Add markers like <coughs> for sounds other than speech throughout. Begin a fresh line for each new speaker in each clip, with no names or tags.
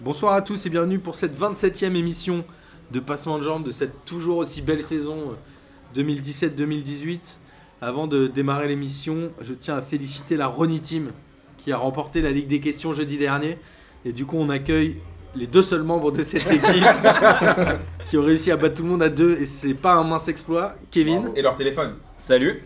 Bonsoir à tous et bienvenue pour cette 27e émission de Passement de Jambes de cette toujours aussi belle saison euh, 2017-2018. Avant de démarrer l'émission, je tiens à féliciter la Rony Team qui a remporté la Ligue des questions jeudi dernier. Et du coup, on accueille les deux seuls membres de cette
<laughs>
équipe qui ont réussi à battre tout le monde à deux. Et c'est pas un mince exploit. Kevin
Et leur téléphone.
Salut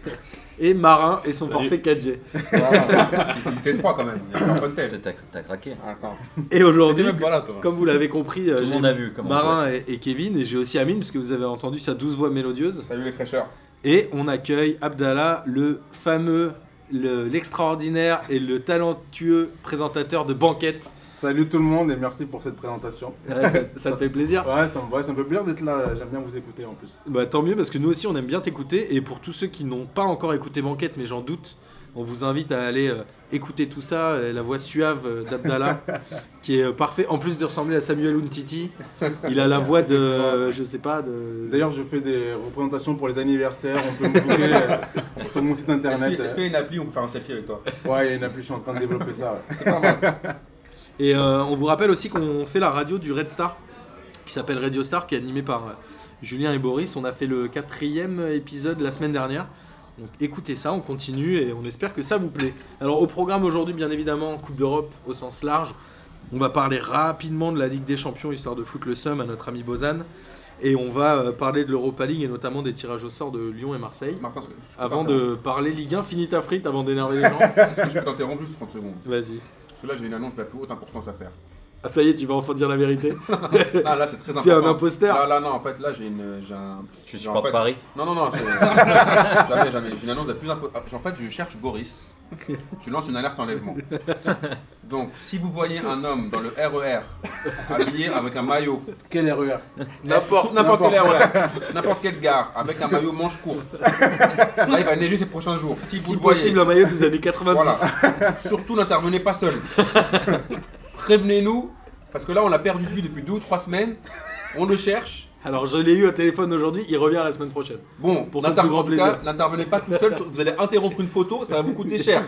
et Marin et son forfait 4G.
<laughs> Ils étaient trois quand même. Il y a un
Eh, T'as
Fontaine.
t'as craqué.
Attends.
Et aujourd'hui,
là, toi.
comme vous l'avez compris, euh,
Tout le
j'ai
monde a vu comment
Marin et, et Kevin, et j'ai aussi Amine, parce que vous avez entendu sa douce voix mélodieuse.
Salut les fraîcheurs.
Et on accueille Abdallah, le fameux, le- l'extraordinaire et le talentueux présentateur de Banquette.
Salut tout le monde et merci pour cette présentation.
Ouais,
<laughs>
ça, ça te fait plaisir
Ouais, ça me, ouais, ça me fait plaisir d'être là, j'aime bien vous écouter en plus.
Bah tant mieux, parce que nous aussi on aime bien t'écouter, et pour tous ceux qui n'ont pas encore écouté Banquette, mais j'en doute, on vous invite à aller euh, écouter tout ça, euh, la voix suave euh,
<laughs>
d'Abdallah, qui est euh, parfait, en plus de ressembler à Samuel Untiti, il a la voix de, euh, je sais pas, de...
D'ailleurs, je fais des représentations pour les anniversaires, on peut me booker euh, sur mon site
Est-ce
internet.
qu'il
euh,
est-ce qu'il y a une appli où on peut faire un selfie avec toi
Ouais, il y en a plus, je suis en train de développer ça. ouais.
C'est pas mal.
Et euh, on vous rappelle aussi qu'on fait la radio du Red Star, qui s'appelle Radio Star, qui est animée par euh, Julien et Boris. On a fait le quatrième épisode la semaine dernière. Donc écoutez ça, on continue et on espère que ça vous plaît. Alors au programme aujourd'hui, bien évidemment, Coupe d'Europe au sens large. On va parler rapidement de la Ligue des Champions, histoire de foutre le seum à notre ami Bozan. Et on va euh, parler de l'Europa League et notamment des tirages au sort de Lyon et Marseille.
Martin, est-ce que je peux
Avant
t'interrompre
de parler Ligue 1, finis ta frite avant d'énerver les gens.
Est-ce que je peux t'interrompre juste 30 secondes
Vas-y.
Parce que là, j'ai une annonce de la plus haute importance à faire. Ah,
Ah ça y est, tu vas enfin dire la vérité.
Là, là c'est très important.
T'es un imposteur.
Là, là, non, en fait, là, j'ai une. j'ai un-
Tu
j'ai
supportes
en fait-
Paris
Non, non, non, c'est- <laughs> jamais, jamais. J'ai une annonce la plus importante. En fait, je cherche Boris. Je lance une alerte enlèvement. Donc, si vous voyez un homme dans le RER habillé avec un maillot
Quel RER
N'importe n'importe quelle ouais. n'importe quelle gare, avec un maillot manche courte. Là, il va neiger ces prochains jours. Si, vous
si
le voyez,
possible un maillot des années 90.
voilà. Surtout n'intervenez pas seul. Prévenez-nous, parce que là, on l'a perdu de vue depuis deux ou trois semaines. On le cherche.
<laughs> Alors je l'ai eu au téléphone aujourd'hui, il revient la semaine prochaine.
Bon,
Pour ton
n'inter-
plus grand
en tout cas,
plaisir.
n'intervenez pas tout seul. Vous allez interrompre une photo, ça va vous coûter cher.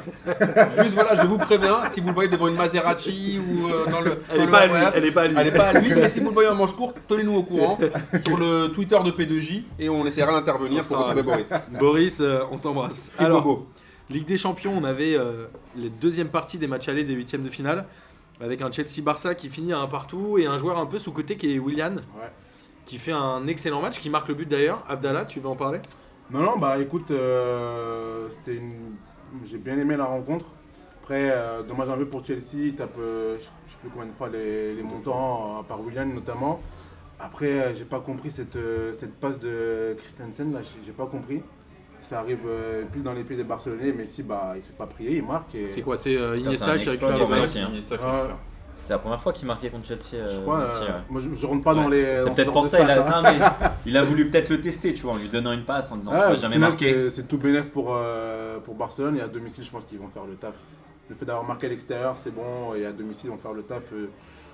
Juste voilà, je vous préviens, si vous le voyez devant une Maserati ou euh, dans le.
Elle est
dans
Oh,
le
pas à lui,
RER,
elle est pas à lui.
Elle n'est pas à lui, mais si vous le voyez en manche courte, tenez-nous
<laughs>
au courant sur le Twitter de P2J et on essaiera d'intervenir pour
Ça va.
retrouver Boris.
<laughs> Boris, euh, on t'embrasse.
Frigo
Alors,
beau.
Ligue des Champions, on avait euh, les deuxièmes parties des matchs allés des huitièmes de finale, avec un Chelsea-Barça qui finit à un partout et un joueur un peu sous-côté qui est Willian,
Ouais.
qui fait un excellent match, qui marque le but d'ailleurs. Abdallah, tu veux en parler
Non, non, bah écoute, euh, c'était une. J'ai bien aimé la rencontre. Après, euh, dommage un peu pour Chelsea, il tape, euh, je je sais plus combien de fois les, les montants, euh, par William notamment. Après, euh, j'ai pas compris cette, euh, cette passe de Christensen, là, j'ai- j'ai pas compris. Ça arrive euh, pile dans les pieds des Barcelonais, mais si, bah, il se fait pas prier, il marque. Et...
C'est quoi C'est euh,
Putain, c'est
Iniesta
un
qui
exploit,
récupère le
Messi,
ballon
hein.
Ouais,
C'est la première fois qu'il marquait contre Chelsea. euh,
je crois,
Messi,
euh,
ouais.
moi je, je rentre pas dans
Ouais.
les. dans
C'est
ce
peut-être
genre
pour
de
ça, il
stats, hein.
a... non, mais il a voulu peut-être le tester, tu vois, en lui donnant une passe, en disant
Ah,
tu vas
au
jamais
final,
marquer.
c'est- C'est tout bénef pour, euh, pour Barcelone et à domicile, je pense qu'ils vont faire le taf. Le fait d'avoir marqué à l'extérieur, c'est bon, et à domicile, ils vont faire le taf. Euh,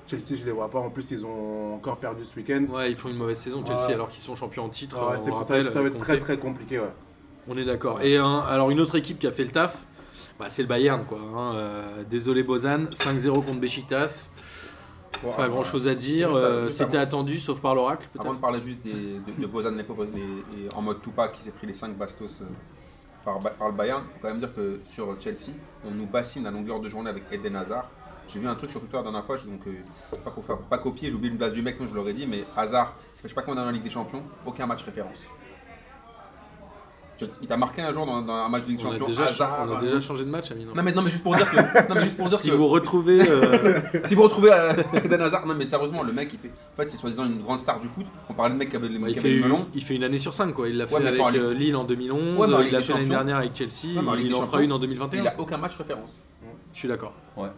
Chelsea, je les vois pas. En plus, ils ont encore perdu ce week-end.
Ouais, ils font une mauvaise saison, Chelsea,
Ouais.
alors qu'ils sont champions en titre.
Ah ouais,
on
c'est- ça, va être-
rappelle,
ça va être
Conte.
très très compliqué. Ouais.
On est d'accord. Et un- alors une autre équipe qui a fait le taf, bah, c'est le Bayern quoi. hein. Euh, désolé Bozan, 5-0 contre Besiktas.
Bon,
Pas
avant-
grand chose à dire.
Juste à-
euh,
juste
C'était
avant.
attendu, sauf par l'oracle
Avant
peut-être.
de parler juste des- de, de Bozan les pauvres les- et en mode Tupac qui s'est pris les 5 bastos euh, par, Ba- par le Bayern, il faut quand même dire que sur Chelsea, on nous bassine à longueur de journée avec Eden Hazard. J'ai vu un truc sur Twitter la dernière fois, donc euh, pas pour faire, pour pas copier, j'ai oublié une blase du mec, sinon je l'aurais dit, mais Hazard, ça fait je sais pas combien d'années en Ligue des Champions, aucun match référence. Tu- Il t'a marqué un jour dans, dans un match de Ligue des
On a,
Champions,
déjà,
Hazard. euh,
on a
un-
déjà changé de match, Amine.
Non mais, non mais juste pour dire que, <laughs> non, mais juste pour dire
si
que
vous retrouvez
<laughs>
euh,
si vous retrouvez euh, <laughs> Eden Hazard, non mais sérieusement le mec il fait, en fait c'est soi-disant une grande star du foot. On parlait de mec qui avait, les
Bah, il,
qui
fait,
avait le melon.
il fait une année sur cinq quoi. Il l'a fait
mais
avec
attends,
euh, Lille en 2011,
Ouais, mais en
euh,
Ligue
il l'a
des
fait l'année
Champions.
dernière avec Chelsea,
Ouais, mais en Ligue
il
des
en
Champions,
fera une en
Et Euh,
2021.
Il a aucun match référence.
Je suis d'accord.
Ouais.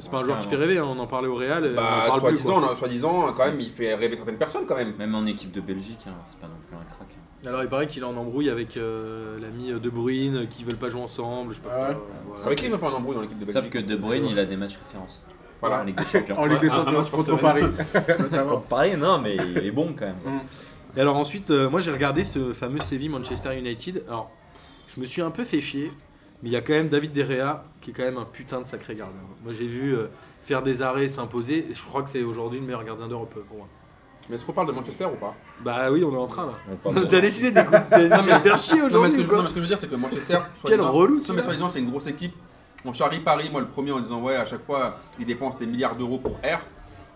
C'est pas un joueur qui fait
Clairement.
rêver, hein. on en parlait au Real. euh, on en
Bah,
parle plus,
soi-disant,
quoi.
non, soi-disant, quand même, il fait rêver certaines personnes quand même.
Même en équipe de Belgique, hein, c'est pas non plus un crack.
Alors il paraît qu'il est en embrouille avec euh, l'ami De Bruyne, euh, qui veulent pas jouer ensemble. Je sais pas.
Ah ouais.
quoi, voilà.
C'est vrai qu'ils ont pas un embrouille dans l'équipe de
Sauf
Belgique.
que De Bruyne, il a des matchs références.
Voilà.
En Ligue des Champions.
<laughs> En Ligue des
un- un
Champions
match par
contre Paris.
semaine.
notamment.
Contre Paris, non, mais il est bon quand même.
Et alors ensuite, euh, moi j'ai regardé ce fameux Séville Manchester United. Alors, je me suis un peu fait chier Mais il y a quand même David Derrea qui est quand même un putain de sacré gardien. Moi j'ai vu euh, faire des arrêts s'imposer et je crois que c'est aujourd'hui le meilleur gardien d'Europe euh, pour moi.
Mais est-ce qu'on parle de Manchester ou pas
Bah oui, on est en train là.
On parle
<laughs>
de-
T'as décidé d'écouter, t'as décidé de faire chier
Non mais, ce
aujourd'hui.
que je, non,
quoi.
mais ce que je veux dire c'est que Manchester,
Quel
soi-disant-
relou,
non, mais soi-disant c'est une grosse équipe. On charrie Paris, moi le premier en disant ouais à chaque fois ils dépensent des milliards d'euros pour R.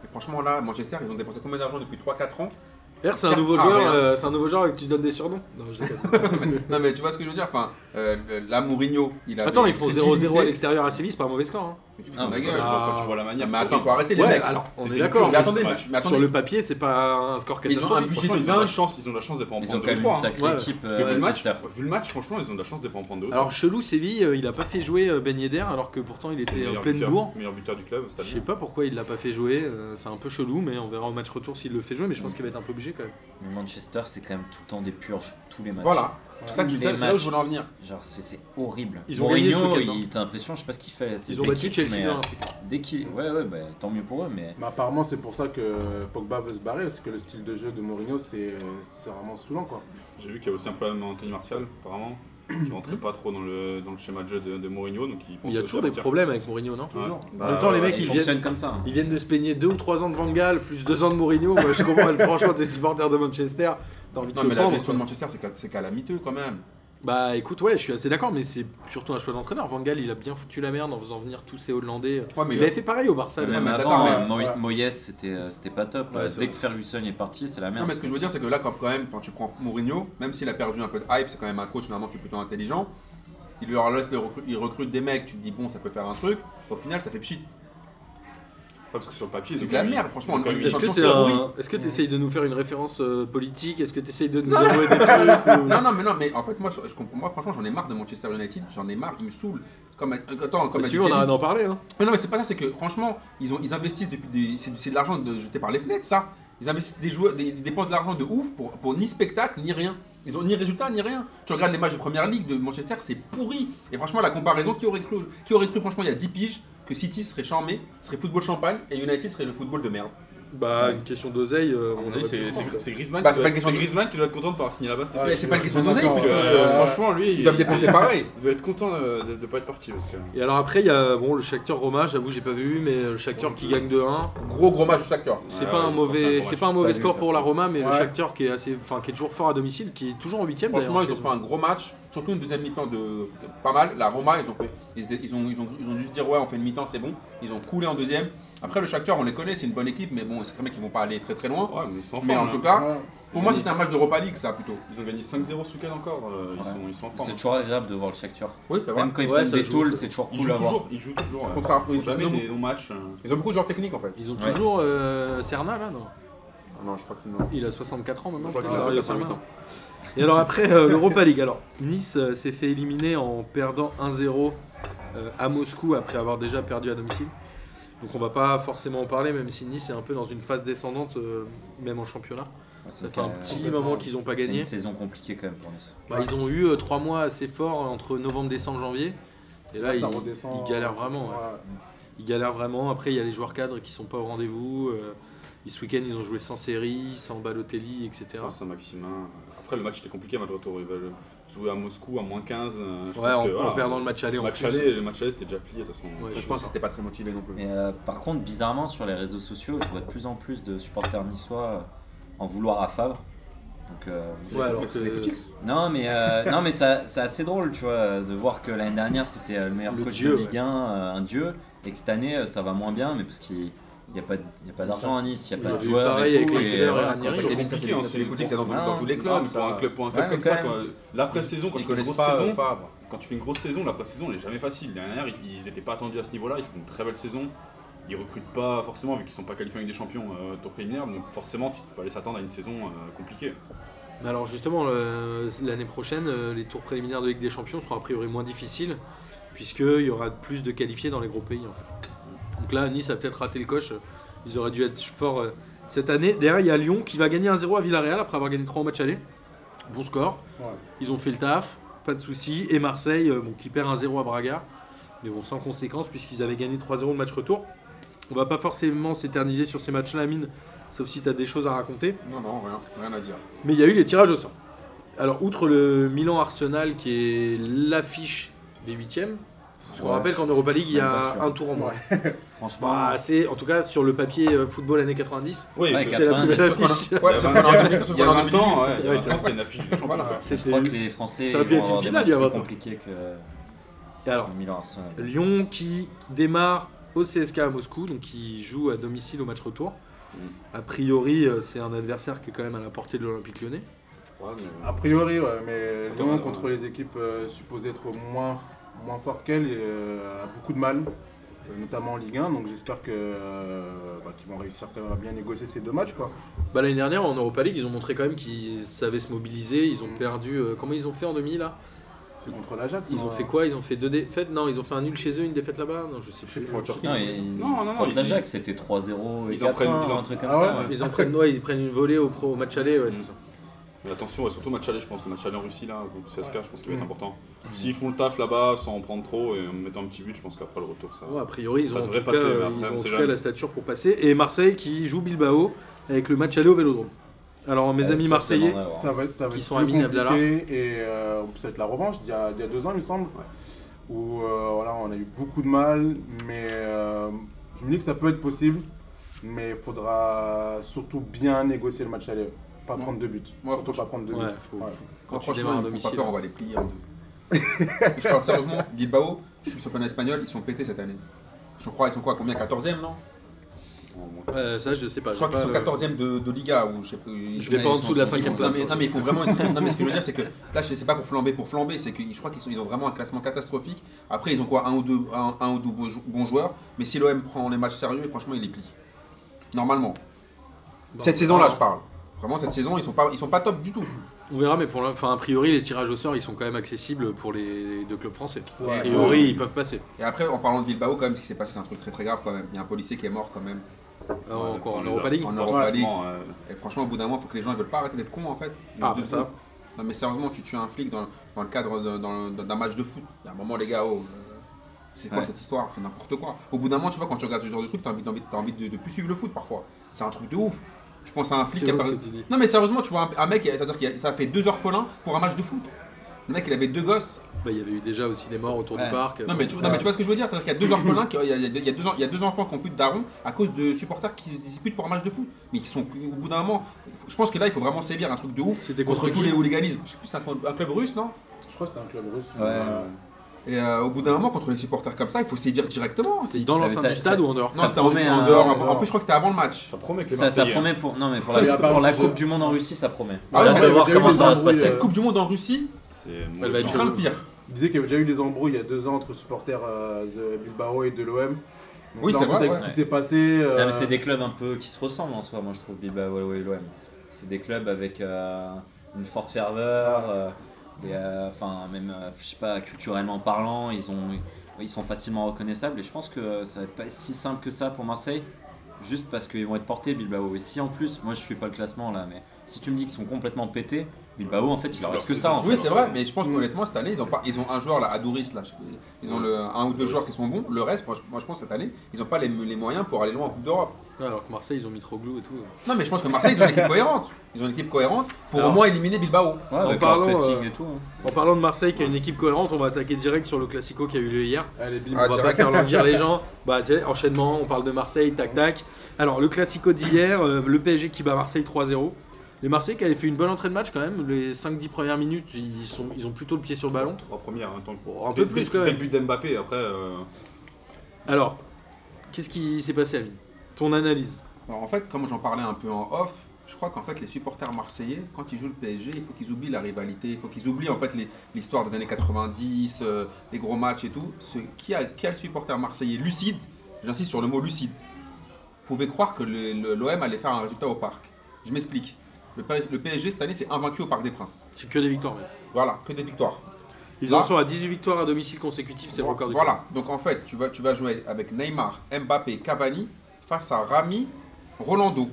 Mais franchement là, Manchester ils ont dépensé combien d'argent depuis 3-4 ans
D'ailleurs, c'est un
sert
nouveau
à rien.
joueur, euh, c'est un nouveau joueur et que tu donnes des surnoms. Non, je déconne.
Non mais tu vois ce que je veux dire Enfin, euh, là Mourinho, il a.
Ah, Attends, ils font 0-0 à l'extérieur à Séville, c'est pas un mauvais score. hein.
Tu te
Ah,
fous de ma
mais
gueule.
quand tu vois- quand tu vois la
Non,
manière.
mais
c'est
attends, faut
horrible.
arrêter les
Ouais,
mecs.
alors on
C'était
est
une
d'accord.
Mais
mais
attendez, mais, mais
Sur
attendez.
le papier, c'est pas un score
Mais ils ont un
catastrophique.
budget
Franchement,
de
ils ont, une
dingue.
chance, ils ont de la chance de pas en
Ils ont
prendre
quand même
2
une
ou 3.
sacrée
Ouais.
équipe.
Parce que vu,
euh,
le match,
Manchester.
vu le match, franchement, ils ont de la chance de pas en prendre 2
Alors chelou, Séville, euh, il a pas fait jouer euh, Ben Yedder alors que pourtant il était en pleine bourre.
meilleur buteur du club,
Je
cette
sais
année.
pas pourquoi il l'a pas fait jouer, euh, c'est un peu chelou, mais on verra au match retour s'il le fait jouer, mais je pense qu'il va être un peu obligé quand même.
Mais Manchester, c'est quand même tout le temps des purges, tous les matchs.
Voilà. C'est ça que je
Les
c'est là où je
matchs.
voulais en venir.
Genre, c'est c'est horrible.
Ils ont gagné ce
Mourinho,
week-end, hein.
il- t'as l'impression, je sais pas ce qu'il fait. à ses
Ils ont battu
équipes,
Chelsea
mais,
bien.
euh, Dès qu'il. Ouais, ouais, bah, tant mieux pour eux, mais.
Mais apparemment, c'est pour ça que Pogba veut se barrer, parce que le style de jeu de Mourinho, c'est euh, c'est vraiment saoulant, quoi.
J'ai vu qu'il y avait aussi un problème à Anthony Martial, apparemment, qui rentrait pas trop dans le, dans le schéma de jeu de, de Mourinho. Donc il,
Il y a toujours des problèmes avec Mourinho, non
Ouais.
Toujours.
En même temps, les mecs,
ils
ils viennent,
fonctionnent comme ça. hein.
ils viennent de se peigner 2 ou 3 ans de Van Gaal, plus 2 ans de Mourinho. Moi, je comprends, franchement, t'es supporter de Manchester, t'as envie de
Non
te
mais la
pendre,
gestion
quoi.
de Manchester c'est cal- c'est calamiteux quand même.
Bah écoute, ouais, je suis assez d'accord, mais c'est surtout un choix d'entraîneur. Van Gaal, il a bien foutu la merde en faisant venir tous ces Hollandais.
Ouais, mais-
il avait fait pareil au Barça.
Ouais,
d'ailleurs.
Même
mais
avant,
d'accord,
euh,
mais-
Moy-
ouais.
Moyes, c'était euh, c'était pas top.
Ouais,
Euh,
c'est
Dès
vrai.
que Ferguson est parti, c'est la
Non
merde.
mais ce que je veux dire c'est que là quand quand même quand tu prends Mourinho, même s'il a perdu un peu de hype, c'est quand même un coach normalement qui est plutôt intelligent. Il leur laisse le recru- il recrute des mecs, tu te dis bon ça peut faire un truc, au final ça fait pchit.
Ouais, parce que sur le papier,
C'est
ils ont
de la
quand même-
merde, franchement,
ils ont quand
on-
même eu
Est-ce que
Champions,
c'est
c'est
un...
pourri.
Est-ce que t'essayes de nous faire une référence euh, politique Est-ce que t'essayes de nous avouer des trucs ou-
Non non mais non mais en fait moi je, je comprends moi franchement j'en ai marre de Manchester United, j'en ai marre, ils me saoulent. Comme attends comme
Si
a
tu
dit
veux, on a
Kelly.
à en parler. Hein.
Mais non, mais c'est pas ça, c'est que franchement, ils, ont, ils investissent depuis des. C'est, du- c'est de l'argent de, jeté par les fenêtres, ça. Ils investissent des joueurs, des, ils dépensent de l'argent de ouf pour, pour ni spectacle, ni rien. Ils ont ni résultat, ni rien. Tu regardes les matchs de première ligue de Manchester, c'est pourri. Et franchement, la comparaison, qui aurait cru, qui aurait cru franchement, il y a 10 piges, que City serait charmé, serait football champagne, et United serait le football de merde.
Bah, une question d'oseille. euh,
À mon
on
avis,
aurait pu
c'est-
le prendre,
c'est-
quoi.
c'est Griezmann,
Bah,
qui
c'est
doit-
pas une question
c'est
de-
Griezmann qui doit être content de pouvoir signer là-bas. cette
Ouais,
année.
Mais c'est pas une question
d'accord.
d'oseille, parce que.
Parce que,
Euh,
franchement, lui,
Ils doivent dépenser pareil.
il doit être content euh, de ne pas être parti. Parce que...
Et alors après, il y a bon, le Shakhtar Roma, j'avoue, j'ai pas vu, mais le Shakhtar qui gagne de 1.
Gros gros match de Shakhtar.
C'est
Ouais,
pas,
ouais,
un
ils
mauvais,
sont
c'est pas un mauvais
Pas
score
nul,
pour la
personne.
Roma, mais le
Ouais.
Shakhtar qui est, assez, enfin, qui est toujours fort à domicile, qui est toujours en 8ème.
Franchement, ils ont fait un gros match, surtout une deuxième mi-temps de pas mal. La Roma, ils ont fait, ils, ils ont, ils, ont, ils ont dû se dire ouais, on fait une mi-temps, c'est bon. Ils ont coulé en deuxième. Après, le Shakhtar, on les connaît, c'est une bonne équipe, mais bon, c'est très mecs qui vont pas aller très très loin.
Ouais, mais ils sont en
mais
forme,
en tout
hein.
cas,
Ouais.
pour moi, c'était un match d'Europa League, ça plutôt.
Ils ont gagné 5-0 ce week-end encore. euh, Ils,
Ouais.
sont, ils sont en forme.
C'est toujours agréable de voir le Shakhtar.
Oui, c'est vrai.
Même quand ils
Ouais,
prennent
ça
des
joue,
tôles,
ça.
c'est toujours
Ils
cool
jouent
à voir.
toujours. Ils jouent toujours. euh,
Faut faire-
ils font
ils
jamais
ont-
des non-matchs. euh.
Ils ont beaucoup de joueurs techniques en fait.
Ils ont
Ouais.
toujours euh, Serna là, non
Non, je crois que c'est non.
Il a 64 ans maintenant.
Je crois
je
qu'il
crois,
a
Dario
88
Serna.
ans.
Et alors après, euh, l'Europa League. Alors, Nice euh, s'est fait éliminer en perdant 1-0 euh, à Moscou après avoir déjà perdu à domicile. Donc on va pas forcément en parler, même si Nice est un peu dans une phase descendante, euh, même en championnat. Ça fait un petit moment qu'ils n'ont pas
euh, C'est une
gagné.
saison compliquée quand même pour Nice.
Bah, ils ont eu euh, trois mois assez forts entre novembre, décembre, janvier. Et là,
Là, ça
ils,
redescend.
ils galèrent vraiment. ouais.
Ouais.
Ils galèrent vraiment. Après, il y a les joueurs cadres qui sont pas au rendez-vous. euh, et ce week-end, ils ont joué sans série, sans Balotelli, etc.
Ça, c'est un maximum. euh. Après, le match était compliqué, match retour. Ils veulent jouer à Moscou à moins 15. euh, je
Ouais,
pense
en,
que,
en
voilà,
perdant le match aller
le
en
match
plus.
aller, le match aller, c'était déjà plié de toute façon.
Ouais,
Je pense que c'était pas très motivé non plus.
Mais euh, par contre, bizarrement, sur les réseaux sociaux, je vois de plus en plus de supporters niçois euh, en vouloir à Favre. Donc, euh,
C'est
Ouais,
des-
alors
c'est
que-
des footchicks.
non, mais, euh, <laughs> non, mais ça- c'est assez drôle, tu vois, de voir que l'année dernière, c'était euh, le meilleur
Le
coach
dieu,
de Ligue 1, euh, un dieu, et que cette année, euh, ça va moins bien, mais parce qu'il n'y a pas, de- il y a pas d'argent à Nice, il n'y a
Il y
pas
a
de
eu
joueurs.
Bah, pareil
et
avec
tout,
les
et
Zéro
voilà,
à
quoi.
Nice.
C'est Kevin, ça,
hein,
c'est des- c'est des footchicks, ça dans dans tous les clubs.
pour un
ça.
club, pour un
Ouais,
club
mais
comme ça,
quand
quoi. l'après-saison,
Ils
quand tu fais une
connaissent
grosse
pas euh,
saison,
Favre.
quand tu fais une grosse saison, l'après-saison, elle est jamais facile. L'année dernière, ils- ils n'étaient pas attendus à ce niveau-là. Ils font une très belle saison. Ils recrutent pas forcément, vu qu'ils sont pas qualifiés avec des champions euh, tour préliminaire. Donc, forcément, tu fallait s'attendre à une saison euh, compliquée.
Mais alors justement, euh, l'année prochaine, euh, les tours préliminaires de Ligue des Champions seront a priori moins difficiles, puisqu'il y aura plus de qualifiés dans les gros pays. En fait. Donc là, Nice a peut-être raté le coche. Ils auraient dû être forts euh, cette année. Derrière, il y a Lyon qui va gagner 1-0 à Villarreal après avoir gagné 3 au match aller. Bon score.
Ouais.
Ils ont fait le taf, pas de soucis. Et Marseille, euh, bon, qui perd 1-0 à Braga, mais bon, sans conséquence, puisqu'ils avaient gagné 3-0 le match retour. On va pas forcément s'éterniser sur ces matchs-là, Amine, sauf si tu as des choses à raconter.
Non, non, rien, rien à dire.
Mais il y a eu les tirages au sort. Alors, outre le Milan-Arsenal, qui est l'affiche les huitièmes. Parce qu'on
Ouais,
rappelle qu'en Europa League, il y
même pas
a
sûr.
un tour en moins.
Franchement,
Bah, c'est en tout cas sur le papier euh, football années 90.
Oui,
Ouais,
c'est-
quatre-
C'est la plus belle
90.
affiche.
Ouais,
il y
ça
a
fait un an et demi,
vingt-
parce que
il y a
en
20 ans,
2018.
ouais, il y a
Ouais,
20 ans, c'était une affiche de
<laughs>
champion.
Voilà.
je crois que
C'était
les Français
ça
ils
va plus
vont
être
avoir
une
des
finale,
matchs
il y a
plus
20 ans.
compliqués
Et
que
alors,
le Milan Arsenal.
Lyon qui démarre au CSK à Moscou, donc qui joue à domicile au match retour.
Mm.
A priori, euh, c'est un adversaire qui est quand même à la portée de l'Olympique lyonnais.
euh,
A priori, ouais, mais
Attends,
Lyon
ouais.
contre les équipes euh, supposées être moins, moins fortes qu'elle a beaucoup de mal, euh, notamment en Ligue 1. Donc j'espère que, euh, bah, qu'ils vont réussir quand même à bien négocier ces deux matchs. Quoi.
Bah, L'année dernière, en Europa League, ils ont montré quand même qu'ils savaient se mobiliser. Ils ont
Mm.
perdu. euh, comment ils ont fait en demi là
C'est contre l'Ajax.
Ils
non,
ont fait
euh,
quoi Ils ont fait deux défaites Non, ils ont fait un nul chez eux, une défaite là-bas Non, je sais plus.
En Turquie.
Non, et-
Non, non, non,
contre
ils-
l'Ajax, c'était 3-0 et
ils en prennent-
4-1,
ils en-
un truc comme
Ah
ça.
ouais.
ouais.
Ils en prennent, ouais, ils prennent une volée au, pro, au match aller, ouais, c'est ça.
Mm. Mais attention, et surtout match aller, je pense, le match aller en Russie là, contre CSK, je pense qu'il va être
Mm.
important. S'ils font le taf là-bas sans en prendre trop et en mettant un petit but, je pense qu'après le retour, ça
Ouais, a priori, ils
Ça
ont en
devrait
tout cas,
passer, mais
euh,
après,
ils ont
on
en
sait
tout cas
jamais.
la stature pour passer. Et Marseille qui joue Bilbao avec le match aller au Vélodrome. Alors, mes
Ouais,
amis
ça,
marseillais,
c'est bon, ouais,
Ça va être, ça va
Qui
être
sont
plus
à Mine
compliqué
Abdallah.
et euh, ça va être la revanche d'il y, a- d'il y a deux ans, il me semble, où euh, voilà, on a eu beaucoup de mal, mais euh, je me dis que ça peut être possible, mais il faudra surtout bien négocier le match aller, pas prendre deux buts,
Moi,
surtout pas prendre deux
Ouais,
buts.
faut-
Ouais.
faut- quand
Quand
tu démarres
franchement,
à
ils me font
domicile.
pas peur, on va les plier en deux.
<laughs>
je parle sérieusement, Bilbao, je suis le championnat espagnol, ils sont pétés cette année. Je crois, ils sont quoi, combien 14e, non
Euh, ça, je sais pas.
Je crois
Ah, j'ai
qu'ils
pas
sont
le-
14e de, de Liga ou je sais pas.
Je vais pas en dessous de la cinquième place.
Non mais, non, mais ils font vraiment une très- Non mais ce que je veux dire c'est que là c'est pas pour flamber pour flamber, c'est que je crois qu'ils sont- ils ont vraiment un classement catastrophique. Après ils ont quoi un ou deux un, un ou deux bons jou- bons joueurs, mais si l'OM prend les matchs sérieux, franchement ils les plient. Normalement. cette saison
Ah.
là je parle. Vraiment cette saison ils sont pas ils sont pas top du tout.
On verra, mais pour l'in- enfin, a priori, les tirages au sort, ils sont quand même accessibles pour les deux clubs français.
Ouais.
a priori, ils peuvent passer.
Et après en parlant de Bilbao quand même ce qui s'est passé c'est un truc très très grave quand même. Il y a un policier qui est mort quand même.
Alors,
Ouais,
encore
on
en
les a-
Europa League.
En
ça,
Europa League.
franchement, euh,
Et franchement, au bout d'un moment, il faut que les gens ne veulent pas arrêter d'être cons en fait.
Ah,
De-
bah
de-
ça.
Non, mais sérieusement, tu tues un flic dans, dans le cadre de- dans- dans- d'un match de foot. Il y a un moment, les gars, oh, euh, c'est quoi
Ouais.
cette histoire C'est n'importe quoi. Au bout d'un moment, tu vois, quand tu regardes ce genre de truc, t'as envie, t'as envie, t'as envie de, de plus suivre le foot parfois. C'est un truc de ouf. Je pense à un flic
C'est
qui a
vrai ce
perdu-
que tu dis.
Non, mais sérieusement, tu vois, un, un mec, c'est-à-dire qu'il y a- ça fait deux heures folin pour un match de foot. Le mec, il avait deux gosses.
Bah, il y avait eu déjà aussi des morts autour
Ouais.
du parc. euh,
Non mais, tu, non, mais tu vois ce que je veux dire, c'est-à-dire qu'il y a deux orphelins,
<clears throat>
qui- il y a, il y a- il y a deux, en- il y a deux enfants qui ont plus de daron à cause de supporters qui se disputent pour un match de foot, mais qui sont au bout d'un moment. Je pense que là, il faut vraiment sévir un truc de ouf
C'était
contre,
contre
tous
qui
les hooliganismes. Je sais plus, c'est un, un club russe, non
Je crois que c'était un club russe.
Ouais.
euh,
Et euh, au bout d'un moment, contre les supporters comme ça, il faut sévir directement.
C'est dans
mais
l'enceinte
ça-
du stade
ça-
ou en dehors
ça
Non, c'était en,
promet
en
un-
dehors.
un-
en plus, je crois que c'était avant le match.
ça promet que les
Ça, ça
Marseillais,
promet pour, non, mais
Ah,
pour, la,
Il y a pas
pour la
beaucoup de-
Coupe du Monde en Russie, ça promet.
Ah ouais,
on
mais
va
il y
voir
avait
comment
eu
ça va se
des embrouilles,
passer.
Cette Coupe du Monde en Russie,
hein, c'est
Elle va
je
être
crains le pire.
Il disait qu'il y avait déjà eu des embrouilles il y a deux ans entre supporters euh, de Bilbao et de l'OM.
Oui, c'est vrai,
avec
ouais.
ce qui s'est passé.
Non,
euh,
mais c'est des clubs un peu qui se ressemblent en soi, moi je trouve, Bilbao et l'OM. C'est des clubs avec euh, une forte ferveur, euh, des, euh, enfin, même, euh, je sais pas, culturellement parlant, ils, ont, ils sont facilement reconnaissables et je pense que ça va être pas si simple que ça pour Marseille, juste parce qu'ils vont être portés, Bilbao. Et si en plus, moi je suis pas le classement là, mais si tu me dis qu'ils sont complètement pétés, Bilbao en fait, il leur reste que ça en
Oui,
fait.
c'est vrai, mais je pense qu'honnêtement, cette année, ils ont, pas, ils ont un joueur là, à Douris, là. je sais pas, Ils ont le, un ou deux joueurs qui sont bons. Le reste, moi, je- moi, je pense, cette année, ils n'ont pas les, les moyens pour aller loin en Coupe d'Europe.
Ouais, Alors que Marseille, ils ont mis trop glou et tout.
Non, mais je pense que Marseille, ils ont une équipe cohérente. Ils ont une équipe cohérente pour
Alors.
au moins éliminer Bilbao.
Ouais,
En
avec
parlant,
leur pressing
euh,
et tout. hein.
En parlant de Marseille qui a une équipe cohérente, on va attaquer direct sur le Classico qui a eu lieu hier.
Allez, bim.
Ah,
on va pas
direct.
faire
<laughs>
languir les gens. Bah, tu sais, enchaînement, on parle de Marseille, tac tac. Alors, le Classico d'hier, euh, le PSG qui bat Marseille 3-0. Les Marseillais qui avaient fait une bonne entrée de match quand même, les 5-10 premières minutes, ils, sont, ils ont plutôt le pied sur le ballon.
trois premières en temps.
Bon, un peu plus quand même.
Dès le but d'Mbappé, après, euh,
Alors, qu'est-ce qui s'est passé, Amine Ton analyse
Alors, en fait, comme j'en parlais un peu en off, je crois qu'en fait, les supporters marseillais, quand ils jouent le PSG, il faut qu'ils oublient la rivalité, il faut qu'ils oublient en fait les- l'histoire des années 90, euh, les gros matchs et tout. Ce, qui, a, qui a le supporter marseillais lucide J'insiste sur le mot lucide. pouvait croire que le- le- l'OM allait faire un résultat au parc. Je m'explique. Le, Paris- le PSG cette année, c'est invaincu au Parc des Princes.
C'est que des victoires. même.
Voilà, que des victoires.
Ils en
Ah.
sont à 18 victoires à domicile consécutives, c'est le record du
Bah, Voilà, donc en fait, tu vas, tu vas jouer avec Neymar, Mbappé, Cavani face à Rami,
<laughs>
Rolando.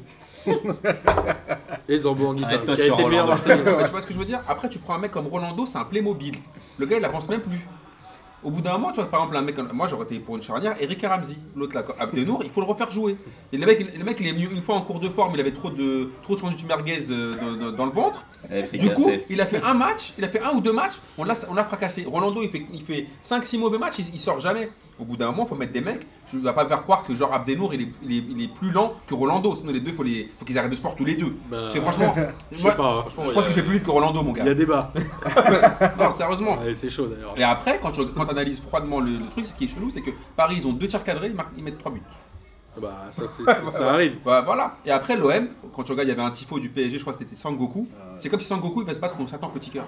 club. Et Zambourgui, qui a
Arrête-toi
été
sur
le meilleur <laughs>
Hollande.
Marseillais.
Ouais, tu vois ce que je veux dire Après, tu prends un mec comme Rolando, c'est un Playmobil. Le gars, il avance même plus. Au bout d'un moment, tu vois, par exemple, un mec comme- Moi, j'aurais été pour une charnière, Eric Ramsey. L'autre, là, comme Abdenour, il faut le refaire jouer. Et le mec, le mec, il est venu une fois en cours de forme, il avait trop de trop de sandwich merguez euh, dans, dans- dans le ventre.
Elle est
Du coup,
fricassée.
il a fait un match, il a fait un ou deux matchs, on l'a on l'a fracassé. Rolando, il fait, il fait 5-6 mauvais matchs, il, il sort jamais. Au bout d'un moment, faut mettre des mecs. Je ne vais pas me faire croire que genre Abdenour, il est, il est, il est plus lent que Rolando. Sinon, les deux, faut les, faut qu'ils arrêtent de sport tous les deux.
Bah,
Parce que franchement,
<laughs> je
moi,
sais pas. hein.
Franchement,
je
il y
pense
a-
qu'il fait plus vite que Rolando, mon gars.
Il y a
<laughs>
débat.
Non, sérieusement.
Ouais, c'est chaud d'ailleurs.
Et après, quand tu quand analyses froidement le, le truc, ce qui est chelou, c'est que Paris, ils ont deux tirs cadrés, ils, marquent- ils mettent trois buts.
Bah, ça, c'est- ça- ça arrive.
<laughs> Bah, voilà. Et après, l'OM, quand tu regardes, il y avait un tifo du PSG, je crois que c'était Sangoku.
Euh,
C'est comme si Sangoku, il va se battre contre Satan Petit Cœur.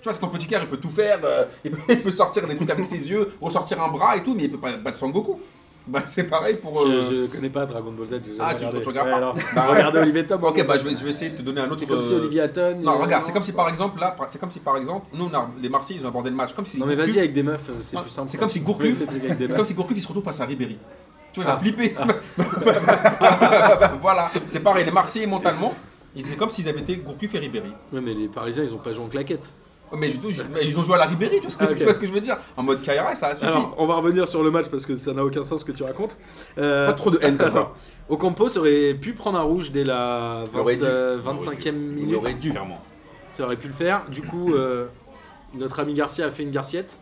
Tu vois, Satan Petit Cœur, il peut tout faire, euh, il, peut, <laughs> il peut sortir des trucs avec ses yeux, ressortir un bras et tout, mais il peut pas battre Sangoku. Bah, c'est pareil pour. euh,
Je, je connais pas Dragon Ball Z. j'ai jamais
Ah, tu-
regardé.
tu regardes
Ouais,
pas.
alors,
Bah,
Regardez Olivier Tom. euh,
Ok, bah je vais, je vais essayer de te donner un autre.
C'est comme si
euh,
Olivier Hatton.
Non,
et-
regarde, c'est comme si par exemple, là, par- c'est comme si par exemple, nous, on a- les Marseillais, ils ont abordé le match. Comme si
Non, mais
Gourcuff-
vas-y avec des meufs, euh, c'est
Ah,
plus simple.
c'est comme si
Tu
Gourcuff-
fais des trucs avec des
C'est
meufs.
comme si Gourcuff il se retrouve face à Ribéry. Tu vois, il va
Ah.
flipper. <laughs> voilà, c'est pareil, les Marseillais mentalement, ils- c'est comme s'ils avaient été Gourcuff et Ribéry.
Ouais, mais les Parisiens, ils ont pas joué en claquette.
Oh, Mais je- je- mais ils ont joué à la Ribéry, tu vois, ce que,
Ah, ok.
tu vois ce que je veux dire En mode Kaira, ça a suffi.
Alors, on va revenir sur le match parce que ça n'a aucun sens ce que tu racontes. Euh,
Pas trop de haine comme ça.
<laughs> attends. Ocampo aurait pu prendre un rouge dès la
Il aurait
20,
dû.
euh,
Il aurait
25e
dû.
minute.
aurait dû.
Clairement.
Ça aurait pu le faire. Du coup, euh, notre ami Garcia a fait une Garciette.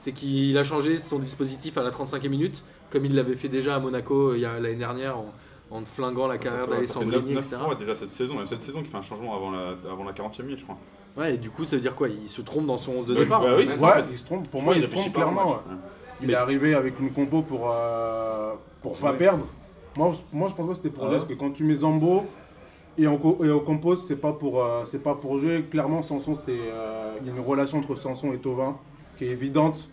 C'est qu'il a changé son dispositif à la 35e minute, comme il l'avait fait déjà à Monaco euh, il y a- l'année dernière en, en flinguant la carrière d'Alessandrini,
neuf- neuf
etc.
fois déjà cette saison, même cette saison qui fait un changement avant la, avant la 40e minute, je crois.
Ouais, et du coup, ça veut dire quoi Il se trompe dans son 11 de
Bah,
départ.
bah
en
oui,
fait.
c'est ça, en
Ouais,
fait.
il se trompe. Pour
Je
moi,
crois
il se
qu'il réfléchit
trompe
pas au
clairement.
match.
ouais.
Ouais.
Il
Mais-
est arrivé avec une compo pour, euh, pour pas
Jouer.
perdre. Moi, je- moi, je pense que c'était pour
Ah
jouer.
ouais.
Parce que quand tu mets Zambo et, Oco- et Ocampo, c'est pas, pour, euh, c'est pas pour jouer. Clairement, Sanson, c'est, euh, il y a une relation entre Sanson et Tovin qui est évidente.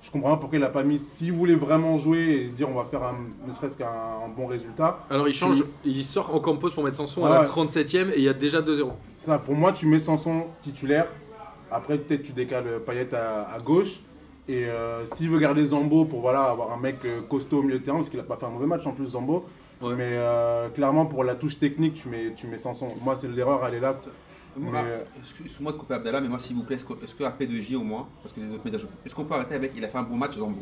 Je comprends pas pourquoi il a pas mis. S'il voulait vraiment jouer et se dire on va faire un, ne serait-ce qu'un un bon résultat,
Alors, il change, il sort Ocampo pour mettre Sanson
Ouais.
à la 37e et il y a déjà 2-0.
C'est ça, pour moi, tu mets Sanson titulaire. Après, peut-être tu décales euh, Payet à, à gauche. Et euh, s'il veut garder Zambo pour voilà, avoir un mec euh, costaud au milieu de terrain, parce qu'il n'a pas fait un mauvais match en plus, Zambo.
Ouais.
Mais euh, clairement, pour la touche technique, tu mets, tu mets Sanson. Moi, c'est l'erreur, elle est là. Mais,
Moi, euh, Excuse-moi de couper Abdallah, mais moi, s'il vous plaît, est-ce que- est-ce que AP2J au moins, parce que les autres médias, je- est-ce qu'on peut arrêter avec Il a fait un bon match, Zambo.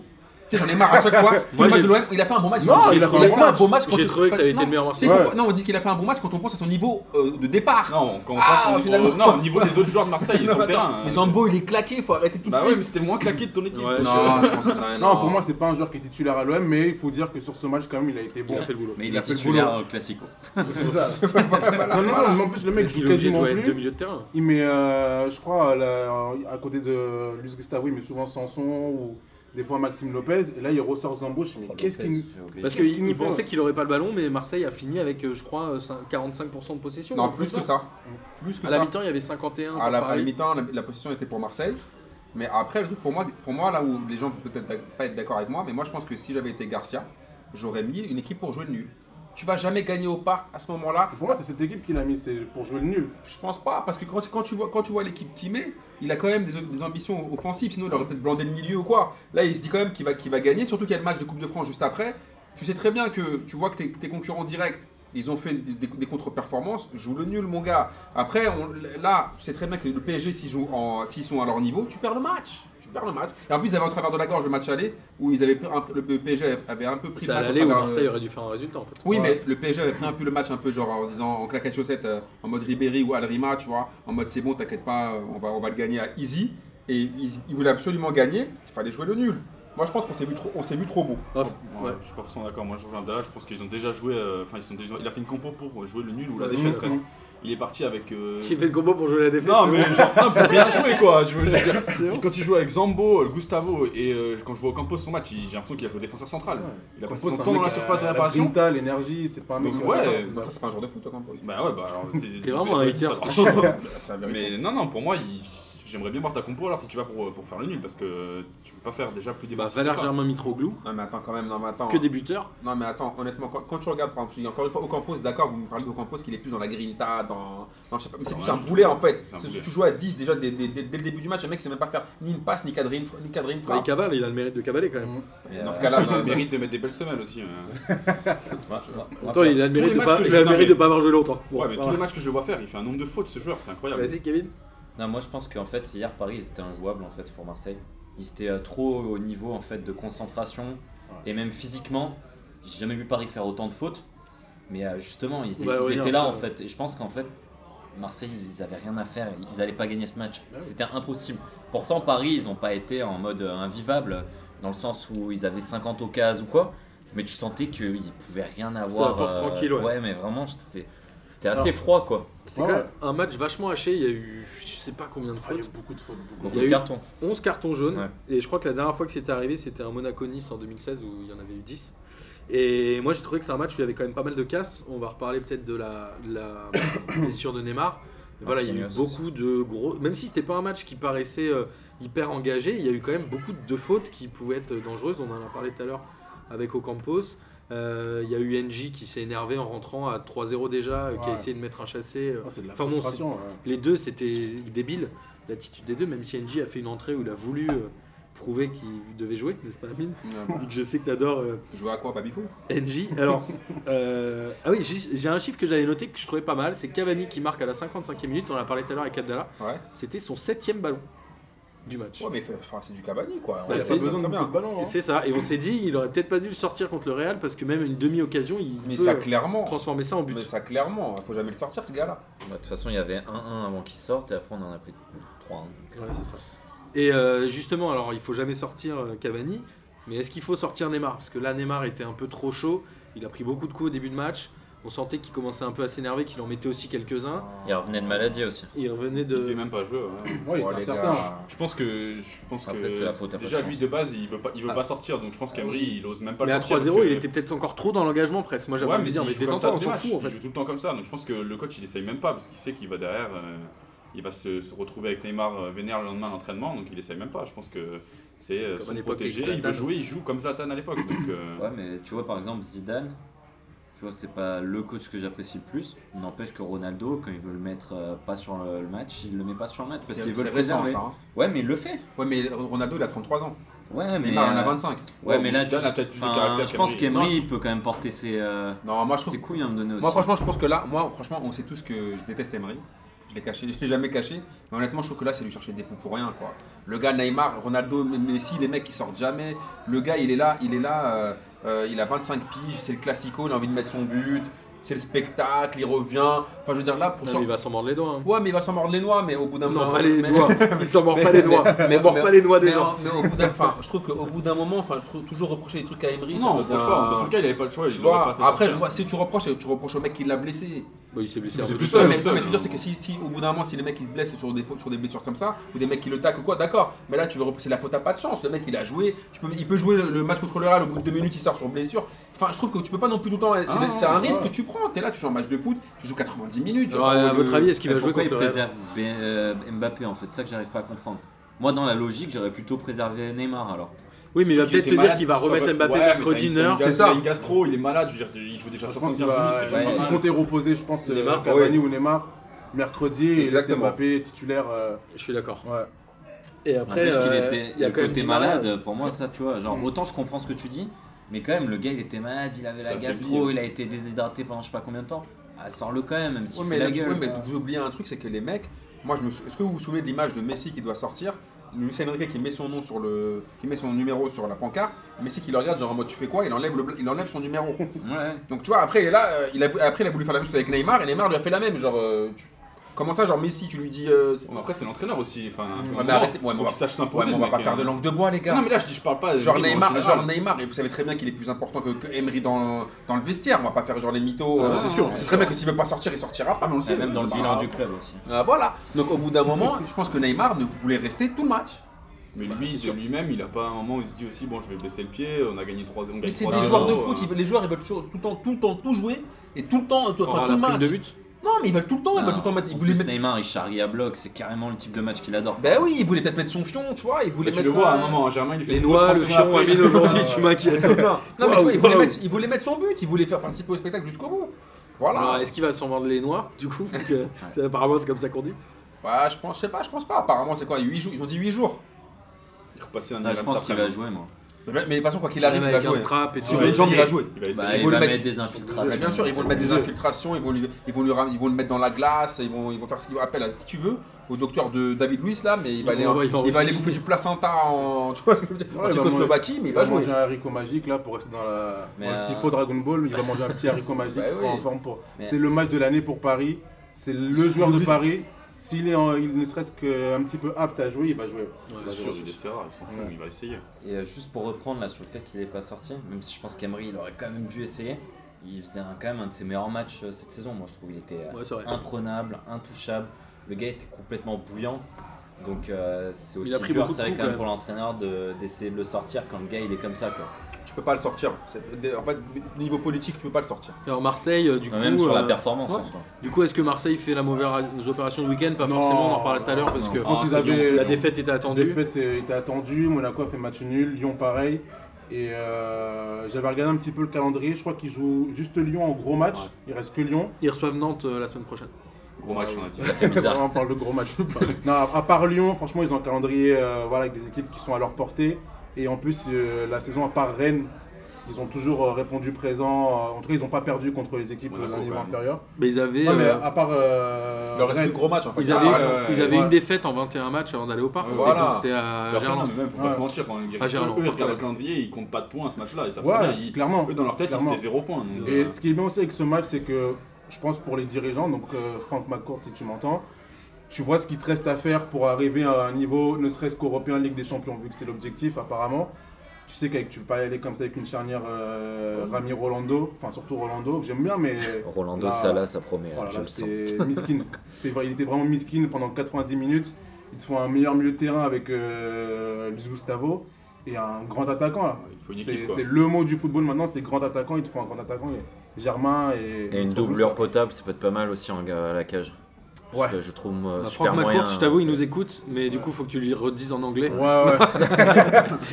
Tu sais, j'en ai marre à chaque fois. Tous
Moi,
les matchs
j'ai-
de l'OM, il a fait un bon match.
Non,
Zambo.
il a fait un bon match.
quand
J'ai
tu-
trouvé que ça avait été
Non,
le meilleur match.
tu sais pourquoi-
Ouais.
Non, on dit qu'il a fait un bon match quand on pense à son niveau euh, de départ.
Non, quand on
Ah,
pense au
finalement.
niveau, non, au niveau des autres joueurs de Marseille,
<laughs>
ils
Non,
sont au
attends,
terrain. hein.
mais Zambo, il est claqué, faut arrêter tout de
Bah oui,
suite.
mais c'était moins claqué de ton équipe.
Ouais.
donc,
Non, je pense que non.
Non, pour moi, c'est pas un joueur qui est titulaire à l'OM, mais il faut dire que sur ce match, quand même, il a été bon.
Il a fait le
<laughs>
boulot.
Mais il,
Il a
est
fait le
titulaire
boulot.
au classico.
C'est ça. non, non, non, mais en plus, le mec
Parce
joue
qu'il est obligé de
quasiment
jouer à deux
plus.
milieux de terrain.
Il met, euh, je crois, à, la- à côté de Luis Gustavo, il met souvent Sanson ou des fois Maxime Lopez. Et là, il ressort Zambo. Je me dis, mais qu'est-ce qu'il nous-
Parce
Qu'est-ce
qu'il
qu'il nous
il
fait,
pensait
ouais
qu'il aurait pas le ballon, mais Marseille a fini avec, euh, je crois, euh, cin- 45% de possession.
Non,
un
plus
truc
que
comme
ça. Plus que
À la
ça.
mi-temps, il y avait 51.
À la,
pour
à la
Paris.
mi-temps, la, la possession était pour Marseille. Mais après, le truc pour moi, pour moi là où les gens vont peut-être d'ac- pas être d'accord avec moi, mais moi je pense que si j'avais été Garcia, j'aurais mis une équipe pour jouer le nul. Tu vas jamais gagner au parc à ce moment-là.
Ah, Pour moi, c'est cette équipe qui l'a mis, c'est pour jouer le nul.
Je pense pas, parce que quand, quand tu vois, quand tu vois l'équipe qu'il met, il a quand même des, des ambitions offensives, sinon il aurait peut-être blandé le milieu ou quoi. Là, il se dit quand même qu'il va, qu'il va gagner, surtout qu'il y a le match de Coupe de France juste après. Tu sais très bien que tu vois que tes, tes concurrents directs, ils ont fait des, des- des contre-performances, joue le nul, mon gars. Après, on- là, tu sais très bien que le PSG, s'ils jouent en- s'ils sont à leur niveau, tu perds le match. Tu perds le match. Et en plus, ils avaient en travers de la gorge le match aller, où ils avaient pris un- le PSG avait un peu pris
Ça
le match en
allait où
travers,
Marseille
euh,
aurait dû faire un résultat en fait.
oui,
Ouais.
mais le PSG avait pris un peu le match un peu genre en disant en claquette chaussette, euh, en mode Ribéry ou Alrima, tu vois, en mode c'est bon, t'inquiète pas, euh, on va, on va le gagner à easy. Et ils, ils voulaient absolument gagner, il fallait jouer le nul. Moi, je pense qu'on s'est vu trop, on s'est vu trop beau.
Ah, c'est-
euh,
ouais.
ouais, Je suis pas forcément d'accord. Moi, je rejoins Abdallah. Je pense qu'ils ont déjà joué. euh, Enfin, ils sont déjà. Il a fait une compo pour jouer le nul ou la
Ouais, ouais.
défaite presque. Il est parti avec. euh,
Qui fait le combo pour jouer la défaite
Non,
c'est
mais
bon.
genre, non, pour bien jouer quoi. Je veux
<laughs>
dire.
C'est
<laughs>
bon.
Quand il joue avec Zambo, euh, Gustavo et euh, quand je vois Campos son match, il- j'ai l'impression qu'il a joué défenseur central. Il a passé son temps dans la surface de réparation.
Grinta, euh, l'énergie, c'est pas un mec.
Donc,
euh,
ouais,
attends,
euh,
Après, c'est pas un jour de foot, toi, quand même.
Bah ouais, bah alors. c'est-
T'es vraiment
c'est-
un
c'est-
hater,
c'est-
C'est la vérité.
Mais non, non, pour moi, il- j'aimerais bien voir ta compo alors si tu vas pour, pour faire le nul parce que tu peux pas faire déjà plus
Bah,
défensif. que
Valère
ça.
Germain Mitroglou,
Non, mais attends, quand même, non, mais attends.
que des buteurs.
Non, mais attends, honnêtement, quand, quand tu regardes, par exemple, il y a encore une fois, Ocampos, d'accord, vous me parlez d'Ocampos qu'il est plus dans la grinta, dans. dans je sais pas, mais c'est
Ouais,
plus un
je
boulet
trouve.
en fait.
C'est un
C'est-
boulet.
Tu joues à 10 déjà dès, dès- dès- dès le début du match, le mec sait même pas faire ni une passe, ni cadrer une, fra- ni cadrer une
Bah, il
frappe.
cavale, il a le mérite de cavaler quand même.
Et Dans ce
<laughs>
cas-là,
Il
<laughs>
non, mais-
mérite bah, de mettre des belles semelles aussi. hein. mais-
Attends, il a le mérite
les
de
matchs
pas,
que
il
j'ai
a le
regardés.
mérite de pas avoir joué longtemps. Bon,
Ouais, mais tous
voilà.
les matchs que je le vois faire, il fait un nombre de fautes ce joueur, c'est incroyable.
Vas-y, Kevin.
Non, moi je pense qu'en fait hier Paris ils étaient injouables en fait pour Marseille. Ils étaient euh, trop au niveau en fait de concentration
Ouais.
et même physiquement. J'ai jamais vu Paris faire autant de fautes. Mais euh, justement, ils,
On va y
ils
revenir
étaient là en
après,
fait. Et je pense qu'en fait, Marseille, ils avaient rien à faire. Ils n'allaient pas gagner ce match.
Bah
Ah oui.
C'était impossible. Pourtant, Paris, ils n'ont pas été en mode euh, invivable, dans le sens où ils avaient 50 occasions ou quoi. Mais tu sentais qu'ils pouvaient rien
C'était la
avoir. euh,
force tranquille, ouais.
mais vraiment, c'était c'était assez froid quoi.
C'est
Ouais,
quand
ouais.
même un match vachement haché. Il y a eu, je sais pas combien de
Ah, il y a
fautes.
eu beaucoup de fautes. beaucoup.
Donc
Il y a
le
eu-
carton.
11 cartons jaunes.
Ouais.
Et je crois que la dernière fois que c'était arrivé, c'était un Monaco-Nice en 2016 où il y en avait eu 10. Et moi, j'ai trouvé que c'est un match où il y avait quand même pas mal de casses. On va reparler peut-être de la, la <coughs> blessure de Neymar. Mais voilà, il y a eu
Marquinhos
beaucoup de gros. Même si c'était pas un match qui paraissait euh, hyper engagé, il y a eu quand même beaucoup de fautes qui pouvaient être dangereuses. On en a parlé tout à l'heure avec Ocampos. Euh, Il y a eu NJ qui s'est énervé en rentrant à 3-0 déjà, euh, qui a
Ouais.
essayé de mettre un chassé. euh,
Ah, c'est de la
Enfin bon,
frustration. ouais.
les deux, c'était débile, l'attitude des deux, même si NJ a fait une entrée où il a voulu euh, prouver qu'il devait jouer, n'est-ce pas Amine Vu que Je sais que t'adores euh,
Jouer à quoi, Babifou
NJ. Alors, euh, ah oui, j'ai j'ai un chiffre que j'avais noté que je trouvais pas mal, c'est Cavani qui marque à la 55e minute, on en a parlé tout à l'heure avec Abdallah,
Ouais.
c'était son septième ballon du match.
Ouais, mais fait- enfin, c'est du Cavani, quoi.
Il n'y a
c'est-
pas Bah, besoin de beaucoup de ballons.
Et
hein.
c'est ça, et on s'est dit, il aurait peut-être pas dû le sortir contre le Real parce que même une demi-occasion, il
Mais
peut
ça, clairement.
transformer ça en but.
Mais ça, clairement. Faut jamais le sortir, ce gars-là.
Bah, De toute façon, il y avait 1-1 avant qu'ils sortent et après on en a pris hein. 3
Ouais, c'est ça. Et euh, justement, alors il faut jamais sortir euh, Cavani, mais est-ce qu'il faut sortir Neymar Parce que là, Neymar était un peu trop chaud, il a pris beaucoup de coups au début de match, on sentait qu'il commençait un peu à s'énerver, qu'il en mettait aussi quelques-uns,
Il
Ah.
revenait de maladie aussi.
il revenait
Il devait
de...
même pas hein. jouer. ouais.
Ouais, il
Oh,
était
les
incertain.
gars.
Je pense que. Je pense
Après,
que
c'est la faute, t'as pas
déjà,
de
lui
chance.
de base, il veut pas, il veut
Ah.
pas sortir. Donc je pense qu'Emery, il ose même pas
Mais
le
à
sortir.
3-0,
parce
il
que-
était peut-être encore trop dans l'engagement presque, moi j'avais
Ouais,
envie de
mais
dire,
s'il
mais
joue comme
détends-toi,
ça
on
tous les
s'en
matchs,
fout en
Il
fait.
joue tout le temps comme ça. Donc je pense que le coach, il essaye même pas parce qu'il sait qu'il va derrière. euh, il va se, se retrouver avec Neymar euh, vénère le lendemain à l'entraînement. Donc il essaye même pas. Je pense que c'est euh,
Comme à
son
l'époque
protégé.
avec
Il veut
Zlatan.
jouer, il joue comme Zlatan à l'époque. Donc. euh,
Ouais, mais tu vois, par exemple, Zidane, tu vois, c'est pas le coach que j'apprécie le plus. N'empêche que Ronaldo, quand il veut le mettre euh, pas sur le, le match, il le met pas sur le match parce
C'est
qu'il veut
c'est
le
récent,
préserver.
ça. hein.
Ouais, mais il le fait.
Ouais, mais Ronaldo, il a 33 ans.
Ouais, mais.
Neymar, il en a
euh,
25.
Ouais,
Ouais,
mais
mais
là,
Zidane
tu-
a peut-être plus de
enfin,
caractère
je pense
qu'Emery. Non,
qu'Emery il peut quand même porter ses, euh,
Non, moi, je trouve
ses couilles à me donner aussi.
Moi, franchement, je pense que là, moi, franchement, on sait tous que je déteste Emery. Je l'ai caché, <laughs> je l'ai jamais caché. Mais honnêtement, je trouve que là, c'est lui chercher des poux pour rien, quoi. Le gars, Neymar, Ronaldo, M- Messi, les mecs, ils sortent jamais. Le gars, il est là, il est là, euh, euh, il a 25 piges, c'est le classico, il a envie de mettre son but, c'est le spectacle, il revient. Enfin, je veux dire, là, pour
Non, Ah, mais
sortir.
il va s'en mordre les doigts. hein.
Ouais, mais il va s'en mordre les noix, mais au bout d'un
Non,
moment.
pas les
mais-
doigts, il s'en mord pas
mais-
les doigts,
mais-
on mord
mais-
pas les doigts des
mais
gens.
en- mais au bout d'un- enfin, je trouve qu'au bout d'un moment, enfin, je trouve toujours reprocher des trucs à Emery. ça
on
devient-
reproche pas.
euh,
En tout cas, il avait pas le choix.
tu
Il l'aurait
vois,
pas fait
après,
sortir.
moi, si tu reproches, tu reproches au mec qui l'a blessé.
Bah, il s'est blessé un
C'est
peu
tout
tout
Non,
seul.
seul.
mais,
le
non, mais je veux dire,
hein.
c'est que si, si au bout d'un moment, si les mecs ils se blessent sur des fautes, sur des blessures comme ça, ou des mecs qui le taclent ou quoi, d'accord, mais là tu veux repousser la faute à pas de chance. Le mec il a joué, tu peux, il peut jouer le, le match contre le Real, au bout de deux minutes il sort sur blessure. Enfin, je trouve que tu peux pas non plus tout le temps, c'est
Ah,
c'est un
ouais.
risque que tu prends. T'es là, tu joues un match de foot, tu joues 90 minutes.
Alors,
genre,
à
le-
votre avis, est-ce qu'il va jouer
Pourquoi
contre
il
le Real
préserve B- euh, Mbappé en fait C'est ça que j'arrive pas à comprendre. Moi, dans la logique, j'aurais plutôt préservé Neymar alors.
Oui, mais il va
Surtout qu'il
peut-être
était
se dire
malade.
qu'il va remettre
Ouais,
Mbappé
mais t'as
mercredi
une-
1 heure.
t'as une-
C'est ça.
t'as une gastro, il est malade. Je veux dire, il joue déjà
Je pense
75
qu'il
minutes.
va
c'est déjà
ouais,
pas
il
mal.
comptait reposer, je pense,
Neymar,
euh, Cavani
ouais.
ou Neymar mercredi et laisser
Exactement.
Mbappé titulaire. euh,
Je suis d'accord.
ouais.
Et après,
N'empêche qu'il
euh,
était-
il y a
le
quand même Mm.
côté
Di Maria,
malade, pour moi, ça, tu vois. Genre, autant je comprends ce que tu dis, mais quand même, le gars, il était malade, il avait la
T'as
gastro,
faibli,
il a été déshydraté pendant je sais pas combien de temps. Ah, sors-le quand même, même s'il
Ouais,
fait
mais,
la
le-
gueule.
ouais, mais vous oubliez un truc, c'est que les mecs, moi je me sou- est-ce que vous vous souvenez de l'image de Messi qui doit sortir Lucien Enrique qui met son nom sur le, qui met son numéro sur la pancarte, Messi qui le regarde genre en mode tu fais quoi Il enlève le, bl- il enlève son numéro.
Ouais.
Donc tu vois, après, il est là, euh, il a, après, il a voulu faire la même chose avec Neymar, et Neymar lui a fait la même. Genre, euh, tu- comment ça, genre Messi, tu lui dis. euh, c'est-
Bon, Après, c'est l'entraîneur aussi. Enfin,
mais
faut
arrêtez- ouais, mais
qu'il
on va-
sache
ouais,
s'imposer.
mais on
le
va
mec,
pas
hein.
faire de langue de bois, les gars.
Non, mais là, je, dis- je parle pas.
Genre
je dis en
Neymar,
général.
genre Neymar, et vous savez très bien qu'il est plus important que, que Emery dans, dans le vestiaire. On va pas faire genre les mythos.
Ah,
euh,
c'est sûr,
On
c'est
sait très bien que s'il veut pas sortir, il sortira pas.
Ah, mais on le
Et
sait.
même dans le
Bah,
bilan du club aussi.
Ah, voilà. Donc au bout d'un moment, je pense que Neymar ne voulait rester tout le match.
Mais
Bah,
lui,
c'est sûr.
de lui-même, il a pas un moment où il se dit aussi bon, je vais baisser le pied, on a gagné 3 on
Mais
gagne
c'est
3
des
non,
joueurs de
non,
foot. ils veulent- Les joueurs, ils veulent toujours tout le temps, tout le temps, tout jouer et tout le temps, tout,
on aura
enfin, tout le
la
match.
prime de but.
Non, mais ils veulent tout le temps, ils
Ah,
veulent bah, tout le temps mettre.
en
Ils voulaient
plus,
mettre.
Neymar, il charrie à bloc, c'est carrément le type de match qu'il adore.
Ben oui, ils voulaient peut-être mettre son fion, tu vois. Ils voulaient
Bah, tu
mettre.
le vois à un
euh,
moment, Germain, il fait
Les
une
noix,
faute
le
forcée
fion,
après,
Amine,
il-
aujourd'hui, tu m'inquiètes.
Non, mais tu vois, il voulait,
Waouh.
mettre, il voulait mettre son but, il voulait faire participer au spectacle jusqu'au bout. Voilà.
Alors, est-ce qu'il va s'en vendre les noix, du coup Parce que apparemment, c'est comme ça qu'on dit.
Bah, je pense, je sais pas, je pense pas. Apparemment, c'est quoi 8 jours Ils ont dit 8 jours.
Il repassait un
Ah, je
Irem
pense
Sapre,
qu'il
hein.
va jouer, moi.
Mais, mais de toute façon, quoi qu'il arrive, il va
Avec un
jouer.
strap et tout.
Sur
Ouais,
les jambes, il va
essayer.
jouer.
Il va
Bah,
essayer.
il
vont
va
le mettre-
mettre des
Bah,
infiltrations.
bien sûr, ils vont lui mettre des
Ouais.
infiltrations, ils vont lui, ils vont lui, ram- ils vont le mettre dans la glace, ils vont, ils vont faire ce qu'ils appellent à qui tu veux. au docteur de David Luiz là, mais il va
Ils
aller,
vont envoyer en
il va aller
Russie.
bouffer du placenta en, tu vois ce que je veux dire, en
Ouais, il va
Tchécoslovaquie, mais il va jouer.
manger un haricot magique là pour rester dans la.
Mais,
un
euh,
petit faux Dragon Ball, il va manger un petit haricot magique,
Bah
il sera
oui.
en forme pour.
Mais-
C'est le match de l'année pour Paris, c'est le joueur de Paris. S'il est en- il ne serait-ce qu'un petit peu apte à jouer, il va jouer.
C'est sûr, il essaiera, il s'en fout, il va essayer.
Et euh, juste pour reprendre là sur le fait qu'il n'est pas sorti, même si je pense qu'Emery il aurait quand même dû essayer, il faisait un- quand même un de ses meilleurs matchs euh, cette saison. Moi je trouve il était euh,
Ouais, c'est vrai.
imprenable, intouchable. Le gars était complètement bouillant. Donc euh, c'est
Il
aussi
a pris
dur,
beaucoup de
c'est vrai
coups,
quand même
quand
pour l'entraîneur de- d'essayer de le sortir quand le gars il est comme ça quoi.
Tu peux pas le sortir. C'est- En fait, niveau politique, tu peux pas le sortir.
Alors Marseille, euh, du coup.
Ah, même sur la
euh,
performance en
ouais.
soi.
Du coup, est-ce que Marseille fait la mauvaise opération de week-end Pas
Non,
forcément, on en reparlait tout à l'heure parce
non.
que
Je pense
Ah,
qu'ils
c'est Lyon,
avaient.
c'est
la
non.
défaite était
La
attendue.
défaite euh, était attendue, Monaco a fait match nul, Lyon pareil. Et euh, j'avais regardé un petit peu le calendrier, je crois qu'ils jouent juste Lyon en gros match,
Ouais.
il reste que Lyon.
Ils reçoivent Nantes euh, la semaine prochaine.
Gros match, on a dit.
Ça fait bizarre.
on parle de gros match. non, à à part Lyon, franchement, ils ont un calendrier euh, voilà, avec des équipes qui sont à leur portée. Et en plus, euh, la saison, à part Rennes, ils ont toujours euh, répondu présent. En tout cas, ils n'ont pas perdu contre les équipes euh,
Monaco,
d'un niveau
quand même.
inférieur.
Mais ils avaient,
Non, mais
euh,
à part. euh,
Il leur reste
Rennes,
plus de gros match en fait.
ils
Ah,
avaient,
voilà.
ouais,
ils
ouais,
avaient
ouais.
une défaite en 21 matchs avant d'aller au parc.
Ouais,
C'était
voilà.
quand- C'était à
Après, non,
Gerland.
mais même, faut
Ouais.
pas se mentir, quand les gars
Ah,
eux,
Gerland,
eux, ils regardent
ouais.
le calendrier, ils comptent pas de points à ce match-là, ils savent
Ouais,
très bien, ils-
clairement.
Eux dans leur tête,
Clairement.
c'était 0 points. donc,
Et
euh,
ce qui est bien aussi avec ce match, c'est que je pense pour les dirigeants, donc euh, Franck McCourt, si tu m'entends, tu vois ce qu'il te reste à faire pour arriver à un niveau, ne serait-ce qu'européen Ligue des Champions, vu que c'est l'objectif apparemment. Tu sais que tu peux pas y aller comme ça avec une charnière euh, Ramiro Rolando, enfin surtout Rolando, que j'aime bien, mais.
<laughs> Rolando
Bah,
Là,
Salah, ça promet,
Voilà,
je
là,
le sens.
<laughs> c'était miskin. C'était vrai- il était vraiment miskin pendant 90 minutes. Ils te font un meilleur milieu de terrain avec euh, Luis Gustavo et un grand attaquant là.
Il faut une
C'est
équipe. quoi.
c'est le mot du football maintenant, c'est grand attaquant, il te faut un grand attaquant. et Germain et.
Et une
Trobus,
doublure
ça.
potable, ça peut être pas mal aussi en, à la cage.
Ouais.
Parce que je trouve euh,
Bah,
super
Franck
moyen. euh,
McCourt, je t'avoue, il nous écoute, mais du
Ouais.
coup, faut que tu lui redises en anglais.
Ouais, ouais.
<laughs>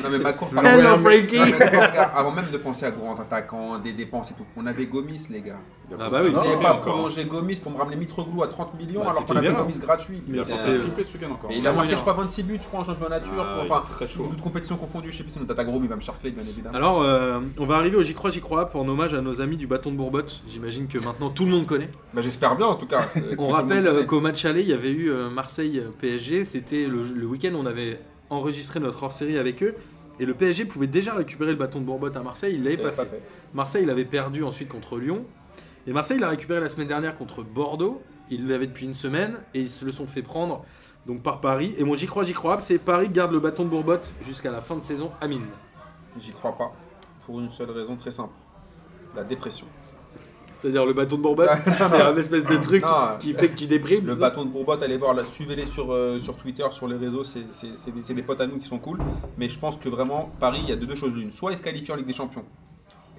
Non, mais Macron,
vais l'envoyer un-
Non, mais
Frankie
regarde, avant même de penser à grand attaquant, des dépenses et tout, on avait Gomis, les gars.
Oh,
Ah bah oui,
Vous
Non,
n'avez
mais
pas
encore.
prolongé Gomis pour me ramener Mitroglou à 30 millions
Bah,
alors qu'on
c'était
avait
bien,
Gomis gratuit.
Il a
Mais
sorti
c'est-
triplé ce week-end encore.
Mais il a marqué,
moyen.
je crois, 26 buts, je crois, en championnat turc.
Ah, il
enfin,
est très chaud.
toutes compétitions confondues, je sais plus si on est Tatagrom, il va me charcler, bien évidemment.
Alors, euh, on va arriver au J'y crois, J'y crois pas, en hommage à nos amis du bâton de Bourbotte. J'imagine que maintenant tout le monde connaît.
Bah, J'espère bien, en tout cas. c'est-
On
tout
rappelle
le monde
euh,
connaît.
qu'au match aller, il y avait eu euh, Marseille-PSG. C'était le, le week-end où on avait enregistré notre hors-série avec eux. Et le PSG pouvait déjà récupérer le bâton de Bourbotte à Marseille. Il l'avait
Il
pas,
l'avait pas
fait.
fait.
Marseille l'avait perdu ensuite contre Lyon. Et Marseille l'a récupéré la semaine dernière contre Bordeaux. Ils l'avaient depuis une semaine et ils se le sont fait prendre donc par Paris. Et moi j'y crois, j'y crois. C'est Paris garde le bâton de Bourbotte jusqu'à la fin de saison à Mine.
J'y crois pas. Pour une seule raison très simple la dépression.
C'est-à-dire le bâton de
<laughs>
Bourbotte, c'est un espèce de truc
Non.
qui fait que tu déprimes.
Le
c'est ça
bâton de Bourbotte, allez voir, là, suivez-les sur, euh, sur Twitter, sur les réseaux, c'est c'est- c'est des, c'est des potes à nous qui sont cool. Mais je pense que vraiment, Paris, il y a deux, deux choses l'une. Soit ils se qualifient en Ligue des Champions,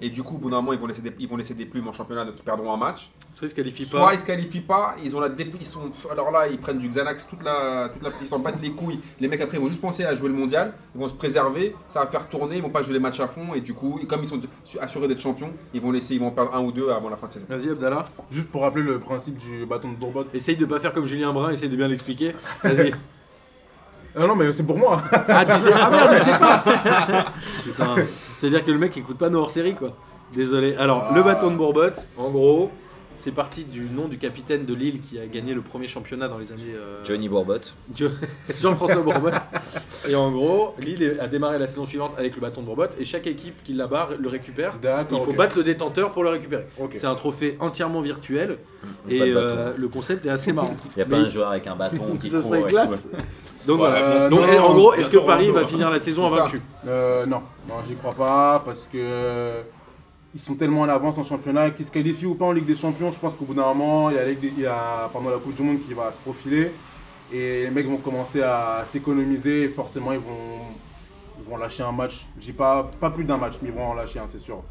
et du coup, au bout d'un moment, ils vont laisser des, ils vont laisser des plumes en championnat, donc ils perdront un match.
Soit ils se qualifient
Soit
pas.
ils se qualifient pas, ils ont la dép- ils sont alors là ils prennent du Xanax toute la toute la ils s'en battent les couilles. Les mecs après ils vont juste penser à jouer le mondial, ils vont se préserver, ça va faire tourner, ils vont pas jouer les matchs à fond et du coup, et comme ils sont assurés d'être champions, ils vont laisser ils vont en perdre un ou deux avant la fin de saison.
Vas-y Abdallah,
Juste pour rappeler le principe du bâton de Bourbotte.
essaye de pas faire comme Julien Brun, essaye de bien l'expliquer. Vas-y.
Ah non, mais c'est pour moi.
Ah, tu sais, ah merde, je sais pas <laughs> Putain, c'est-à-dire que le mec écoute pas nos hors-série quoi. Désolé. Alors, le bâton de Bourbotte, en gros, c'est parti du nom du capitaine de Lille qui a gagné le premier championnat dans les années. euh,
Johnny Bourbot.
Jo- <laughs> Jean-François Bourbotte. Et en gros, Lille a démarré la saison suivante avec le bâton de Bourbotte et chaque équipe qui la barre le récupère. Il
D'accord.
faut
ok.
battre le détenteur pour le récupérer.
Ok.
C'est un trophée entièrement virtuel
Mais
et
pas de bâton.
euh, le concept est assez marrant.
Il n'y a pas
Mais-
un joueur avec
<laughs>
un bâton qui
Ce
court
serait
et tout.
classe. Donc voilà.
Euh,
Donc,
non,
en gros, est-ce que
bientôt
Paris
Ronaldo.
va finir la saison
C'est ça.
invaincu
Euh, non, non, j'y crois pas parce que euh, ils sont tellement en avance en championnat qu'ils se qualifient ou pas en Ligue des Champions. Je pense qu'au bout d'un moment, il y a, la Ligue des- il y a pardon, la Coupe du Monde qui va se profiler et les mecs vont commencer à s'économiser. et Forcément, ils vont, ils vont lâcher un match. Je dis pas, pas plus d'un match, mais ils vont en lâcher un, c'est sûr.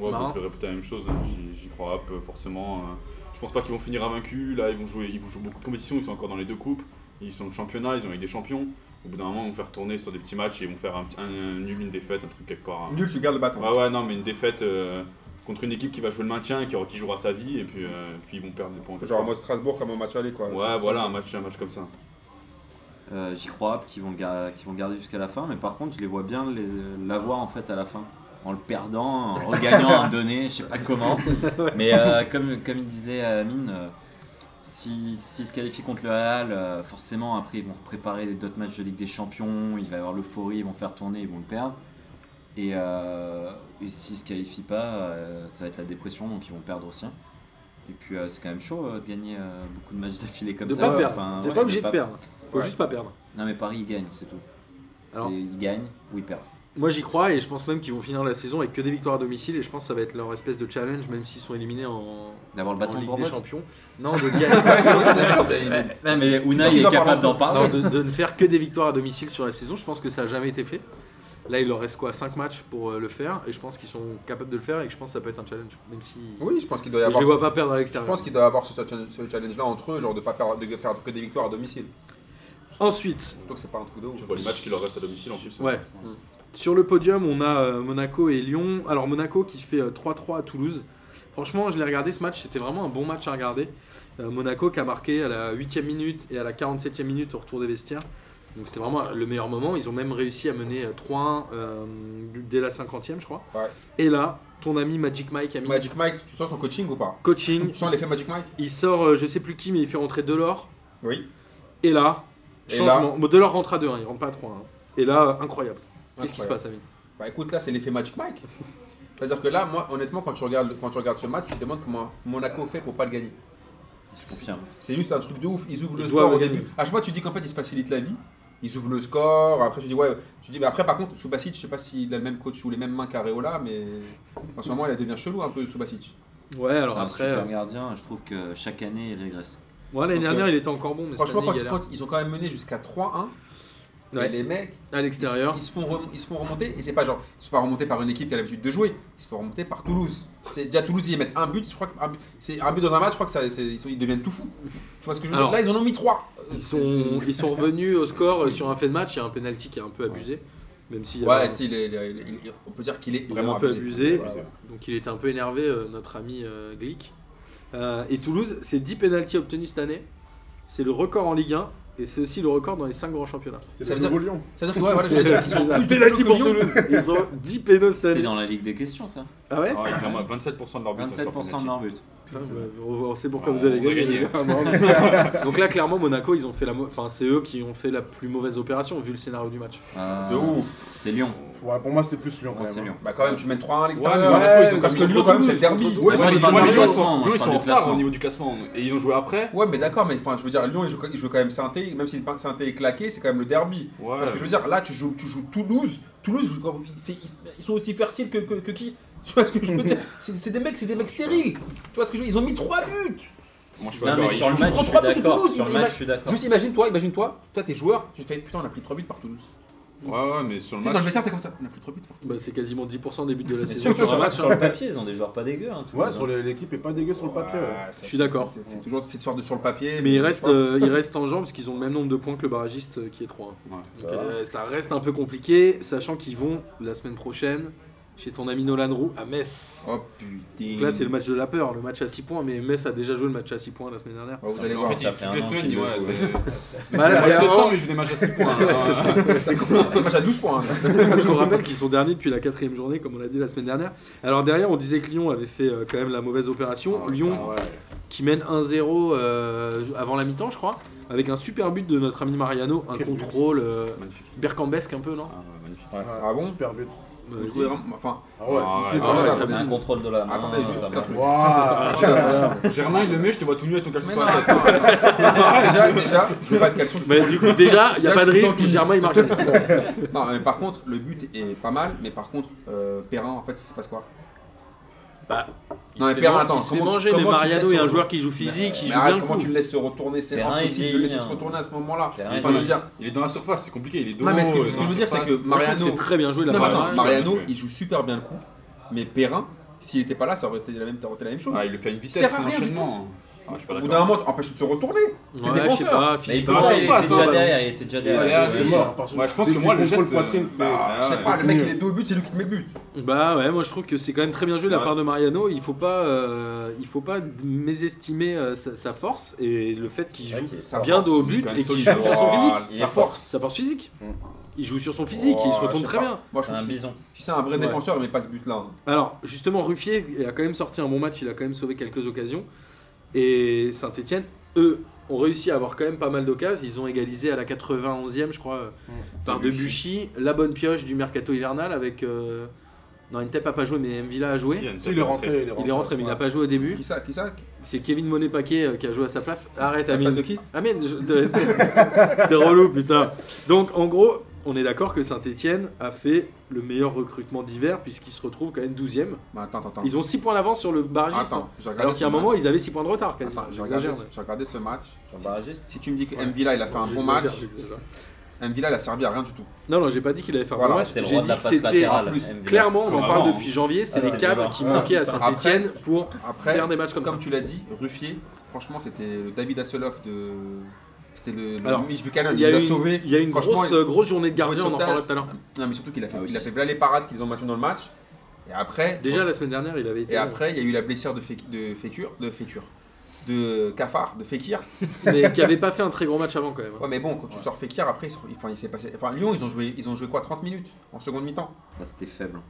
Ouais,
Marrant.
donc je vais répéter la même chose, hein. j'y- j'y crois pas forcément. euh, Je pense pas qu'ils vont finir invaincus, là ils vont jouer, ils vont jouer beaucoup de compétitions, ils sont encore dans les deux coupes, ils sont au championnat, ils ont eu des champions. Au bout d'un moment, ils vont faire tourner sur des petits matchs et ils vont faire un, un- un nul, une défaite, un truc quelque part. hein.
Nul, tu gardes le bâton.
Ouais, ouais, non, mais une défaite euh, contre une équipe qui va jouer le maintien et qui, aura- qui jouera sa vie, et puis, euh, puis ils vont perdre des points. quelque
Genre en
part.
mode Strasbourg comme au match aller quoi.
Ouais, voilà, un match, un match comme ça.
Euh, J'y crois pas qu'ils vont, le gar- qu'ils vont le garder jusqu'à la fin, mais par contre, je les vois bien les- euh, l'avoir en fait à la fin. En le
<laughs>
perdant, en regagnant à un donné, je sais pas comment. Mais euh, comme, comme il disait Amine, euh, S'ils si se qualifient contre le Real, euh, forcément, après, ils vont préparer d'autres matchs de Ligue des Champions. Il va y avoir l'euphorie, ils vont faire tourner, ils vont le perdre. Et, euh, et s'ils se qualifient pas, euh, ça va être la dépression, donc ils vont perdre aussi. Et puis, euh, c'est quand même chaud euh, de gagner euh, beaucoup de matchs d'affilée comme
De
ça.
pas perdre.
Enfin,
T'es
ouais,
pas obligé
pas-
de perdre. Faut
Ouais.
juste pas perdre.
Non, mais Paris, ils gagnent, c'est tout. C'est-
Alors-
Ils gagnent ou ils perdent.
Moi j'y crois et je pense même qu'ils vont finir la saison avec que des victoires à domicile et je pense que ça va être leur espèce de challenge même s'ils sont éliminés en,
D'avoir le
en
bâton
Ligue
pour
des
vote.
Champions. Non, de gagner. <laughs>
Bien sûr, il y a une-
Non, mais
ça,
Unai
ils
est
en
capable
parlent
d'en
Non,
parler.
de, de ne faire que des victoires à domicile sur la saison, je pense que ça n'a jamais été fait. Là, il leur reste quoi 5 matchs pour euh, le faire et je pense qu'ils sont capables de le faire et que je pense que ça peut être un challenge. Même si
Oui, je pense qu'il doit y
je les vois
avoir.
pas perdre à
Je
l'extérieur.
pense qu'il doit y avoir ce, ce challenge-là entre eux, genre de pas perdre- de faire que des victoires à domicile.
Ensuite,
Surtout que c'est pas un truc de ouf.
Je vois les matchs qui leur restent à domicile en plus.
ouais. Sur le podium, on a euh, Monaco et Lyon. Alors Monaco qui fait euh, 3-3 à Toulouse. Franchement, je l'ai regardé ce match, c'était vraiment un bon match à regarder. Euh, Monaco qui a marqué à la 8e minute et à la 47e minute au retour des vestiaires. Donc c'était vraiment le meilleur moment. Ils ont même réussi à mener euh, 3-1 euh, dès la 50e, je crois.
Ouais.
Et là, ton ami Magic Mike a mis
Magic Mike, tu sens son coaching ou pas
coaching.
Tu sens l'effet Magic Mike
Il sort, euh, je sais plus qui, mais il fait rentrer Delors.
Oui.
Et là,
Et
changement. Bon, Delors rentre à 2-1, il rentre pas à 3-1. Et là, euh, incroyable. Qu'est-ce qui se
Incroyable.
passe, Amine
Bah écoute, là c'est l'effet Magic Mike. C'est-à-dire que là, moi, honnêtement, quand tu regardes, quand tu regardes ce match, tu te demandes comment Monaco fait pour pas le gagner.
Je confirme.
C'est juste un truc de ouf. Ils ouvrent le
Ils
score
doivent
au
gagner.
début. À chaque fois, tu dis qu'en fait, ils se facilitent la vie. Ils ouvrent le score. Après, tu dis, ouais. Tu dis, mais après, par contre, Subasic, je sais pas s'il a le même coach ou les mêmes mains qu'Areola, mais en ce moment, il devient chelou un peu, Subasic.
Ouais, alors
C'est un
après.
super
euh,
gardien. Je trouve que chaque année, il régresse.
bon, l'année
Donc,
dernière,
euh,
il était encore bon, mais cette
Franchement,
année,
quand
il
ils,
galère.
quand ils ont quand même mené jusqu'à 3-1, et
Ouais.
les mecs,
à
ils,
l'extérieur.
ils se font rem- ils se font remonter. Et c'est pas genre, ils se font pas remonter par une équipe qui a l'habitude de jouer. Ils se font remonter par Toulouse. C'est- Déjà, Toulouse, ils mettent un but. Je crois que un but- c'est un but dans un match. Je crois que ça, c'est- ils, sont- ils deviennent tout fous. Tu vois ce que je veux
Alors,
dire Là, ils en ont mis 3.
Ils sont, ils sont revenus au score euh, sur un fait de match. Il y a un penalty qui est un peu abusé. Même s'il y avait
Ouais,
un-
si, les- les- les- les- on peut dire qu'il
il
est
est
vraiment
un peu abusé.
Ouais, ouais.
Donc il était un peu énervé, euh, notre ami euh, Glick. Euh, et Toulouse, c'est 10 pénalties obtenus cette année. C'est le record en Ligue 1 et c'est aussi le record dans les 5 grands championnats.
C'est
Ça
le
veut dire-
nouveau Lyon.
C'est-à-dire que, ouais, voilà, j'allais dire, ils
<laughs>
ont plus de pénaux
Pénalty
que
pour
Lyon.
Toulouse. Ils ont 10 pénaux cette
C'était
année.
dans la Ligue des questions, ça.
Ah ouais
Ah, ils ont 27% de leur but.
27% de leur but.
Putain, bah, on on sait pourquoi
Ah,
vous avez
on a
gagné. les
gagné. <laughs>
gars. Non, mais- Donc là, clairement, Monaco, ils ont fait la, mo- enfin, c'est eux qui ont fait la plus mauvaise opération vu le scénario du match.
Euh,
De ouf.
C'est Lyon.
Ouais, pour moi, c'est plus Lyon quand
Ouais, c'est
même.
Lyon.
hein.
Bah quand même, tu mènes 3-1 à
Ouais,
l'extérieur.
mais
Monaco, ils sont
ouais,
parce que
contre
Lyon, quand même, c'est le
Toulouse,
derby.
contre
Ouais,
Toulouse.
mais-
je parle
Moi,
du
Lyon, ils
classement,
sont-
moi,
Lyon,
je
ils sont
parle
en
du
retard
classement.
au niveau du classement. Et ils ont joué après.
Ouais, mais d'accord, mais enfin, je veux dire, Lyon, ils jouent, ils jouent quand même Saint-Étienne, même si Saint-Étienne est claqué, c'est quand même le derby. Tu vois ce que je veux dire Là, tu joues, tu joues Toulouse. Toulouse, je- quand- c'est- ils sont aussi fertiles que, que, que qui <laughs> Tu vois ce que je
<laughs>
veux dire C'est c'est des mecs, c'est des mecs stériles. Tu vois ce que je veux dire Ils ont mis 3 buts.
Moi, je suis
Non,
d'accord,
mais
ils
sur le
match, je
match,
jouent-
je
prends
suis
trois buts de
d'accord.
Toulouse,
Sur le
il-
match, je suis d'accord.
Juste imagine-toi, imagine-toi, toi t'es joueur, tu te fais putain, on a pris 3 buts par Toulouse.
Ouais, ouais, mais sur
Tu
le
sais, dans le
match.
vestiaire, t'es comme ça, on a pris 3 buts par
Bah, c'est quasiment 10% des buts de la
Mais
saison
sur,
sur un
sur-
match.
sur le papier, ils ont des joueurs pas dégueux. Hein, tous
Ouais,
les
sur
ans.
le- l'équipe est pas dégueu sur le papier. ouais.
Ouais,
Je
c'est-
suis d'accord.
Ah, c'est- C'est c'est toujours cette sorte de sur le papier.
Mais il reste, euh, il reste en jambes parce qu'ils ont le même nombre de points que le barragiste euh, qui est 3-1.
Ouais.
Donc, euh, ça reste un peu compliqué, sachant qu'ils vont la semaine prochaine chez ton ami Nolan Roux à Metz.
Oh putain.
Donc là, c'est le match de la peur, le match à 6 points, mais Metz a déjà joué le match à 6 points la semaine dernière.
Oh, vous allez
En
voir.
fait, Ça fait
Toutes les
un an
semaines,
qu'ils le
ouais,
jouent,
c'est-
Bah, là,
Ouais,
et
c'est le
avant-
temps, mais je joue des matchs à 6 points. hein.
<laughs>
c'est con.
Un match à 12 points. hein.
Parce qu'on rappelle qu'ils sont derniers depuis la quatrième journée, comme on l'a dit la semaine dernière. Alors derrière, on disait que Lyon avait fait euh, quand même la mauvaise opération. Lyon
bah
Ah ouais.
qui mène 1-0 euh, avant la mi-temps, je crois, avec un super but de notre ami Mariano, un
Quel but.
contrôle euh,
Magnifique.
bercambesque un peu, non Euh,
Ah, ouais, magnifique.
Ouais,
Ah bon
Super but.
Vous
Vas-y.
trouvez vraiment- Enfin,
Ah ouais,
Ah
si, si,
ouais,
ah
ah
ouais.
ouais.
Un contrôle de la main.
Attendez, juste
ça
un
va.
truc.
Waouh, voilà.
Ah, Germain, il le met, je te vois tout nu avec ton caleçon
Mais
sur
non,
la tête.
attends, attends. <laughs> déjà, déjà, je mets pas de caleçon. je
Mais du coup, déjà, il n'y a
Là,
pas de
je suis
risque,
tranquille.
Germain il marque.
mets- Non, mais par contre, le but est pas mal, mais par contre, euh, Perrin, en fait, il se passe quoi
Bah,
Non, mais Perrin, attends,
il se fait
comment-
manger, mais
comment tu
Mariano
fais
est
ça
un joueur qui joue physique, il
Mais
joue bien
arrête,
le
comment
coup.
tu le laisses se retourner C'est
Perrin,
impossible
il
de le laisser
vieillit,
se
hein.
retourner à ce moment-là.
Perrin,
Enfin,
il
je veux
vieillit.
dire,
Il est dans la surface, c'est compliqué, il est dos.
Non, mais ce que,
il est
ce que
dans
je veux
la
dire, c'est
surface.
que
Moi, je trouve que
Mariano.
C'est très bien joué
Non,
là.
mais
Ouais,
attends,
ouais,
Mariano,
bien joué.
il joue super bien le coup, mais Perrin, s'il était pas là, ça aurait été la même, ça aurait été la même chose.
Ah, il le fait à une vitesse,
sert à
son
rien du
enchaînement. Ah, je suis pas
Au bout d'un
d'accord.
moment, empêche de se retourner. T'es
Ouais, je sais
défenseur.
pas,
Mais il,
physiquement,
peut
pas,
pas,
c'est
il
pas
était
ça,
hein.
déjà
bah,
derrière, il était déjà
Ouais,
derrière.
ouais,
C'était
ouais.
mort. à part son-
Ouais, je
dès
pense que
qu'il
moi, le
contrôle
geste.
poitrine, c'était-
Ah,
Bah, Je sais
ouais.
pas, le mec, il est dos au but, c'est lui qui te met le but.
Bah ouais, moi je trouve que c'est quand même très bien joué de la
Ouais.
part de Mariano. Il faut pas, euh, il faut pas d- mésestimer euh, sa, sa force et le fait qu'il
C'est vrai
joue
qu'il est
Ça
bien
force.
dos au
il est
but
quand même
et qu'il
solide.
Oh,
joue sur son physique.
Ouah,
Il
Sa
est
force.
Sa force physique.
Mm.
Il joue sur son physique et il se
Ouah,
retourne
Oh, je
très
sais pas.
bien.
Moi, je
C'est
trouve
un
que si-
bison.
si c'est un vrai
Ouais.
défenseur, il met pas ce but-là. hein.
Alors justement, Ruffier a quand même sorti un bon match. Il a quand même sauvé quelques occasions. Et Saint-Etienne eux ont réussi à avoir quand même pas mal d'occasions. Ils ont égalisé à la 91e, je crois, euh, par Debuchy, la bonne pioche du mercato hivernal avec. euh, Non, Intep a pas joué, mais Mvila a joué.
Si,
Il est rentré, il est rentré.
Il est rentré, mais il n'a pas joué au début.
Qui ça Qui ça
C'est Kevin Monet Paquet euh, qui a joué à sa place. Arrête,
La place
Amine.
de qui
Amine, je- t'es- <laughs> t'es- t'es relou, putain. Donc, en gros, on est d'accord que Saint-Etienne a fait le meilleur recrutement d'hiver, puisqu'ils se retrouvent quand même 12 e
Mais attends, attends, attends.
Ils ont 6 points d'avance sur le barragiste. hein.
Attends, hein. j'ai regardé
Alors qu'il y a un
ce
moment,
match.
ils avaient 6 points de retard, quasiment.
Attends, j'ai regardé,
J'exagère,
ce-
mais-
j'ai regardé ce match.
Sur le barragiste.
Si tu me dis que Mvila il a fait un bon
J'exagère,
match,
j'exagère.
Mvila il a servi à rien du tout.
Non, non, j'ai pas dit qu'il avait fait un
Voilà,
bon match.
C'est le
J'ai
roi de
dit
la
que
passe
c'était.
latérale.
plus,
Mvila.
Clairement, on en
Vraiment,
parle
hein.
depuis janvier. C'est
Ah,
des
c'est
cadres
bizarre.
qui manquaient à
Après-
Saint-Etienne pour
Après,
faire des matchs comme ça.
Comme tu l'as dit, Ruffier, franchement, c'était le David Asseloff de. C'était le, le
Alors,
Mitch Buchanan,
Il
il
y a
nous a
eu
sauvés.
une- il y a eu une
Franchement,
grosse
il-
euh, grosse journée de gardien, on en
sauvetage.
parlera tout à l'heure.
Non, mais surtout qu'il a fait,
Ah oui.
il a fait voilà les parades qu'ils ont maintenues dans le match. Et après.
Déjà, la semaine dernière, il avait été.
Et après, il y a eu la blessure de, Fé- de Fécure. De Fécure. De Cafard, de Fekir.
mais qui avait pas fait un très gros match avant quand même. hein.
Ouais, mais bon, quand tu sors Fekir, après, ils sont- enfin, il s'est passé. Enfin, Lyon, ils ont joué, ils ont joué quoi 30 minutes en seconde mi-temps.
Bah, c'était faible.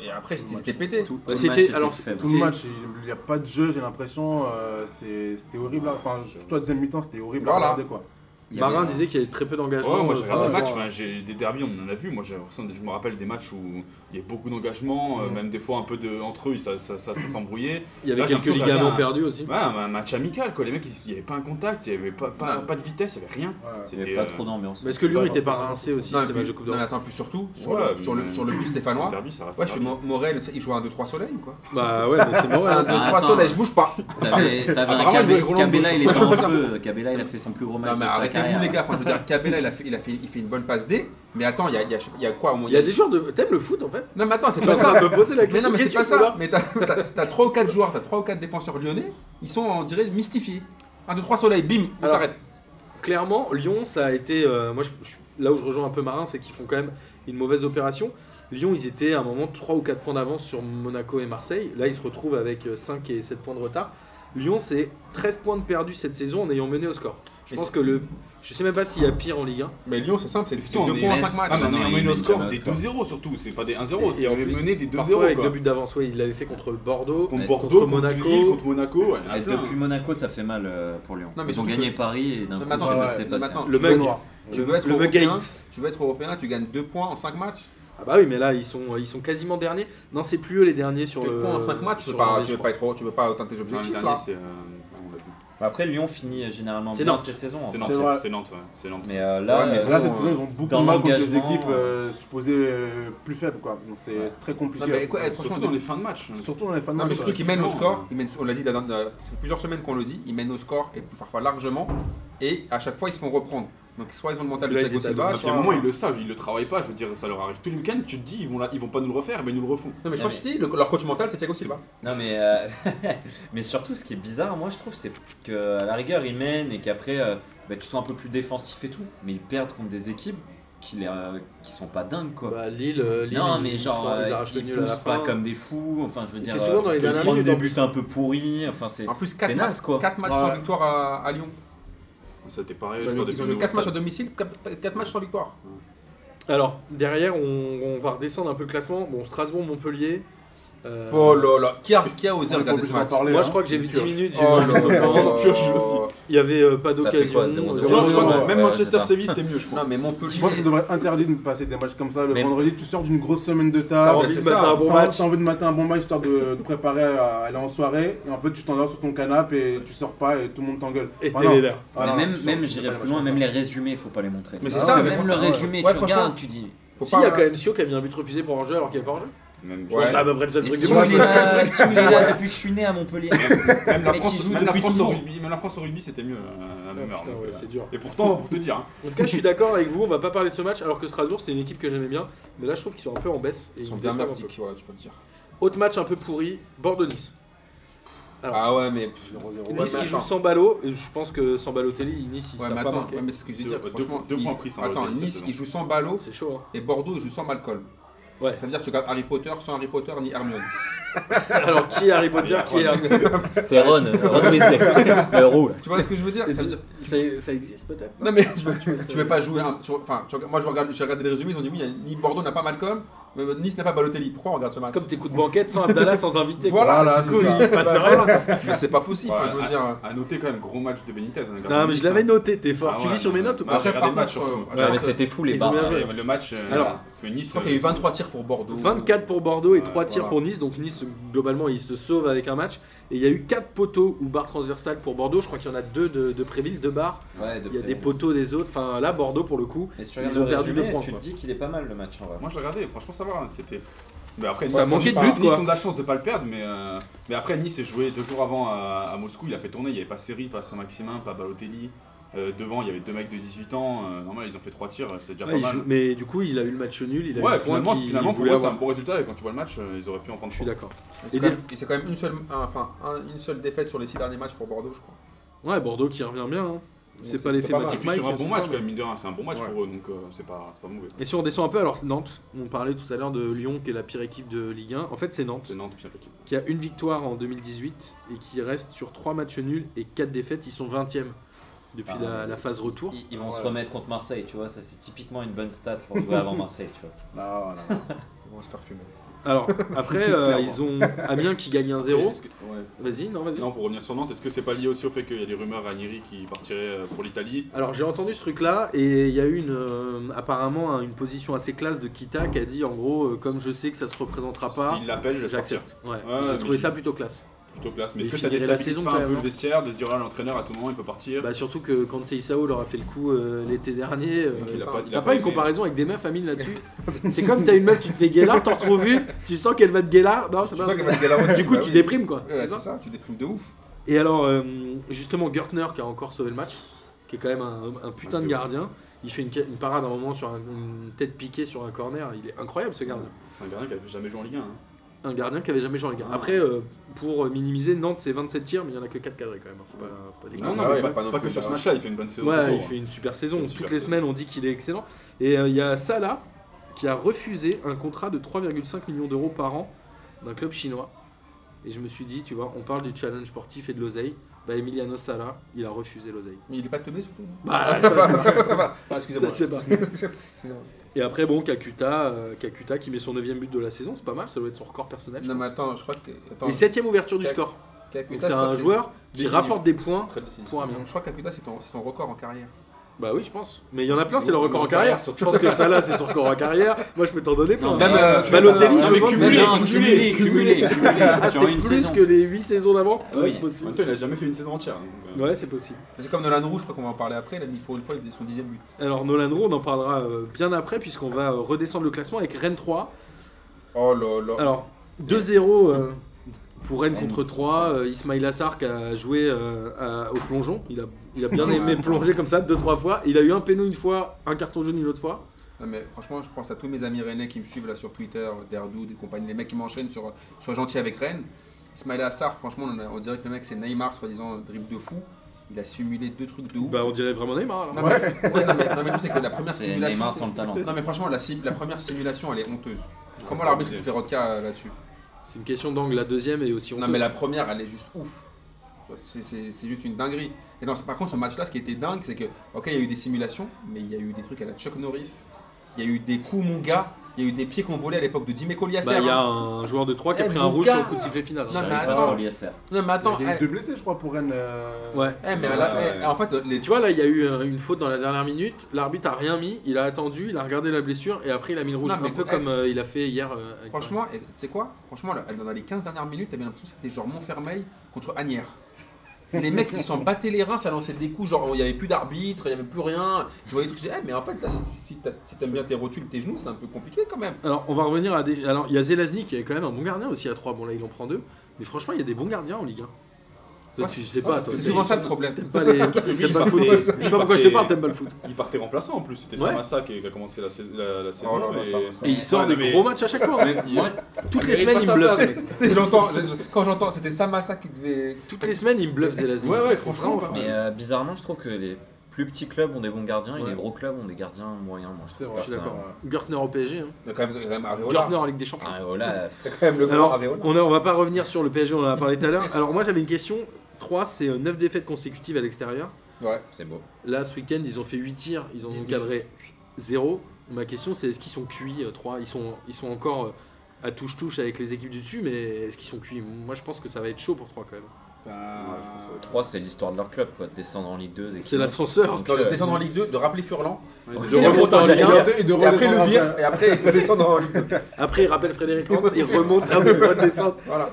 Et après, c'était c'était pété.
Tout,
Bah,
tout le
c'était-
match était
alors,
faible.
Tout le
C'est-
match, il n'y a pas de jeu, j'ai l'impression. euh, c'est- c'était horrible. là. Enfin, surtout la deuxième mi-temps, c'était horrible
Voilà.
à regarder quoi.
Il y avait-
Marin disait qu'il y avait très peu d'engagement.
Ouais, moi j'ai
euh,
regardé
par
le match,
rapport à-
enfin, j'ai des derbies, on en a vu. Moi j'ai l'impression de- je me rappelle des matchs où il y a beaucoup d'engagement, euh,
Mhm.
même des fois un peu de, entre eux, ça, ça, ça, ça s'embrouillait.
Il y avait
Là, j'ai
quelques
l'impression que j'avais
ligaments
un-
perdus aussi.
Ouais, un un match amical quoi, les mecs ils- il n'y avait pas un contact, il n'y avait pas, pas,
Non.
pas de vitesse, il n'y avait rien.
Ouais.
Il y avait
C'était
pas
euh,
trop d'ambiance.
Mais est-ce que Lyon
Ouais,
était pas
ouais.
rincé aussi
Non,
ces
mais
matchs
puis-
de Coupe
non, mais
d'Europe
attends, plus surtout, sur,
Ouais,
le, sur, le,
mais-
sur le but stéphanois.
le derby, ça reste
Ouais,
un
chez
derby.
Mo- Morel, tu sais, il joue un 2-3 soleil ou quoi
Bah ouais, mais c'est mauvais.
Un
hein.
2-3
attends.
soleil, je bouge pas
T'avais t'avais un
Apparemment, il jouait
Cabella,
Roland
Cabella, il
Bouchon.
était en feu. Cabella, il a fait son plus gros match
Non mais
de sa
arrêtez-vous
carrière.
les gars, enfin je
<laughs>
veux dire, Cabella il a fait, il a fait, il fait une bonne passe D, mais attends, il y a, il y a- il y a quoi au moins
Il y a des joueurs de. T'aimes le foot en fait
Non mais attends, c'est
Tu vois,
pas
ça
ça
on peut poser la
Mais
question.
non mais c'est
qu'est-ce
pas
que tu fous
ça
là
Mais t'as- t'as t'as 3 ou 4 joueurs, t'as 3 ou 4 défenseurs lyonnais, ils sont on dirait mystifiés. 1, 2, 3 soleil, bim, on
Alors,
s'arrête.
Clairement, Lyon, ça a été. euh, moi, je- je- là où je rejoins un peu Marin, c'est qu'ils font quand même une mauvaise opération. Lyon, ils étaient à un moment 3 ou 4 points d'avance sur Monaco et Marseille. Là, ils se retrouvent avec 5 et 7 points de retard. Lyon, c'est 13 points de perdu cette saison en ayant mené au score. Je
Mais
pense
c'est-
que le. Je sais même pas s'il y a pire en Ligue 1.
Mais Lyon c'est simple, c'est
Surtout,
2
on est-
points en
Metz.
5
Ah,
matchs.
mais on
Jamais
est
il
mené
mène
au score
jamais
des
au score.
2-0 surtout, c'est pas des 1-0, c'est
en
on est
plus,
Oh, mené des
parfois
2-0
avec
quoi.
deux buts d'avance. Ouais, il l'avait fait contre Bordeaux.
Contre
Ouais,
Bordeaux,
contre
contre
Monaco.
Monaco, contre Monaco, ouais, il y en a
Et
plein.
depuis Monaco, ça fait mal euh, pour Lyon.
Non, mais
Ils ont
surtout
gagné
que-
Paris et d'un
Non,
coup,
mais attends,
je
ouais,
sais
mais
pas
attends,
c'est-
Le
tu
mec.
veux-
Noir.
Tu veux être
Le
européen,
Gate.
tu veux être européen, tu gagnes 2 points en 5 matchs.
Ah bah oui, mais là, ils sont, ils sont quasiment derniers. Non, c'est plus eux les derniers sur
2
le.
points en 5 matchs, tu
sur
veux pas-
le-
tu veux pas être heureux, tu veux pas atteindre tes
Non, le
objectifs
dernier,
là.
c'est. euh, on l'a vu.
Bah Après, Lyon finit euh, généralement
C'est
bien
Nantes.
cette saison.
C'est
hein.
Nantes,
c'est vrai.
c'est Nantes, ouais, c'est Nantes.
Mais euh, là,
Ouais, mais
euh,
Là,
Bon,
cette
euh,
saison, ils ont beaucoup
dans
de mal contre des
l'engagement,
équipes euh, supposées euh, plus faibles. Quoi. Donc, c'est c'est très compliqué.
Non mais quoi, eh, franchement,
Surtout dans les fins de match. hein.
Surtout dans les fans
Non, mais surtout
c'est
qu'ils mènent au
clair.
score, ils mènent- on l'a dit, la- la- ça fait plusieurs semaines qu'on le dit, ils mènent au score et parfois largement, et à chaque fois ils se font reprendre. Donc soit ils ont le mental de
Là, ils
Thiago
étaient
Silva,
à
Parce
soit.
qu'à un moment, ils le savent, ils le travaillent pas. Je veux dire, ça leur arrive tous les week-ends. Tu te dis, ils vont, la- ils vont pas nous le refaire, mais ils nous le refont.
Non mais je crois que je te dis, le- leur coach mental c'est Thiago Silva.
Non mais, euh, mais surtout ce qui est bizarre moi je trouve c'est que à la rigueur ils mènent et qu'après euh, bah, tu sois un peu plus défensif et tout mais ils perdent contre des équipes qui, les, euh, qui sont pas dingues quoi.
Bah, Lille, euh, Lille,
non
ils-
mais
ils
genre
se font-
euh,
ils arrachent le
ils,
nul à la
poussent pas
fin.
comme des fous enfin je veux dire
C'est souvent
euh,
dans les
parce que
dernières
prendre
minutes, en
des buts un peu pourris enfin c'est
En plus
c'est
4 matchs,
naze quoi.
quatre matchs
Ouais.
sans victoire à, à Lyon.
Ça t'est pareil.
Ils ont
je
joué-
crois,
ils
depuis
ont
le
joué
nouveau
4 matchs à
stade.
domicile, 4 matchs sans victoire.
Alors, derrière, on, on va redescendre un peu le classement. Bon, Strasbourg, Montpelier. euh,
Oh là là, qui a, qui a osé
On est
regarder
pas obligé
ce
d'en
match
parler.
Moi,
hein.
je crois que j'ai vu 10
pioche.
minutes. j'ai
Oh
vu un <laughs>
là
peu de temps.
là.
Pioche aussi.
Il y avait euh, pas
fait
d'occasion.
quoi, 0-0?
zéro-
Genre, je crois que
zéro-
Même
Ouais, c'est
Manchester
ça.
Séville, c'était mieux, je crois.
Non mais Montpellier.
Je pense qu'il devrait interdit de passer des matchs comme ça le
Mais-
vendredi. Tu sors d'une grosse semaine de
T'as
table.
envie de
Ah, c'est
mettre
ça,
un
T'as
bon match.
t'as envie de mater un bon match histoire de te préparer à aller en soirée et en fait tu t'endors sur ton canapé et tu sors pas et tout le monde t'engueule.
Et
Enfin,
t'es
non.
vénère.
Ah, non,
mais même,
tu sors-
même
tu
j'irais
fais pas
plus
les
loin,
matchs
même
comme
les résumés faut pas les montrer.
Mais c'est
Ah
ça,
ouais,
mais
même
moi-
le
ouais.
résumé
Ouais,
tu
franchement.
regardes tu dis
Faut
Si, il y a
pas-
quand même Sio qui a mis un but refusé pour un jeu alors qu'il n'y a pas hors jeu.
Même
Ouais.
C'est à peu près le seul
Et
truc
si
du
il est
match.
là- si il est là depuis que je suis né à Montpellier.
Même
Mais
la
qui
France
joue
même la
depuis
France au
toujours.
rugby, même la France au rugby, c'était mieux. euh, à
Ah,
Demeure,
putain,
donc,
ouais,
euh,
c'est dur.
Et pourtant, pour te dire, hein,
En tout cas, je suis d'accord avec vous, on va pas parler de ce match alors que Strasbourg c'était une équipe que j'aimais bien, mais là je trouve qu'ils sont un peu en baisse. et
Ils sont
me
bien
déçoivent un
merdiques, ouais, tu peux le dire.
peu. Autre match un peu pourri, Bordeaux-Nice. Alors.
Ah ouais, mais. pff,
ça. 0-0.
Ouais,
Nice
mais
qui joue
attends.
sans ballot, et je pense que sans Balotelli, Nice il
hein. Ouais,
savent
mais
pas
attends,
marquer.
ouais, mais c'est ce que je veux
Deux-
dire.
deux-
Franchement,
deux
ils-
points pris sans
Attends,
Balotelli cette
Nice,
saison.
ils jouent sans ballot
C'est chaud hein.
et Bordeaux, ils jouent sans Malcolm.
Ouais.
Ça veut dire que tu regardes Harry Potter sans Harry Potter ni Hermione.
Alors qui est Harry Potter, qui est Hermione
C'est Ron, Ron Weasley. Le roux, là.
tu vois ce que je veux dire, ça veut dire...
ça, ça existe peut-être
<laughs> Non mais tu veux, tu veux- tu veux pas jouer. un- tu- Enfin, tu regardes- moi je regarde, j'ai regardé les résumés, ils ont dit oui, il y a- ni Bordeaux n'a pas Malcolm, Mais votre Nice n'a pas Balotelli. Pourquoi on regarde ce match
Comme tes coups de banquette sans Abdallah, sans invité. quoi.
Voilà,
Du
c'est
coup,
ça.
il se passe rien.
Mais c'est pas possible.
Ouais,
enfin, je veux dire. euh,
À noter quand même, gros match de Benitez. hein, grave.
Non, mais je l'avais noté, t'es fort.
Ah
tu
ouais,
lis sur mes notes ou
bah,
pas
j'ai
Après,
regardé
par
le match
contre,
surtout.
euh,
Ouais,
j'ai-
mais c'était fou les
Ils ont
barres.
bien
Ah
joué.
ouais, Le match, euh,
Alors,
que Nice.
Je crois qu'il y a eu
euh,
23 tirs pour Bordeaux.
24 pour Bordeaux
bah,
et 3
Ouais,
tirs
voilà.
pour Nice. Donc Nice, globalement, il se sauve avec un match. Et il y a eu 4 poteaux ou barres transversales pour Bordeaux. Je crois qu'il y en a 2 de, de Préville, 2 barres.
Ouais, de
Il y a
près.
des poteaux des autres. Enfin, là, Bordeaux, pour le coup,
Mais si tu
Ils
regardes
ont
le
perdu deux
résumé,
points,
tu te
quoi.
dis qu'il est pas mal le match en vrai.
Moi je l'ai regardé, franchement ça va, hein, c'était. Mais après,
Ça
Nice-
manquait de
Nice-
but, quoi.
Nice ont de la chance de pas le perdre, mais, euh, mais après Nice est joué deux jours avant à, à Moscou, il a fait tourner, il n'y avait pas Seri, pas Saint-Maximin, pas Balotelli. Euh, devant, il y avait deux mecs de 18 ans, euh, normal, ils ont fait trois tirs, c'est déjà
ouais,
pas
il
mal.
joue- mais du coup, il a eu le match nul. Il a eu
ouais,
le point
finalement,
qu'il
finalement pour
voulait
eux, c'est
avoir.
un bon résultat, et quand tu vois le match, euh, ils auraient pu en prendre
Je suis
trois.
d'accord.
Et C'est
Et
quand,
bien-
même- et c'est quand même une seule, un- enfin, un- une seule défaite sur les 6 derniers matchs pour Bordeaux, je crois.
Ouais, Bordeaux qui revient bien. hein. C'est
Donc,
pas l'effet
mal.
Et
Matic
puis
Mike.
sur un
elles
bon
sont
match,
fortes.
quand même, mine de rien, c'est un bon match
Ouais.
pour eux, donc euh, c'est pas, c'est pas mauvais.
Et si on descend un peu, alors c'est Nantes, on parlait tout à l'heure de Lyon qui est la pire équipe de Ligue 1. En fait, c'est Nantes
C'est Nantes, pire équipe.
qui a une victoire en 2018 et qui reste sur 3 matchs nuls et 4 défaites. Ils sont 20 e depuis
Ah,
la, la phase retour.
Ils, ils vont se
Ouais.
remettre contre Marseille, tu vois. Ça, c'est typiquement une bonne stat pour jouer avant Marseille, tu vois.
Ah, voilà.
Ils vont se faire fumer.
Alors,
<laughs>
après, euh, ils ont Amiens qui gagne 1-0.
Est-ce que-
Vas-y, non, vas-y.
Non, pour revenir sur Nantes, est-ce que c'est pas lié aussi au fait qu'il y a des rumeurs à Niri qui partirait euh, pour l'Italie
Alors j'ai entendu ce truc là et il y a eu une, euh, apparemment un- une position assez classe de Kita qui a dit en gros euh, comme je sais que ça se représentera pas,
S'il l'appelle, je vais partir.
j'accepte. Ouais.
Ouais,
j'ai
mais
trouvé
je-
ça plutôt classe.
plutôt classe. Mais
Mais
est-ce que ça
finirait la
déstabilise
saison,
pas
quand
un peu
même,
le
hein.
vestiaire de se dire ah, l'entraîneur à tout moment il peut partir
Bah surtout que quand Sao leur a fait le coup euh, l'été dernier, euh,
Donc, il a
ça.
pas- il
t'as
a
pas une
aimé.
comparaison avec des meufs Amine là-dessus C'est comme t'as une meuf, tu te fais guélard, t'en retrouves une, tu sens qu'elle va te guélard, non
C'est
c'est
ça
pas
que Matt Gallo aussi,
Du coup
bah
tu
oui.
déprimes quoi,
Ouais,
c'est
c'est
ça
ça, tu déprimes de ouf.
Et alors, euh, justement, Gertner qui a encore sauvé le match, qui est quand même un, un putain de gardien, il fait une, ca- une parade à un moment sur un- une tête piquée sur un corner. Il est incroyable ce gardien.
C'est un gardien qui n'avait jamais joué en Ligue 1. hein.
Un gardien qui avait jamais joué en Ligue 1. Après, euh, pour minimiser, Nantes c'est 27 tirs, mais il y en a que 4 cadrés quand même. hein. Faut pas, faut pas déconner.
Non,
Ah
non,
ouais,
mais pas,
pas non
pas que
plus,
sur ce
là.
match-là, il fait une bonne saison.
Ouais,
encore,
il
hein.
fait une super saison.
Une
Toutes
super
les
saison.
semaines, on dit qu'il est excellent. Et euh, il y a Salah qui a refusé un contrat de 3,5 millions d'euros par an d'un club chinois. Et je me suis dit, tu vois, on parle du challenge sportif et de l'oseille. Bah, Emiliano Salah, il a refusé l'oseille.
Mais il est pas tombé surtout.
<laughs> Bah, ça,
Ah, excusez-moi.
Ça, je sais pas.
Excusez-moi.
Et après, bon, Kakuta, euh, Kakuta qui met son 9 but de la saison, c'est pas mal, ça doit être son record
<laughs>
personnel. Je
Non, mais
pense.
attends, je crois que. Attends,
Et 7 ouverture du
Kak-
score.
Kakuta,
Donc
je
c'est
crois
un
que
joueur qui
décisif.
rapporte des points
Très décisif.
pour Amiens.
Je crois que Kakuta, c'est ton- c'est son record en carrière.
Bah oui, je pense. Mais il y en a plein, c'est le
Oui,
record en
mais carrière,
carrière. Je pense que ça là, c'est son record en carrière. Moi, je peux t'en donner plein.
Non, mais-
Même,
euh,
euh, Balotelli,
non,
je
mais
pense-
cumulé,
Mais non,
cumulé, cumulé, cumulé,
ah,
sur
c'est
une
plus
saison.
que les 8 saisons d'avant
Ah
Ouais,
oui.
c'est
En même
possible.
temps, il a jamais fait une saison entière. donc, euh,
Ouais, c'est possible.
Mais C'est comme Nolan Rouge, je crois qu'on va en parler après. Il a mis pour une fois il a son 10 but.
Alors, Nolan Roux, on en parlera euh, bien après, puisqu'on va euh, redescendre le classement avec Rennes 3.
Oh là là.
Alors, 2-0 euh, pour Rennes
Rennes,
contre
c'est
3. euh, Ismail Assar qui a joué euh, à- au plongeon. Il a, il a bien
<laughs>
aimé plonger comme ça, 2-3 fois. Il a eu un péno une fois, un carton jaune une autre fois.
Non, mais franchement, je pense à tous mes amis rennais qui me suivent là sur Twitter, Derdoud et compagnie, les mecs qui m'enchaînent sur Sois gentil avec Rennes. Ismail Assar, franchement, on, a- on dirait que le mec c'est Neymar, soi-disant dribble de fou. Il a simulé deux trucs de ouf.
Bah, on dirait vraiment Neymar. alors.
non, mais, ouais, non, mais, non, mais tout, c'est que la première
C'est
simulation.
Neymar sans le talent.
Non, mais franchement, la, sim- la première simulation elle est honteuse. Comment
c'est
l'arbitre il
abusé.
se fait rodka euh, là-dessus
C'est une question d'angle. La deuxième est aussi
Non,
honteuse.
mais la première elle est juste ouf. C'est- C'est c'est juste une dinguerie. Et non, c'est- par contre, ce match-là, ce qui était dingue, c'est que, ok, il y a eu des simulations, mais il y a eu des trucs à la Chuck Norris, il y a eu des coups, mon gars, il y a eu des pieds qu'on volait à l'époque de Dimeco Liasser.
Bah, il y a
hein.
un joueur de 3 qui a
Eh,
pris
mon
un rouge
gars.
sur le coup de sifflet final. hein.
Non, mais
J'arrive pas à
attends.
voir l'ISR.
Non mais attends,
il y a eu
eh,
deux blessés, je crois, pour Rennes. euh,
Ouais.
eh, mais
Ouais,
là,
ouais.
eh, en fait, les,
Et tu vois, là, il y a eu euh, une faute dans la dernière minute. L'arbitre a rien mis. Il a attendu, il a regardé la blessure et après, il a mis le rouge.
Non,
un
mais
peu
eh,
comme euh, il a fait hier. euh, avec-
franchement, eh, tu sais quoi Franchement, là, dans les 15 dernières minutes, t'avais l'impression que c'était genre Montfermeil contre Agnières. Les mecs, ils s'en battaient les reins, ça lançait des coups, genre il n'y avait plus d'arbitre, il n'y avait plus rien. Je voyais des trucs, je disais, eh, mais en fait, là, si, si t'a- si t'aimes bien tes rotules, tes genoux, c'est un peu compliqué quand même.
Alors, on va revenir à des. Alors, il y a Zelazny qui est quand même un bon gardien aussi à 3. Bon, là, il en prend 2. Mais franchement, il y a des bons gardiens en Ligue 1. Toi,
Ouais,
tu
c'est-
sais pas. toi,
C'est
t'es-
souvent ça le problème.
T'aimes pas,
<laughs>
les...
Surtout que lui,
t'aimes
il
pas le foot.
partait-
toi. Je sais
il
pas pourquoi je te
partait-
parle, t'aimes pas le foot.
Il partait remplaçant en plus, c'était
Ouais.
Samassa qui a commencé la saison. La, la saison
là là,
et-
Samassa.
Et il sort
Ouais,
des
non, mais-
gros matchs à chaque fois.
mais-
Moi, toutes les
Il
semaines,
passe
il
à
me
la
bluffe.
place. Tu sais, j'entends, je- je- quand j'entends, c'était Samassa qui devait.
Toutes les semaines, il me bluffe Zelazny.
Ouais, ouais, franchement,
Enfin,
Mais euh, bizarrement, je trouve que les plus petits clubs ont des bons gardiens et
Ouais.
les gros clubs ont des gardiens moyens. Moi, je
C'est
trouve
vrai,
Je suis d'accord.
Ouais.
Gertner au PSG. hein.
Il y a quand même, quand même Areola.
Gertner en Ligue des Champions.
Ah, voilà,
Quand même le grand
Alors,
Areola.
on, ne- on va pas revenir sur le PSG, on en a parlé tout à l'heure. Alors, moi, j'avais une question. 3, c'est 9 défaites consécutives à l'extérieur.
Ouais.
c'est beau.
Là, ce week-end, ils ont fait 8 tirs, ils en ont
10-10.
cadré 0. Ma question, c'est est-ce qu'ils sont cuits, euh, trois ils sont, ils sont encore euh, à touche-touche avec les équipes du dessus, mais est-ce qu'ils sont cuits Moi, je pense que ça va être chaud pour trois quand même.
Bah,
Ouais, je pense que ça va être-
3, c'est l'histoire de leur club, quoi, de descendre en Ligue 2. dès
C'est
qu'ils-
l'ascenseur.
Quand de euh, descendre en Ligue 2, de rappeler Furlan,
Ouais,
De
c'est-
remonter en Ligue 1.
Et de
et après
redescendre
le vire, et après descendre en Ligue 2.
Après, il rappelle Frédéric Hans, il remonte, ah, mais redescend.
Voilà.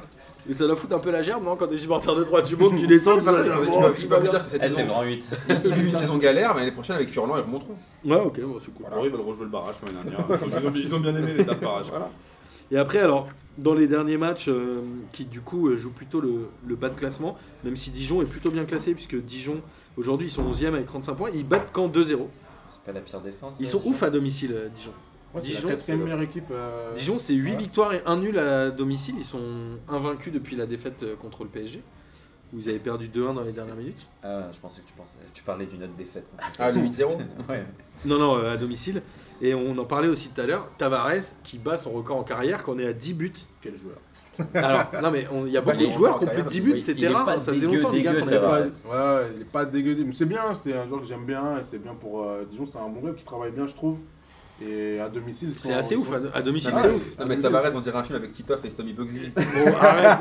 Et ça doit foutre un peu la gerbe, non Quand des supporters de droite du monde, tu descends,
Je
tu
<laughs>
vas
peux je peux vous
Ah,
dire que cette
Eh, c'est
saison,
vraiment 8.
ils vivent une saison galère, mais l'année prochaine avec Furlan, ils remonteront.
Ouais, ok, bon, c'est cool.
Voilà. Ils veulent rejouer le barrage comme l'année dernière. Ils ont, ils ont bien aimé l'étape barrage.
Voilà.
Et après, alors, dans les derniers matchs, euh, qui du coup euh, jouent plutôt le, le bas de classement, même si Dijon est plutôt bien classé, puisque Dijon, aujourd'hui, ils sont 11e avec 35 points, ils battent Caen 2-0.
<laughs> C'est pas la pire défense.
Ils
ça,
sont
déjà.
ouf à domicile, euh, Dijon.
Ouais, c'est
Dijon,
la quatrième
c'est-
meilleure équipe. euh,
Dijon, c'est 8
ouais.
victoires et 1 nul à domicile. Ils sont invaincus depuis la défaite euh, contre le PSG, où ils avaient perdu 2-1 dans les
C'était-
dernières minutes.
Ah, je pensais que tu pensais. Tu parlais d'une autre défaite.
Ah, le 8-0
ouais.
Non, non, euh, à domicile. Et on en parlait aussi tout à l'heure, Tavares qui bat son record en carrière, qu'on est à 10 buts.
Quel joueur
Alors, non, mais on- il y a beaucoup
les
de joueurs
records
qui ont
en
plus de
carrière,
10
il
buts,
est
c'était
pas
rare, hein, ça faisait
dégueu,
longtemps les gars
dégueu,
qu'on avait pas.
Tavares.
Ouais, ouais, il est pas dégueulé. Mais c'est bien, hein, c'est un joueur que j'aime bien. et C'est bien pour euh, Dijon, c'est un bon club qui travaille bien, je trouve. Et à domicile, ils
C'est
sont-
assez
ils
ouf,
sont-
à, à domicile,
Ah,
c'est
ouais.
ouf.
Non, mais Tavares, on dirait un film avec Titoff et Stomy Bugsy.
Bon, arrête,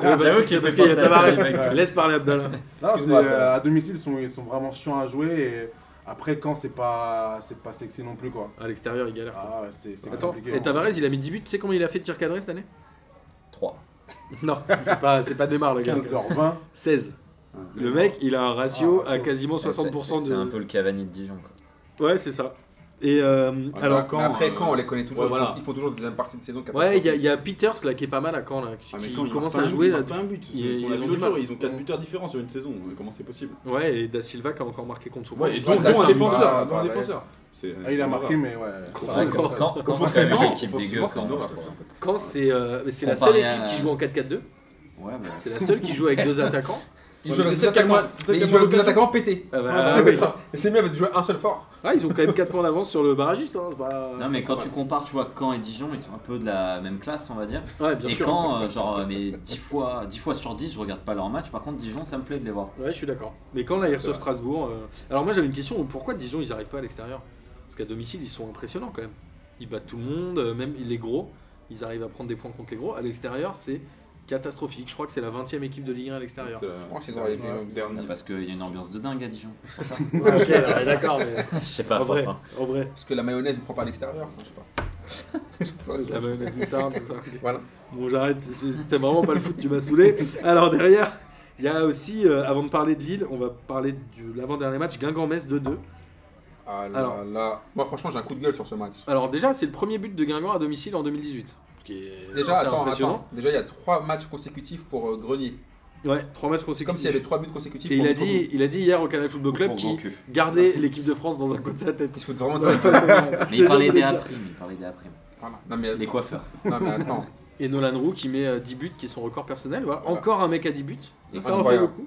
euh, parce
J'avoue
que
qu'il
c'est
fait
parce qu'il y a
penser à
Tavares.
ce mec.
Laisse parler <laughs> Abdallah.
Non, c'est,
Excuse-moi,
euh,
Abdallah.
à domicile, ils sont, ils sont vraiment chiants à jouer. Et après, quand c'est pas, c'est pas sexy non plus, quoi.
À l'extérieur, il galère. quoi.
Ah, ouais, c'est, c'est
Attends,
compliqué.
et
hein.
Tavares, il a mis 10 buts, tu sais combien il a fait de tir cadré cette année
3.
<laughs> Non, c'est pas, c'est pas Neymar, le gars.
15 leur
<laughs>
20.
16.
Ouais.
Le mec, il a un ratio à
Ah, ratio.
quasiment 60% de.
C'est un peu le Cavani de Dijon, quoi.
Ouais, c'est ça. Et euh, <laughs> alors,
bah, quand,
Mais après,
euh,
quand on les connaît toujours,
ouais, voilà.
il faut toujours une deuxième partie de saison.
ouais, il y, a-
catastrophique.
il y a Peters là qui est pas mal à Caen là, qui,
Ah, mais
qui
quand ils
commence
marquent
à
pas un
jouer
but,
là.
ils marquent pas un but.
Ils-
On
ils
l'a
ont
vu
du
l'autre
mal.
jour, Ils ont 4 buteurs différents sur une saison. Comment c'est possible
Ouais, et Da Silva qui a encore marqué contre son
Ouais, et
camp.
donc
Ouais,
bon
Silva,
un défenseur, un bon
Tavares.
défenseur. C'est-
Ah, il
c'est
a
une
marqué,
horreur.
mais ouais.
Contre-
Ouais,
contre-
Quand quand c'est
Offensivement,
quand même une équipe dégueu,
offensivement, c'est
quand
une
même, je
horreur.
trouve.
Caen, c'est euh, mais c'est la seule
Comparé
équipe
à-
qui joue en 4-4-2.
Ouais, mais.
hein. C'est la seule qui joue avec deux attaquants.
Il
Ouais,
joue
mais
avec
c'est
deux
ça qui a
attaquants-
moins- c'est ça
mais
qui a
il joue
moins
avec deux
l'occasion.
attaquants pétés.
Ah bah,
Ah,
ah,
c'est
oui.
ça. Et c'est mieux avec jouer un seul fort.
Ah, ils ont quand même 4 points d'avance sur le barragiste. Hein. c'est pas-
Non, mais quand tu compares, tu vois, Caen et Dijon, ils sont un peu de la même classe, on va dire.
Ouais, bien
et
sûr.
Caen, euh, genre, euh, mais 10 fois, 10 fois sur 10, je regarde pas leur match. Par contre, Dijon, ça me plaît de les voir.
Ouais, je suis d'accord. Mais quand là, ils reçoivent Strasbourg. euh, Alors, moi, j'avais une question pourquoi Dijon, ils arrivent pas à l'extérieur Parce qu'à domicile, ils sont impressionnants quand même. Ils battent tout le monde, euh, même les gros. Ils arrivent à prendre des points contre les gros. À l'extérieur, c'est catastrophique. Je crois que c'est la 20 e équipe de Ligue 1 à l'extérieur.
C'est, euh,
Je crois que c'est dans les
dernier-
gens-
dernier.
Parce qu'il y a une ambiance de dingue à Dijon. c'est pour ça.
<laughs> Ah, Ok, alors, ouais, d'accord, mais
<laughs> Je sais pas, hein.
en vrai,
franchement.
en vrai,
Parce que la mayonnaise ne prend pas à l'extérieur. Je sais pas.
avec <laughs> la mayonnaise moutarde, tout ça.
<laughs> Voilà.
Bon, j'arrête, c'était vraiment pas le foot, tu m'as saoulé. Alors derrière, il y a aussi, euh, avant de parler de Lille, on va parler de l'avant-dernier match, Guingamp-Metz 2-2.
Ah là
Alors.
là. Moi, franchement, j'ai un coup de gueule sur ce match.
Alors déjà, c'est le premier but de Guingamp à domicile en 2018. ce qui est
Déjà,
assez
attends, attends. Déjà, il y a trois matchs consécutifs pour euh, Grenier.
Ouais, trois matchs
C'est
consécutifs.
comme s'il y avait trois buts consécutifs.
Et
pour
il a,
notre
dit,
but.
il a dit hier au Canal Football Club
Pour grand
qu'il
cul.
gardait l'équipe de France dans un coin de sa tête. <laughs>
Ils <laughs> se foutent vraiment de
Ouais.
ça.
Mais il parlait des A-Prime, il parlait des A-Prime.
Voilà. Non, mais,
Les coiffeurs.
non,
<laughs>
mais attends.
Et Nolan Roux qui met euh, 10 buts, qui est son record personnel. Voilà,
Voilà.
encore un mec à 10 buts.
Et
ça en fait
incroyable.
beaucoup.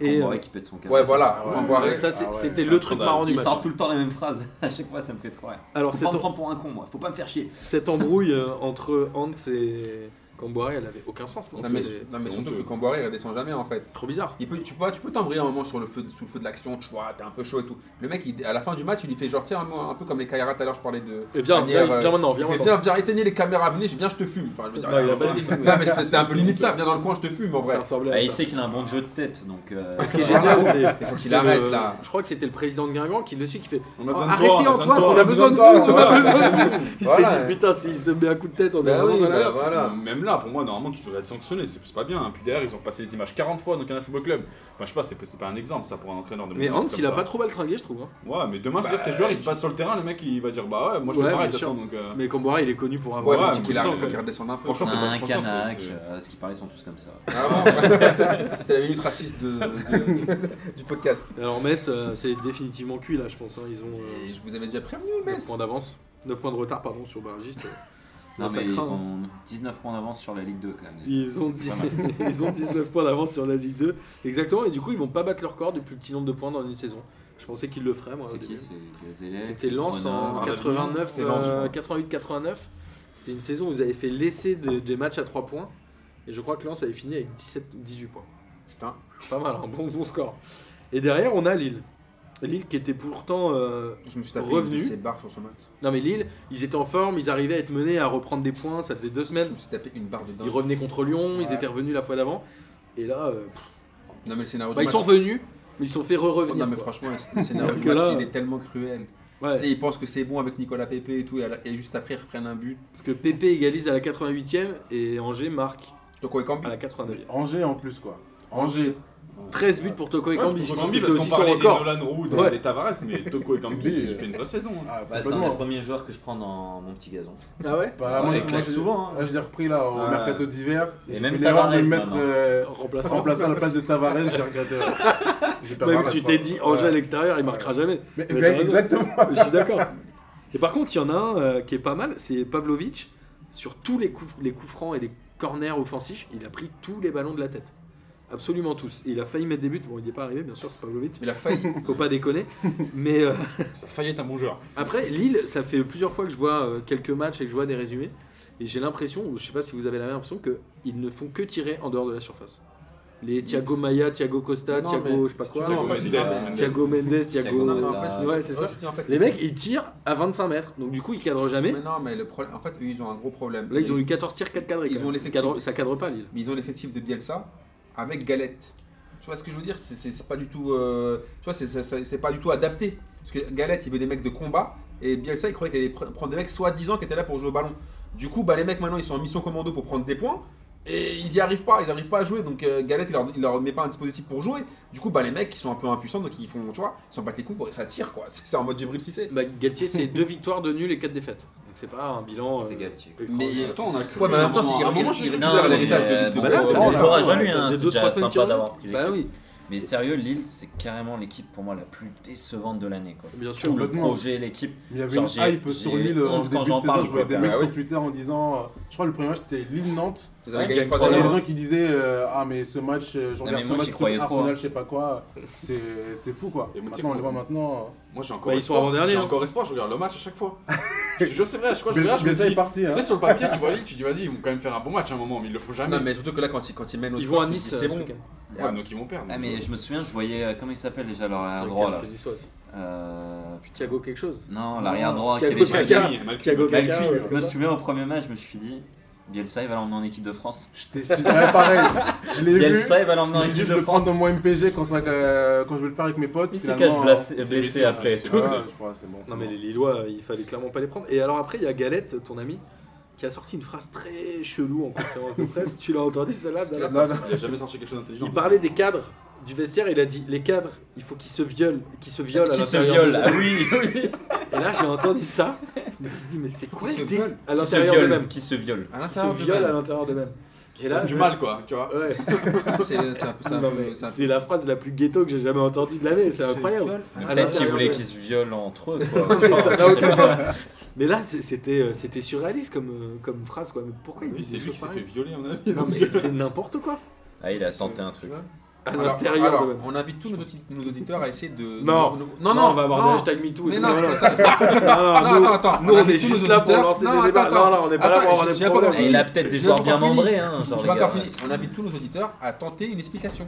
Et,
Et qu'on
euh,
voit qui pète son casque.
Ouais, voilà.
ouais.
On va voir.
Ça, c'est-
Ah ouais,
c'était
c'est
le
un
truc
scandale.
marrant du
Il
match.
sort tout le temps la même phrase. <laughs> À chaque fois, ça me fait trop rire.
Alors,
Faut
c'est
pas me prendre pour un con, moi. Faut pas me faire chier.
Cette embrouille euh, entre Hans et Camboire, elle avait aucun sens, non,
Non, mais,
C'est
non, mais
c'est
surtout que
honteux.
Camboire, il redescend jamais en fait.
trop bizarre.
Il peut, tu vois, tu peux t'embrayer un moment sur le feu, de- sous le feu de l'action, tu vois, t'es un peu chaud et tout. Le mec, il- à la fin du match, il lui fait genre, tiens, un, un peu comme les Kayara tout à l'heure, je parlais de.
Et viens,
manière,
viens,
euh,
viens maintenant,
il
viens
fait,
maintenant.
viens, viens, éteignez les caméras, venez, je- viens, je te fume. Enfin, je veux dire,
Non, il a
euh,
pas dit ça.
non, mais c'était c'était un peu limite ça, viens dans le coin, je te fume en vrai.
Ça ressemblait à
Bah, il
ça.
sait qu'il a un bon jeu de tête, donc. euh,
Ce qui est génial, c'est.
Il faut qu'il
c'est
arrête,
le-
là.
Je crois que c'était le président de Guingamp qui le suit, qui fait
On
Oh,
a besoin de toi,
Arrêtez
on a besoin de
Antoine,
toi.
on a besoin de vous, on a besoin de vous. Il s'est
Voilà.
dit Putain, s'il se met un coup de tête, on est
Bah
vraiment
oui,
dans la
bah
merde.
voilà.
Euh, Même là, pour moi, normalement, tu devrais être sanctionné, c'est c'est pas bien. hein. Puis derrière, ils ont passé les images 40 fois dans le Canal Football Club. Enfin, je sais pas, c'est c'est pas un exemple ça pour un entraîneur de
Mais
mon
Hans,
équipe comme
il a
ça.
pas trop baltringué, je trouve. hein.
Ouais, mais demain,
Bah,
c'est-à-dire que ces joueurs, ils se battent sur le terrain, le mec, il va dire Bah euh, ouais, moi je
Ouais,
fais pareil, de
bien
toute
sûr.
façon. Donc, euh,
Mais Camboire, il est connu pour
Ouais,
avoir.
faut
Ouais,
son
qu'il
petit
arrête,
sang,
faut
quoi.
qu'il redescende un peu.
Franchement, c'est pas-
un
franchement, c'est-
canac,
c'est-
euh, à ce qui paraît, ils sont tous comme ça.
Vraiment,
<laughs>
ouais. <laughs> C'était la minute raciste de- de- du podcast.
Alors, Metz, euh, c'est définitivement cuit, là, je pense. hein. Ils ont
Et je vous avais déjà prévenu,
9
Metz.
points d'avance. 9 points de retard, pardon, sur Barragiste.
Non,
Ça
mais ils
craint, hein.
ont 19 points d'avance sur la Ligue 2 quand même.
Ils ont,
C'est pas
10 <laughs>
mal.
ils ont 19 points d'avance sur la Ligue 2. Exactement, et du coup, ils vont pas battre leur corps du plus petit nombre de points dans une saison. Je pensais qu'ils le feraient, moi. au
C'est
début.
qui C'est Gazelle
C'était Lens en
Grenoble,
89,
Ah, bah, c'était Lens, je crois.
88-89. C'était une saison où ils avaient fait l'essai de- des matchs à 3 points. Et je crois que Lens avait fini avec 17 ou 18 points.
Putain.
hein, Pas mal, un bon, bon score. Et derrière, on a Lille. Lille qui était pourtant. euh,
Je me suis tapé
Revenu.
une barre sur ce match.
Non mais Lille, ils étaient en forme, ils arrivaient à être menés, à reprendre des points, ça faisait deux
Je
semaines.
me suis tapé une barre de dingue.
Ils revenaient contre Lyon, ils
Ouais.
étaient revenus la fois d'avant. Et là, euh, pff,
Non mais le scénario
bah,
du
ils
match.
sont revenus, mais ils se sont fait
non
re-revenir.
mais
quoi.
franchement,
<laughs>
le scénario du
Que
match,
là-
il est tellement cruel.
Ouais.
Tu sais, ils pensent que c'est bon avec Nicolas Pepe et tout, et, à la- et juste après ils reprennent un but.
Parce que Pépé égalise à la 88e et Angers marque
Toko et
à
Cambi.
la 89e.
Angers en plus, quoi. Angers.
13 buts pour Toko et
Ouais,
Cambi,
parce
je
qu'on
pense
oublie
que c'est
parce
aussi
qu'on
son
parlait des
record.
Nolan Roux, des-
Ouais.
des Tavares, mais Toko et Gambi,
Lui,
il fait une vraie saison. hein.
Ah,
Bah, c'est un des
complètement.
premiers joueurs que je prends dans mon petit gazon.
Ah ouais
Bah,
Ouais,
moi,
il
moi,
claque
je-
souvent, hein.
moi, je l'ai repris là au
Ouais.
mercato d'hiver.
Et
J'ai
même
fait l'erreur de le
Tavares,
mettre
maintenant.
euh, en
Remplaçant.
remplaçant à la place de Tavares, j'ai regretté. J'ai pas
Même
Tavares,
tu
je
t'es
pense.
dit Angers à
Ouais.
l'extérieur, il marquera jamais.
Mais
Mais
c'est-
t'as raison.
exactement.
Je suis d'accord. Et par contre, il y en a un euh, qui est pas mal, c'est Pavlovic. Sur tous les coups, les coups francs et les corners offensifs, il a pris tous les ballons de la tête. Absolument tous. Et il a failli mettre des buts. Bon, il n'y est pas arrivé, bien sûr, c'est Pavlovic.
Il a failli.
Faut pas <laughs> déconner. Mais euh,
Ah, Ça faillit être un bon joueur.
après, Lille, ça fait plusieurs fois que je vois euh, quelques matchs et que je vois des résumés. Et j'ai l'impression, ou je sais pas si vous avez la même impression, qu'ils ne font que tirer en dehors de la surface. Les Thiago Maya, Thiago Costa,
<laughs> Non,
Thiago,
mais
je sais pas
si
quoi.
tu veux, en fait,
Mendes,
il a-
Mendes.
Thiago Mendes, Thiago.
Thiago
Non, mais
Mendes.
en fait, je-
Ouais, c'est ça.
je dis, en fait,
Les mecs, ils tirent à 25 mètres, donc du coup, ils cadrent jamais.
Mais non, mais le problème, en fait, eux, ils ont un gros problème.
Là, ils ont eu 14 tirs, 4 cadrés.
Ils
quand même.
ont l'effectif.
Cadre- Ça cadre pas, Lille.
mais ils ont l'effectif de Bielsa avec Galette. Tu vois ce que je veux dire C'est- C'est c'est pas du tout, euh, tu vois, c'est- c'est- c'est c'est pas du tout adapté. Parce que Galette, il veut des mecs de combat et Bielsa, il croyait qu'il allait pre- prendre des mecs soi-disant qui étaient là pour jouer au ballon. Du coup, bah les mecs maintenant, ils sont en mission commando pour prendre des points. Et ils y arrivent pas, ils arrivent pas à jouer, donc euh, Galette il leur, il leur met pas un dispositif pour jouer. Du coup, bah les mecs ils sont un peu impuissants, donc ils font, tu vois, ils s'en battent les couilles, quoi, et ça tire quoi. <laughs> C'est c'est en mode Djibril Cissé.
Bah, Galtier, c'est 2 <laughs> victoires, 2 nuls et 4 défaites. Donc, c'est pas un bilan. euh,
C'est Galtier.
Mais euh,
Attends, on a
Ouais, mais en même temps, c'est-
à un moment,
il- il-
j'ai
il-
cru-
Non, mais, l'héritage de-
euh,
de-
bon,
Bah là,
on
ça
le
fait-
fera jamais,
ça
hein,
faisait
c'est
deux, trois
déjà
semaines
sympa
qu'il
d'avoir pris
Bah
l'équipe.
oui.
Mais sérieux, Lille, c'est carrément l'équipe pour moi la plus décevante de l'année. quoi.
Bien sûr.
Tout le
complètement.
projet, l'équipe.
Il y avait
Genre,
une
j'ai-
hype sur
j'ai
Lille en
honte quand
début de
j'en
saison.
parle,
Je voyais
quoi.
Bah
des mecs
ouais.
sur Twitter en disant, euh, je crois que le premier match c'était Lille-Nantes.
Vous avez
Ouais,
gagné
il y a
3
Il y a des
Ouais.
gens qui disaient euh, ah mais ce match, euh, je
Non,
regarde
mais
ce
moi, j'y
match contre
croyais trop,
Arsenal,
hein.
je sais pas quoi, c'est c'est fou quoi.
Et moi, tu sais
Maintenant on
quoi
les voit maintenant.
Moi j'ai encore
Bah, ils sont
espoir.
avant-derniers,
J'ai
hein.
encore espoir, je regarde le match à chaque <laughs> fois. je te jure, c'est vrai, à chaque fois je
Bielsa
regarde, je me
Bielsa est
dis.
parti. hein.
<laughs> Tu sais, sur le papier, tu vois Lille, tu dis vas-y, ils vont quand même faire un bon match à un moment, mais ils le font jamais.
Non, mais surtout que là, quand ils, quand ils mènent au
Ah, Ils
score,
vont à
tu te
Nice. euh,
dis, c'est bon.
Ouais, donc ils vont perdre.
Ah,
donc,
mais
euh,
je me souviens, je voyais. euh, Comment il s'appelle déjà l'arrière droit là Euh, putain.
Thiago quelque chose.
Non, l'arrière droit.
Thiago
quel est-
Thiago Caca.
Malcuit,
Thiago
Malcuit.
Caca.
Malcuit,
ouais,
ouais.
Je me souviens au premier match, je me suis dit, Bielsa il va l'emmener en équipe de France.
J'étais super pareil. Je l'ai vu.
Bielsa il va l'emmener en
J'ai dit
équipe
je
de
le prends
France.
dans mon MPG quand, ça, euh, quand je vais le faire avec mes potes.
Il s'est
finalement,
cache blessé,
euh,
blessé
blessé,
après
ouais.
tout.
Ouais,
ça.
je crois, c'est bon. c'est
Non, mais
bon.
les Lillois, euh, il fallait clairement pas les prendre. Et alors, après, il y a Galette, ton ami, qui a sorti une phrase très chelou en conférence de presse. tu l'as entendu, celle-là
Il
Dallas
a sorti- il a jamais sorti quelque chose d'intelligent.
Il parlait des cadres du vestiaire et il a dit les cadres, il faut qu'ils se violent, qu'ils se violent hein. à
Qui se
l'intérieur.
viole Ah oui, oui.
Et là, j'ai entendu ça. Je me suis dit, mais c'est quoi
Qui se
l'idée
violent.
À
Qui se
l'intérieur
viole
d'eux-mêmes.
Qui se viole
Ils
À
se
l'intérieur,
violent à l'intérieur d'eux-mêmes. Et là,
C'est du
je-
mal quoi, tu vois.
Ouais.
c'est c'est un peu ça.
Non, mais C'est la phrase la plus ghetto que j'ai jamais entendue de l'année, c'est incroyable. l'intérieur,
Peut-être qu'ils voulaient
ouais.
qu'ils se violent entre eux. Quoi.
<laughs> Mais ça n'a aucun sens. Mais là, c'est- c'était euh, c'était surréaliste comme, euh, comme phrase quoi. Mais pourquoi il dit
C'est
des
lui
choses
qui s'est
pareilles
fait violer, à mon avis.
Non mais c'est n'importe quoi.
Ah, il a tenté un truc.
À
Alors,
l'intérieur
alors,
de
on invite tous nos, audit- nos auditeurs à essayer de.
Non.
nous- nous- non, non,
on va avoir
non.
des hashtags MeToo et
Mais
tout.
non,
Non,
c'est
non.
pas ça.
<laughs>
Ah,
Non,
Non,
nous-
attends, attends.
Nous,
On
on
invite
est
tous
juste
nos
là pour
auditeurs.
lancer
Non,
des débats.
attends, attends.
Non, là, on n'est pas là pour
Attends,
avoir
j'ai-
des
j'ai pas
problèmes.
Et Ah, il a peut-être des
Je
joueurs
vais pas
bien
finir.
membrés. Hein, genre,
Je
les
vais encore
gars.
finir. On invite tous nos auditeurs à tenter une explication.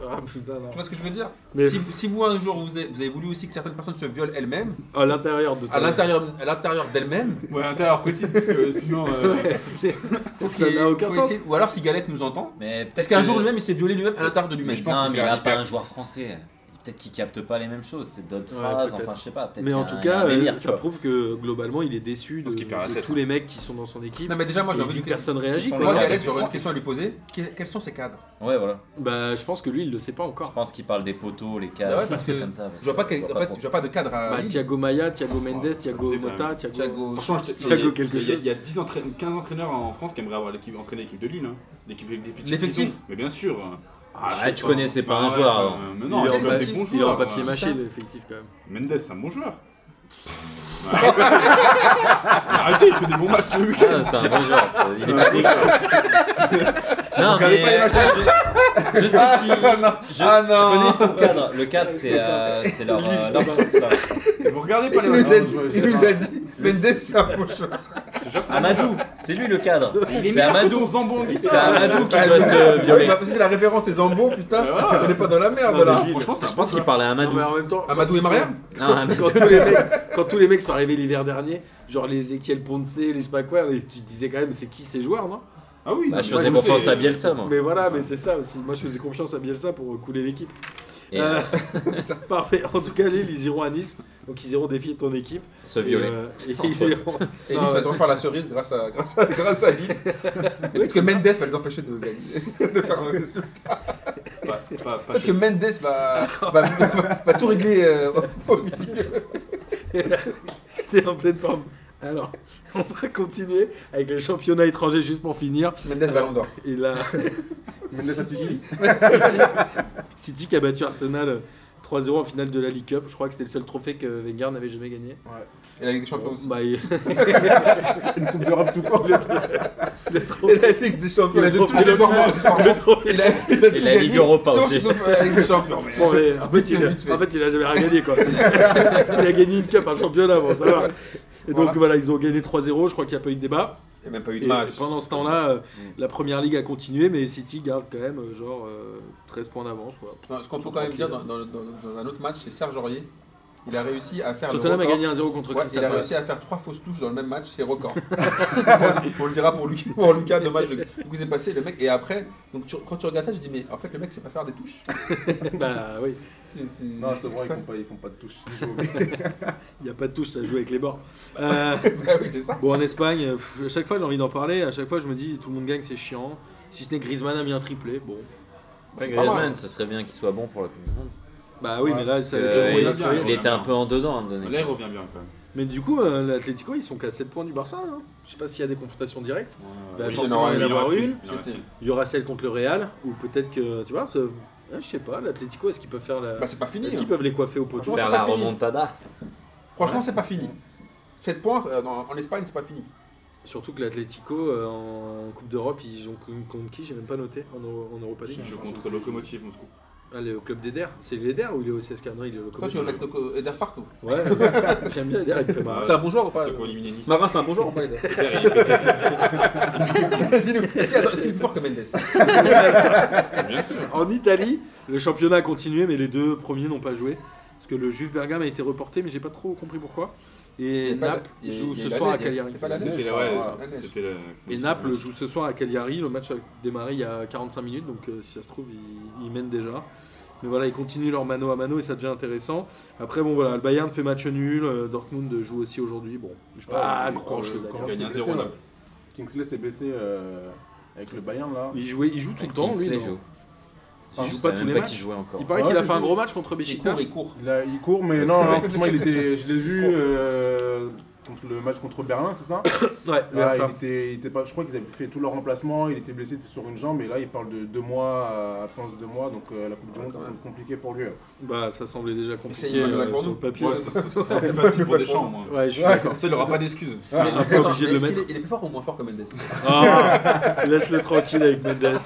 Ah putain, non.
Tu vois ce que je veux dire
Mais-
si, vous- si vous, un jour, vous avez, vous avez voulu aussi que certaines personnes se violent elles-mêmes,
À l'intérieur de
à l'intérieur à l'intérieur d'elles-mêmes,
Ouais, l'intérieur précise, parce que sinon. euh,
<laughs> Ouais, c'est-
faut
Ça
qu'il-
n'a aucun
faut
sens.
essayer- Ou alors, si Galette nous entend,
Mais
parce
peut-être
qu'un
que-
jour lui-même, il s'est violé lui-même à l'intérieur de
Mais
lui-même.
je
Je pense
non,
qu'il
mais il a
perd- il
pas
perd.
un joueur français. Peut-être qu'il capte pas les mêmes choses. C'est d'autres
Ouais,
phrases.
peut-être.
Enfin, je sais pas. peut-être
Mais
qu'il y a
en tout
un-
cas,
un
euh,
délire,
ça
quoi.
prouve que globalement, il est déçu de,
Parce qu'il perd la
de
tête,
tous les mecs qui sont dans son équipe.
Non, mais déjà, moi, j'ai
les
envie de
dix personnes réagissent.
sont
quoi.
Moi,
les
Galette,
cadres
j'aurais une question à lui poser. Que- Quels sont ces cadres
Ouais, voilà.
Bah, je pense que lui, il le sait pas
Je
encore.
pense qu'il parle des poteaux, les
Bah
cadres,
ouais,
des
parce
trucs
que
comme ça. parce
Je vois pas, quel- en fait,
trop.
je vois pas de cadre à
Bah,
Lille.
Thiago Maya, Thiago
Ouais,
Mendes,
Ah, ça
Thiago
faisait quand
Mota,
même.
Thiago.
Thiago-
Franchement, je te-
Thiago
il y a-
quelque
il y a-
chose.
Il y a 10 entraî- 15 entraîneurs en France qui aimeraient avoir l'équipe entraîner l'équipe de Lille. hein. L'équipe avec l'effectif qu'ils
L'effectif
ont. Mais bien sûr.
Ah,
je sais
tu connaissais pas un
ouais,
joueur,
ça-
alors.
euh, Mais
Il
non,
est
il
en
y a des
papier-
bons
il est en
joueurs.
papier
ouais.
mâché, l'effectif quand même.
Mendes, c'est un bon joueur. Arrêtez, il fait des bons matchs tous les week-ends.
Ah, c'est un bon joueur. ça, Il est
<laughs>
pas bon <laughs> Non, mais euh, je, je sais qui. Je,
<laughs> Ah,
je
non.
connais son cadre. Le cadre, c'est euh,
<laughs>
c'est leur. euh, leur- leur-
Vous regardez pas les
Il nous
matchs.
a
non,
dit,
je vois,
il
je
nous
vois.
a dit, Mendes c'est un faux joueur.
Je jure, c'est
Amadou, c'est lui le cadre.
Il est
C'est
meilleur que
Amadou.
ton Zambo en
C'est
guitare.
Amadou qui
Ah,
doit se
Il
violer.
m'a passé la référence et Zambo, putain.
Ah, voilà.
On est pas dans la merde
Non,
là.
mais Franchement, c'est
Je
un
pense
bon
qu'il
choix.
parlait à
Non,
Amadou.
mais en même temps,
Amadou
quand
et
ils sont-
Mariam
Non, <laughs> Amadou.
quand tous les mecs, quand tous les mecs sont arrivés l'hiver dernier, genre les Ezekiel Ponce, les je sais pas quoi, mais tu te disais quand même c'est qui ces joueurs, non
Ah oui,
Bah, je
moi,
faisais
sais.
confiance à Bielsa, moi.
Mais voilà, mais c'est ça aussi. Moi je faisais confiance à Bielsa pour couler l'équipe.
Et
<laughs>
Euh, <laughs> parfait. En tout cas, Lille, ils iront à Nice, donc ils iront défier ton équipe.
se violer.
Et, euh,
<laughs>
et ils iront- <laughs>
Et
Non,
Nice va
ouais.
se refaire la cerise grâce à, grâce à, grâce <laughs> à Lille. Peut-être que Mendes va les empêcher de, gagner- <laughs> de faire un résultat.
Pas- pas- pas
Peut-être que Mendes va, va, va- va tout régler euh, au au milieu.
T'es en pleine forme. Alors, <laughs> on va continuer avec les championnats étrangers juste pour finir.
Mendes Ballon d'Or.
Et
<laughs>
là,
Mendes à City.
City, <laughs> City qui a battu Arsenal 3-0 en finale de la League Cup. Je crois que c'était le seul trophée que Wenger n'avait jamais gagné.
Et la Ligue des Champions aussi.
Bah,
<laughs>
il-
Une coupe d'Europe tout court.
le
Et
trophée.
la Ligue des Champions. Ah,
Il a
de
tout
tout
gagné.
accessoirement, accessoirement.
le trophée.
Il a, il a tout
Et la Ligue
gagné,
Europa
sauf,
aussi.
Sauf la Ligue des Champions. mais-
Bon, mais en, fait,
Vite fait,
il a,
vite fait.
en fait, il a jamais rien gagné quoi. il a gagné une cup, un championnat, bon ça va. Et donc
Voilà.
voilà, ils ont gagné 3-0, je crois qu'il n'y a pas eu de débat.
Il Mm. n'y a même pas eu
Et
de match.
pendant ce temps-là, euh, la première ligue a continué, mais City garde quand même euh, genre euh, 13 points d'avance. quoi.
Non, ce qu'on peut quand même dire dans, dans- dans- dans un autre match, c'est Serge Aurier. Il a réussi à faire
Tottenham
Ah, le
a
record.
gagné 1-0 contre
Ouais, il
Crystal
a
Palace.
réussi à faire trois fausses touches dans le même match, c'est record. <laughs> on le dira pour Lucas, pour Lucas dommage, le du coup c'est passé, le mec, et après, donc tu- quand tu regardes ça, tu dis, mais en fait, le mec sait pas faire des touches.
bah oui,
C'est- c'est-
Non,
qu'est-ce
c'est
qui
vrai,
se
ils
passe
font pas, ils font pas de
<laughs>
touche. Ils jouent au but.
il n'y a pas de touche, ça joue avec les bords. Euh,
Bah oui, c'est ça.
bon, en Espagne, euh, pff, à chaque fois j'ai envie d'en parler, à chaque fois je me dis tout le monde gagne, c'est chiant. Si ce n'est Griezmann a mis un triplé, bon.
C'est pas mal.
Griezmann, ce serait bien qu'il soit bon pour la Coupe du Monde.
Bah oui,
Ouais,
mais là, ça
Euh,
avec le hein.
il-
Real, ça y est.
il était un peu en dedans à un moment donné.
Là, il revient bien quand même.
Mais du coup, euh, l'Atlético, ils sont qu'à 7 points du Barça. hein. Je sais pas s'il y a des confrontations directes. Bah,
Ouais,
si,
ouais.
il y en aura
Il y en
une.
aura
une.
Il y en aura
Si, si.
Il y aura celle contre le Real, ou peut-être que, tu vois, ce... ah, je sais pas, l'Atlético, est-ce qu'ils peuvent faire la...
Bah c'est pas fini.
Est-ce
hein.
qu'ils peuvent les coiffer au poteau
Franchement,
Faire
c'est pas
la
fini.
remontada.
Franchement, c'est pas fini. 7 points euh, dans- en Espagne, c'est pas fini.
Surtout que l'Atlético euh, en Coupe d'Europe, ils ont con- contre qui J'ai même pas noté en, Euro- en Europa League.
Je joue contre Locomotive Moscou.
Ah, le club d'Eder. C'est l'Eder ou il est au CSK Non, il est au
Toi,
Locomotive.
tu veux mettre le co- Eder <laughs> partout.
Ouais, ouais. j'aime bien Eder, il fait marrer.
C'est un bon joueur ou pas
C'est quoi éliminer Nice
Marin, c'est un bon joueur ou pas Eder Dis-nous. Est-ce qu'il attends, est-ce qu'il est plus fort que Mendes
Bien sûr.
En Italie, le championnat a continué, mais les deux premiers n'ont pas joué. Parce que le Juve Bergame a été reporté, mais j'ai pas trop compris pourquoi.
Il y
Et
a pas-
Naples
il y a-
joue
il y a
ce
la
soir à
neige, il y a-
Cagliari.
c'est pas la neige,
C'était
je
la-
crois,
ouais,
c'est
c'est ça.
la neige.
C'était la-
Et Naples joue ce soir à Cagliari. Le match a démarré il y a 45 minutes, donc euh, si ça se trouve, ils, ils mènent déjà. Mais voilà, ils continuent leur mano à mano et ça devient intéressant. Après, bon voilà, le Bayern fait match nul, euh, Dortmund joue aussi aujourd'hui. Bon, je sais pas
Ouais, mais
grand chose à
quand-
dire.
Euh, Gagne
c'est
1-0
blessé,
Naples.
Kingsley s'est blessé euh, avec le Bayern là.
Il, jouait, il joue tout le temps, lui.
Ah, Kingsley
non
joue.
Il
Je
joue
savais
pas tous
même
les
pas qui
matchs.
jouait encore.
Il paraît
Ouais,
qu'il a
c'est-
fait un
c'est-
gros match contre
Il court,
Besiktas.
il court.
Il, a- il court, mais non,
<laughs>
non, franchement, il était, je l'ai vu euh, contre le match contre Berlin, c'est ça
Ouais, le
Là,
Hertha.
Ah, il était, il était pas, Je crois qu'ils avaient fait tout leur remplacement, il était blessé, il était sur une jambe, et là, il parle de deux mois, euh, absence de deux mois, donc euh, la Coupe du
Ouais,
Monde, ça
quand
semble compliqué pour lui. hein.
Bah, ça semblait déjà
C'est
compliqué
une bonne nouvelle
euh,
pour
sur
nous.
le papier.
Ouais, ça- ça- ça serait facile pour Deschamps, au moins.
Ouais, je suis
Ouais.
d'accord.
Ça, il aura pas d'excuses.
Ah, ils sont pas
Attends,
obligés de
mais
le
est-ce qu'il
mettre.
est- Il est plus fort ou moins fort que Mendes
Ah, <laughs> Laisse-le tranquille avec Mendes.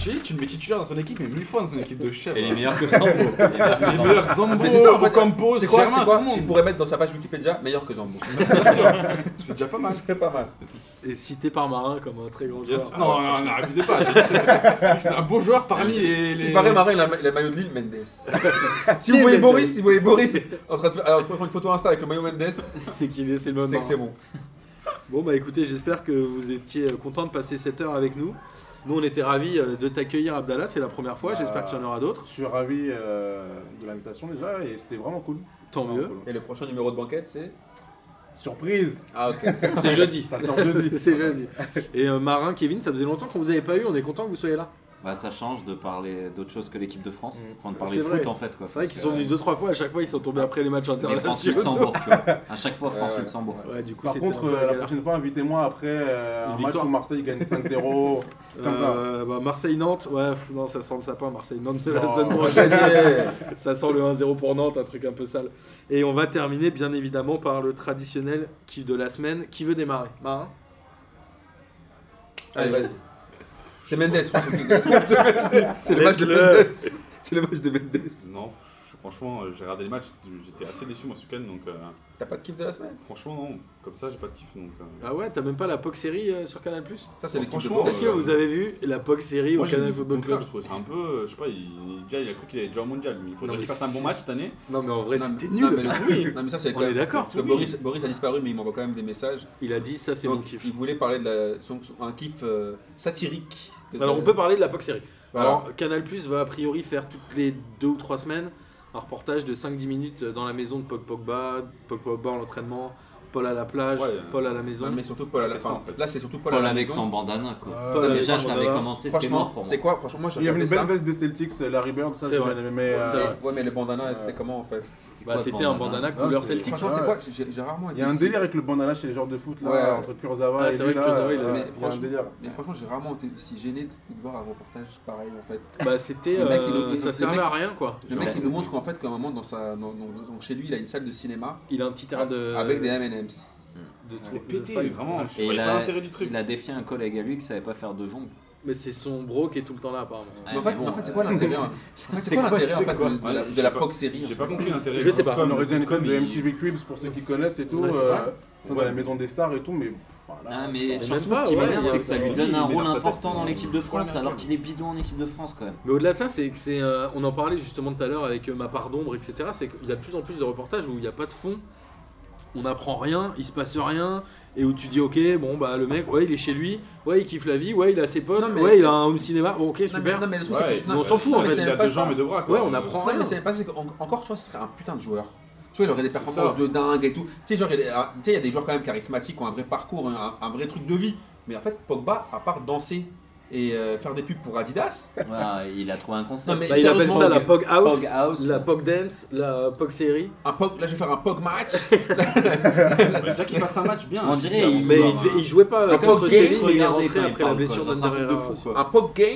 J'ai dit, tu le mets titulaire dans ton équipe, mais mille fois dans ton équipe de chef.
Et les
<laughs> Les
meilleurs que Sambo.
meilleurs que Zambo,
Mais c'est ça, en fait,
Ocampos,
C'est quoi,
Germain,
c'est
tout
quoi
le
Il
monde.
pourrait mettre dans sa page Wikipédia meilleur que Zambo.
C'est déjà pas mal.
serait pas mal.
Et cité par Marin comme un très grand
Bien
joueur.
sûr. Non, non, non, abusez pas. j'ai dit que c'était- que C'est un beau joueur parmi les.
Si
les-
paraît marrant, il a le maillot de Lille, <laughs> Mendes. si vous voyez
Mendes
Boris, si vous voyez Boris en train de faire alors, je prends une photo Insta avec le maillot Mendes, c'est
C'est qu'il est, c'est le moment.
que c'est bon.
Bon bah écoutez, j'espère que vous étiez content de passer cette heure avec nous. Nous on était ravis euh, de t'accueillir Abdallah, c'est la première fois, j'espère qu'il y en aura d'autres.
Je suis ravi euh, de l'invitation déjà, et c'était vraiment cool.
Tant
Vraiment
mieux.
cool.
Et le prochain numéro de banquette, c'est
Surprise
Ah <laughs> ok.
C'est jeudi.
Ça sort jeudi.
<laughs> C'est jeudi. Et euh, Marin, Kevin, ça faisait longtemps qu'on vous avait pas eu, on est content que vous soyez là.
Bah, ça change de parler d'autre chose que l'équipe de France.
Mm.
Enfin, de parler
Ah, C'est
foot
vrai.
en fait. quoi.
C'est vrai
Parce
qu'ils
que,
sont venus deux trois fois, à chaque fois ils sont tombés après les matchs
Mais
internationaux.
France-Luxembourg, tu vois. À chaque fois, France-Luxembourg.
Ouais, du coup
Par
c'était
contre,
un peu
euh,
la
la
galère.
prochaine fois, invitez-moi après euh,
Une
un match
victoire.
où Marseille
<laughs>
gagne 5-0. comme ça.
Euh, bah, Marseille-Nantes, ouais, pff, non, ça sent le sapin. Marseille-Nantes de la
Oh.
semaine prochaine.
<laughs>
c'est- ça sent le 1-0 pour Nantes, un truc un peu sale. Et on va terminer, bien évidemment, par le traditionnel qui de la semaine. Qui veut démarrer Marin
Allez, vas-y. C'est Mendes, je pense que c'est- c'est le match de
Laisse-le.
Mendes. C'est le match de Mendes.
Non, je franchement, euh, j'ai regardé les matchs, j'étais assez déçu moi ce week-end, donc euh,
T'as pas de kiff de la semaine
franchement, non, comme ça, j'ai pas de kiff. Donc, euh,
Ah ouais, t'as même pas la POC série euh, sur Canal Plus
Ça, c'est
Bon,
les kiffs de
franchement, euh,
Boris.
Est-ce que vous avez vu la POC série
moi,
au
j'ai
Canal
vu le
Football
contraire,
Club
Je trouve c'est un peu, euh, je sais pas, il, il- déjà, il a cru qu'il allait déjà au mondial. Lui. Il
Non,
faudrait
mais
qu'il fasse un
c'est-
bon match cette année.
Non, mais en vrai,
Non,
c'était
mais-
nul.
non, mais
ça.
le-
Oui.
Non, mais ça, c'est
On
quand
est
même-
d'accord.
Parce que Boris, Boris a disparu, mais il m'envoie quand même des messages.
Il a dit ça, c'est mon
Donc,
kiff.
il voulait parler de la- son- son- un kiff euh, satirique. de-
Alors, on peut parler de la POC série.
Voilà.
Alors, Canal Plus va a priori faire toutes les deux ou trois semaines un reportage de 5-10 minutes dans la maison de Pog Pogba, Pog Pogba en entraînement, Paul à la plage,
Ouais.
Paul à la maison.
Non, mais surtout Paul à la
C'est ça,
fin.
en fait.
Là, c'est surtout Paul,
Paul
à la
avec
maison.
son bandana quoi.
Euh,
Paul
non,
avec
mais
Déjà,
son
ça avait
bandana.
commencé, c'était mort
Franchement,
pour moi.
c'est quoi Franchement, moi, j'ai
Il y avait
regardé
une belle
ça.
veste des Celtics, euh, Larry Bird, ça
C'est
j'ai
vrai.
bien aimé.
Ouais,
euh,
c'est vrai.
Ouais, mais les bandanas, c'était comment en fait
Bah,
quoi ce hein
c'était un bandana couleur
<laughs>
c'est-
celtique.
Franchement, c'est quoi J'ai j'ai rarement
Il
été.
y a un
si-
délire avec le bandana chez les joueurs de foot là,
Ouais.
entre Kurzawa
Ah,
et
c'est
lui
vrai que
là.
Kurzawa, il a-
euh,
Mais
il y a un
franchement-
délire.
Mais franchement, j'ai rarement été aussi gêné de voir un reportage pareil en fait.
Bah, c'était.
Le mec, il-
euh,
il-
ça
le
servait
mec-
à rien quoi.
Le mec,
Ouais.
il nous montre qu'en fait, qu'à un moment, dans sa, dans- dans- dans- chez lui, il a une salle de cinéma
Il a un petit
Ah,
terrain de.
avec des MM's.
de- de-
C'était
de-
pété,
de-
vraiment. Je
Et
voyais
il
pas
a-
l'intérêt du truc.
Il a défié un collègue à lui qui savait pas faire de jongle.
Mais c'est son bro qui est tout le temps là apparemment.
Ah,
Mais en fait,
mais bon,
mais en fait, c'est quoi
euh,
l'intérêt hein En fait, c'est
C'était
quoi
quoi ce
l'intérêt en
truc,
fait
quoi
de- de la-
Ouais,
de la
j'ai pas-
POC série en fait
J'ai pas compris l'intérêt.
Je sais pas.
On aurait dit une
comme
conne de
il-
MTV Cribs pour ceux qui connaissent et tout.
Ouais, c'est
euh,
ça.
on va à la maison des stars et tout, mais. pff, voilà,
Ah,
c'est
mais
pas-
surtout,
pas,
ce qui
ouais,
m'énerve,
il y a-
c'est que ça
il
lui
est
donne un
dans
rôle
sa tête,
important dans
il-
l'équipe de
il
France
croit à
alors
l'intérêt.
qu'il est bidon en équipe de France quand même.
Mais au-delà de ça, c'est que c'est. euh, on en parlait justement tout à l'heure avec euh, ma part d'ombre, etc. C'est qu'il y a de plus en plus de reportages où il n'y a pas de fond, on n'apprend rien, il se passe rien, et où tu dis ok, bon bah le mec, ouais il est chez lui, ouais il kiffe la vie, ouais il a ses potes,
Non, mais
ouais il
c'est-
a un home cinéma, bon, ok
Non, mais,
super.
non, mais le truc,
Ouais,
c'est que.
mais
non,
on s'en fout,
non,
en
mais
fait.
c'est
Il
même
a
pas
deux
ça.
jambes et deux bras.
Ouais,
quoi.
on apprend
Non,
rien.
mais c'est pas, c'est qu'en- encore, tu vois, ce serait un putain de joueur. Tu vois, il aurait des
ça.
performances de dingue et tout. Tu sais, genre, il est- ah, tu sais, il y a des joueurs quand même charismatiques qui ont un vrai parcours, un, un vrai truc de vie. Mais en fait, Pogba, à part danser et euh, faire des pubs pour Adidas,
Ouais, il a trouvé un concept.
Non, mais-
Bah, il appelle
sérieusement,
ça la Pog House,
Pog House.
la Pog Dance, la Pog Série.
un Pog, là, je vais faire un Pog <laughs> match.
Ouais, Déjà qu'il fasse un match bien.
On
hein,
dirait,
c'est
il-
clair,
Mais
on
Ouais.
peut
il,
voir,
il jouait pas
C'est
euh,
comme
contre Série,
Chris
mais il est
regardait
rentré
quand il
après la
parle,
blessure
quoi. Ça, c'est un truc de
d'Anderera.
fou, quoi.
un Pog game.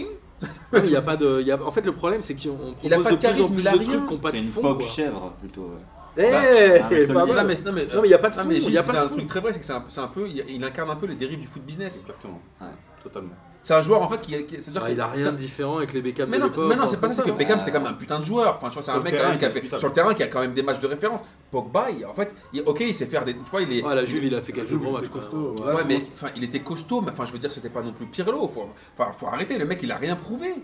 Ouais, mais Il y a pas de, il y a- en fait le problème c'est qu'on on propose
Il a pas de
de plus en
charisme,
plus
il a
de trucs
rien.
qui n'ont pas de
C'est une
fond.
poque
quoi.
chèvre plutôt. ouais.
Eh,
Ah, mais je te
pas
le dis.
mal.
Non, mais, non, mais,
Non, mais il y a pas de
non,
fond,
mais
il y a
juste,
pas
c'est
de
un
fond.
truc très vrai, c'est que c'est un, c'est un peu, il, il incarne un peu les dérives du foot business.
Exactement.
Ouais.
Totalement.
C'est un joueur en fait qui, qui- c'est-à-dire
Bah,
que
il a rien
ça-
de différent avec les Beckham
Mais
de
non,
l'époque. hein.
mais non, c'est
un
pas
truc
ça, c'est que
comme
Beckham, c'est quand même un putain de joueur. Enfin, tu vois, c'est
Sur
un
le
mec
terrain,
quand même qui a
il est
fait,
discutable.
sur le terrain qui a quand même des matchs de référence. Pogba, il- en fait, il- ok, il sait faire des. Tu vois, il est.
Ouais, Ah, la Juve, il a fait
La
quelques
Juve,
grands
il
matchs.
était
quoi.
costaud,
Ouais,
ouais, c'est
mais
bon.
enfin, il était costaud, mais enfin, je veux dire, c'était pas non plus Pirlo. Faut, enfin, faut arrêter. Le mec, il a rien prouvé.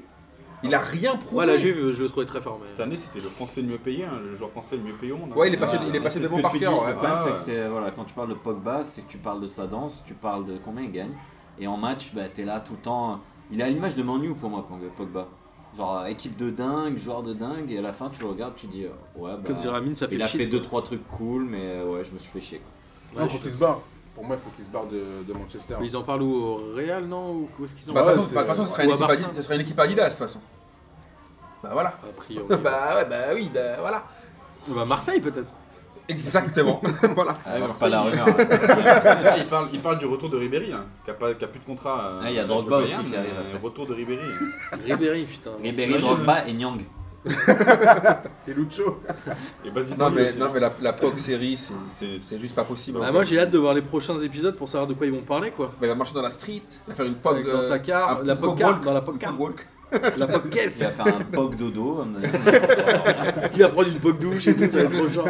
Il a rien prouvé.
Ouais, la Juve, je le trouvais très fort. Mais...
Cette année, c'était le français le mieux payé, hein, le joueur français le mieux payé au monde. hein.
Ouais, il est passé,
Ouais,
il est
mais
passé
c'est
devant
ce que tu
Parker.
dis,
ouais.
Le problème,
Ah,
c'est
ouais.
que c'est- voilà, quand tu parles de Pogba, c'est que tu parles de sa danse, tu parles de combien il gagne. Et en match, bah, t'es là tout le temps. Il est à l'image de Manu pour moi, Pogba. Genre euh, équipe de dingue, joueur de dingue, et à la fin tu le regardes, tu dis euh, ouais bah.
Comme dirait Amine, ça fait
il a
cheat,
fait
quoi.
2-3 trucs cool, mais euh, ouais, je me suis fait chier. quoi.
Ouais,
Non,
je-
faut qu'il se barre. Pour moi, il faut qu'il se barre de de Manchester.
Mais ils en parlent où au Real, non Ou où est-ce qu'ils en
Bah, de
Ouais,
toute façon,
c'est-
bah, de toute façon, ce serait
ou
une
à
équipe
Barça.
Adidas- ce serait une équipe Adidas de toute façon. Bah voilà. <laughs>
A priori.
Bah ouais, bah oui, bah voilà.
Bah, Marseille, peut-être.
Exactement. <laughs> Voilà.
Ah,
alors,
c'est pas
ça,
la <laughs>
il-
rumeur. hein.
Là, il parle, il parle du retour de Ribéry, là, qui a, pas, qui a plus de contrat. euh,
Ah, il y a
avec
Drogba
le Bayern,
aussi qui arrive
mais
après.
Retour de Ribéry.
Ribéry, putain.
Ribéry,
T'imagines-
Drogba et Nyang.
Et Lucho
Et Basile
Non
Boli
mais,
aussi.
non, mais la, la POC série, c'est-
C'est-
c'est
c'est-
juste pas possible.
Bah, moi, j'ai hâte de voir les prochains épisodes pour savoir de quoi ils vont parler, quoi.
Bah, il va marcher dans la street, il va faire une
Avec
POC.
dans sa car,
euh, un
la
pog
podcast,
walk.
dans la
une
podcast,
pog walk.
la podcast.
<laughs> Il va faire un Pog dodo. à <laughs> mon avis.
Il va prendre une poque douche et tout, ça va être trop genre.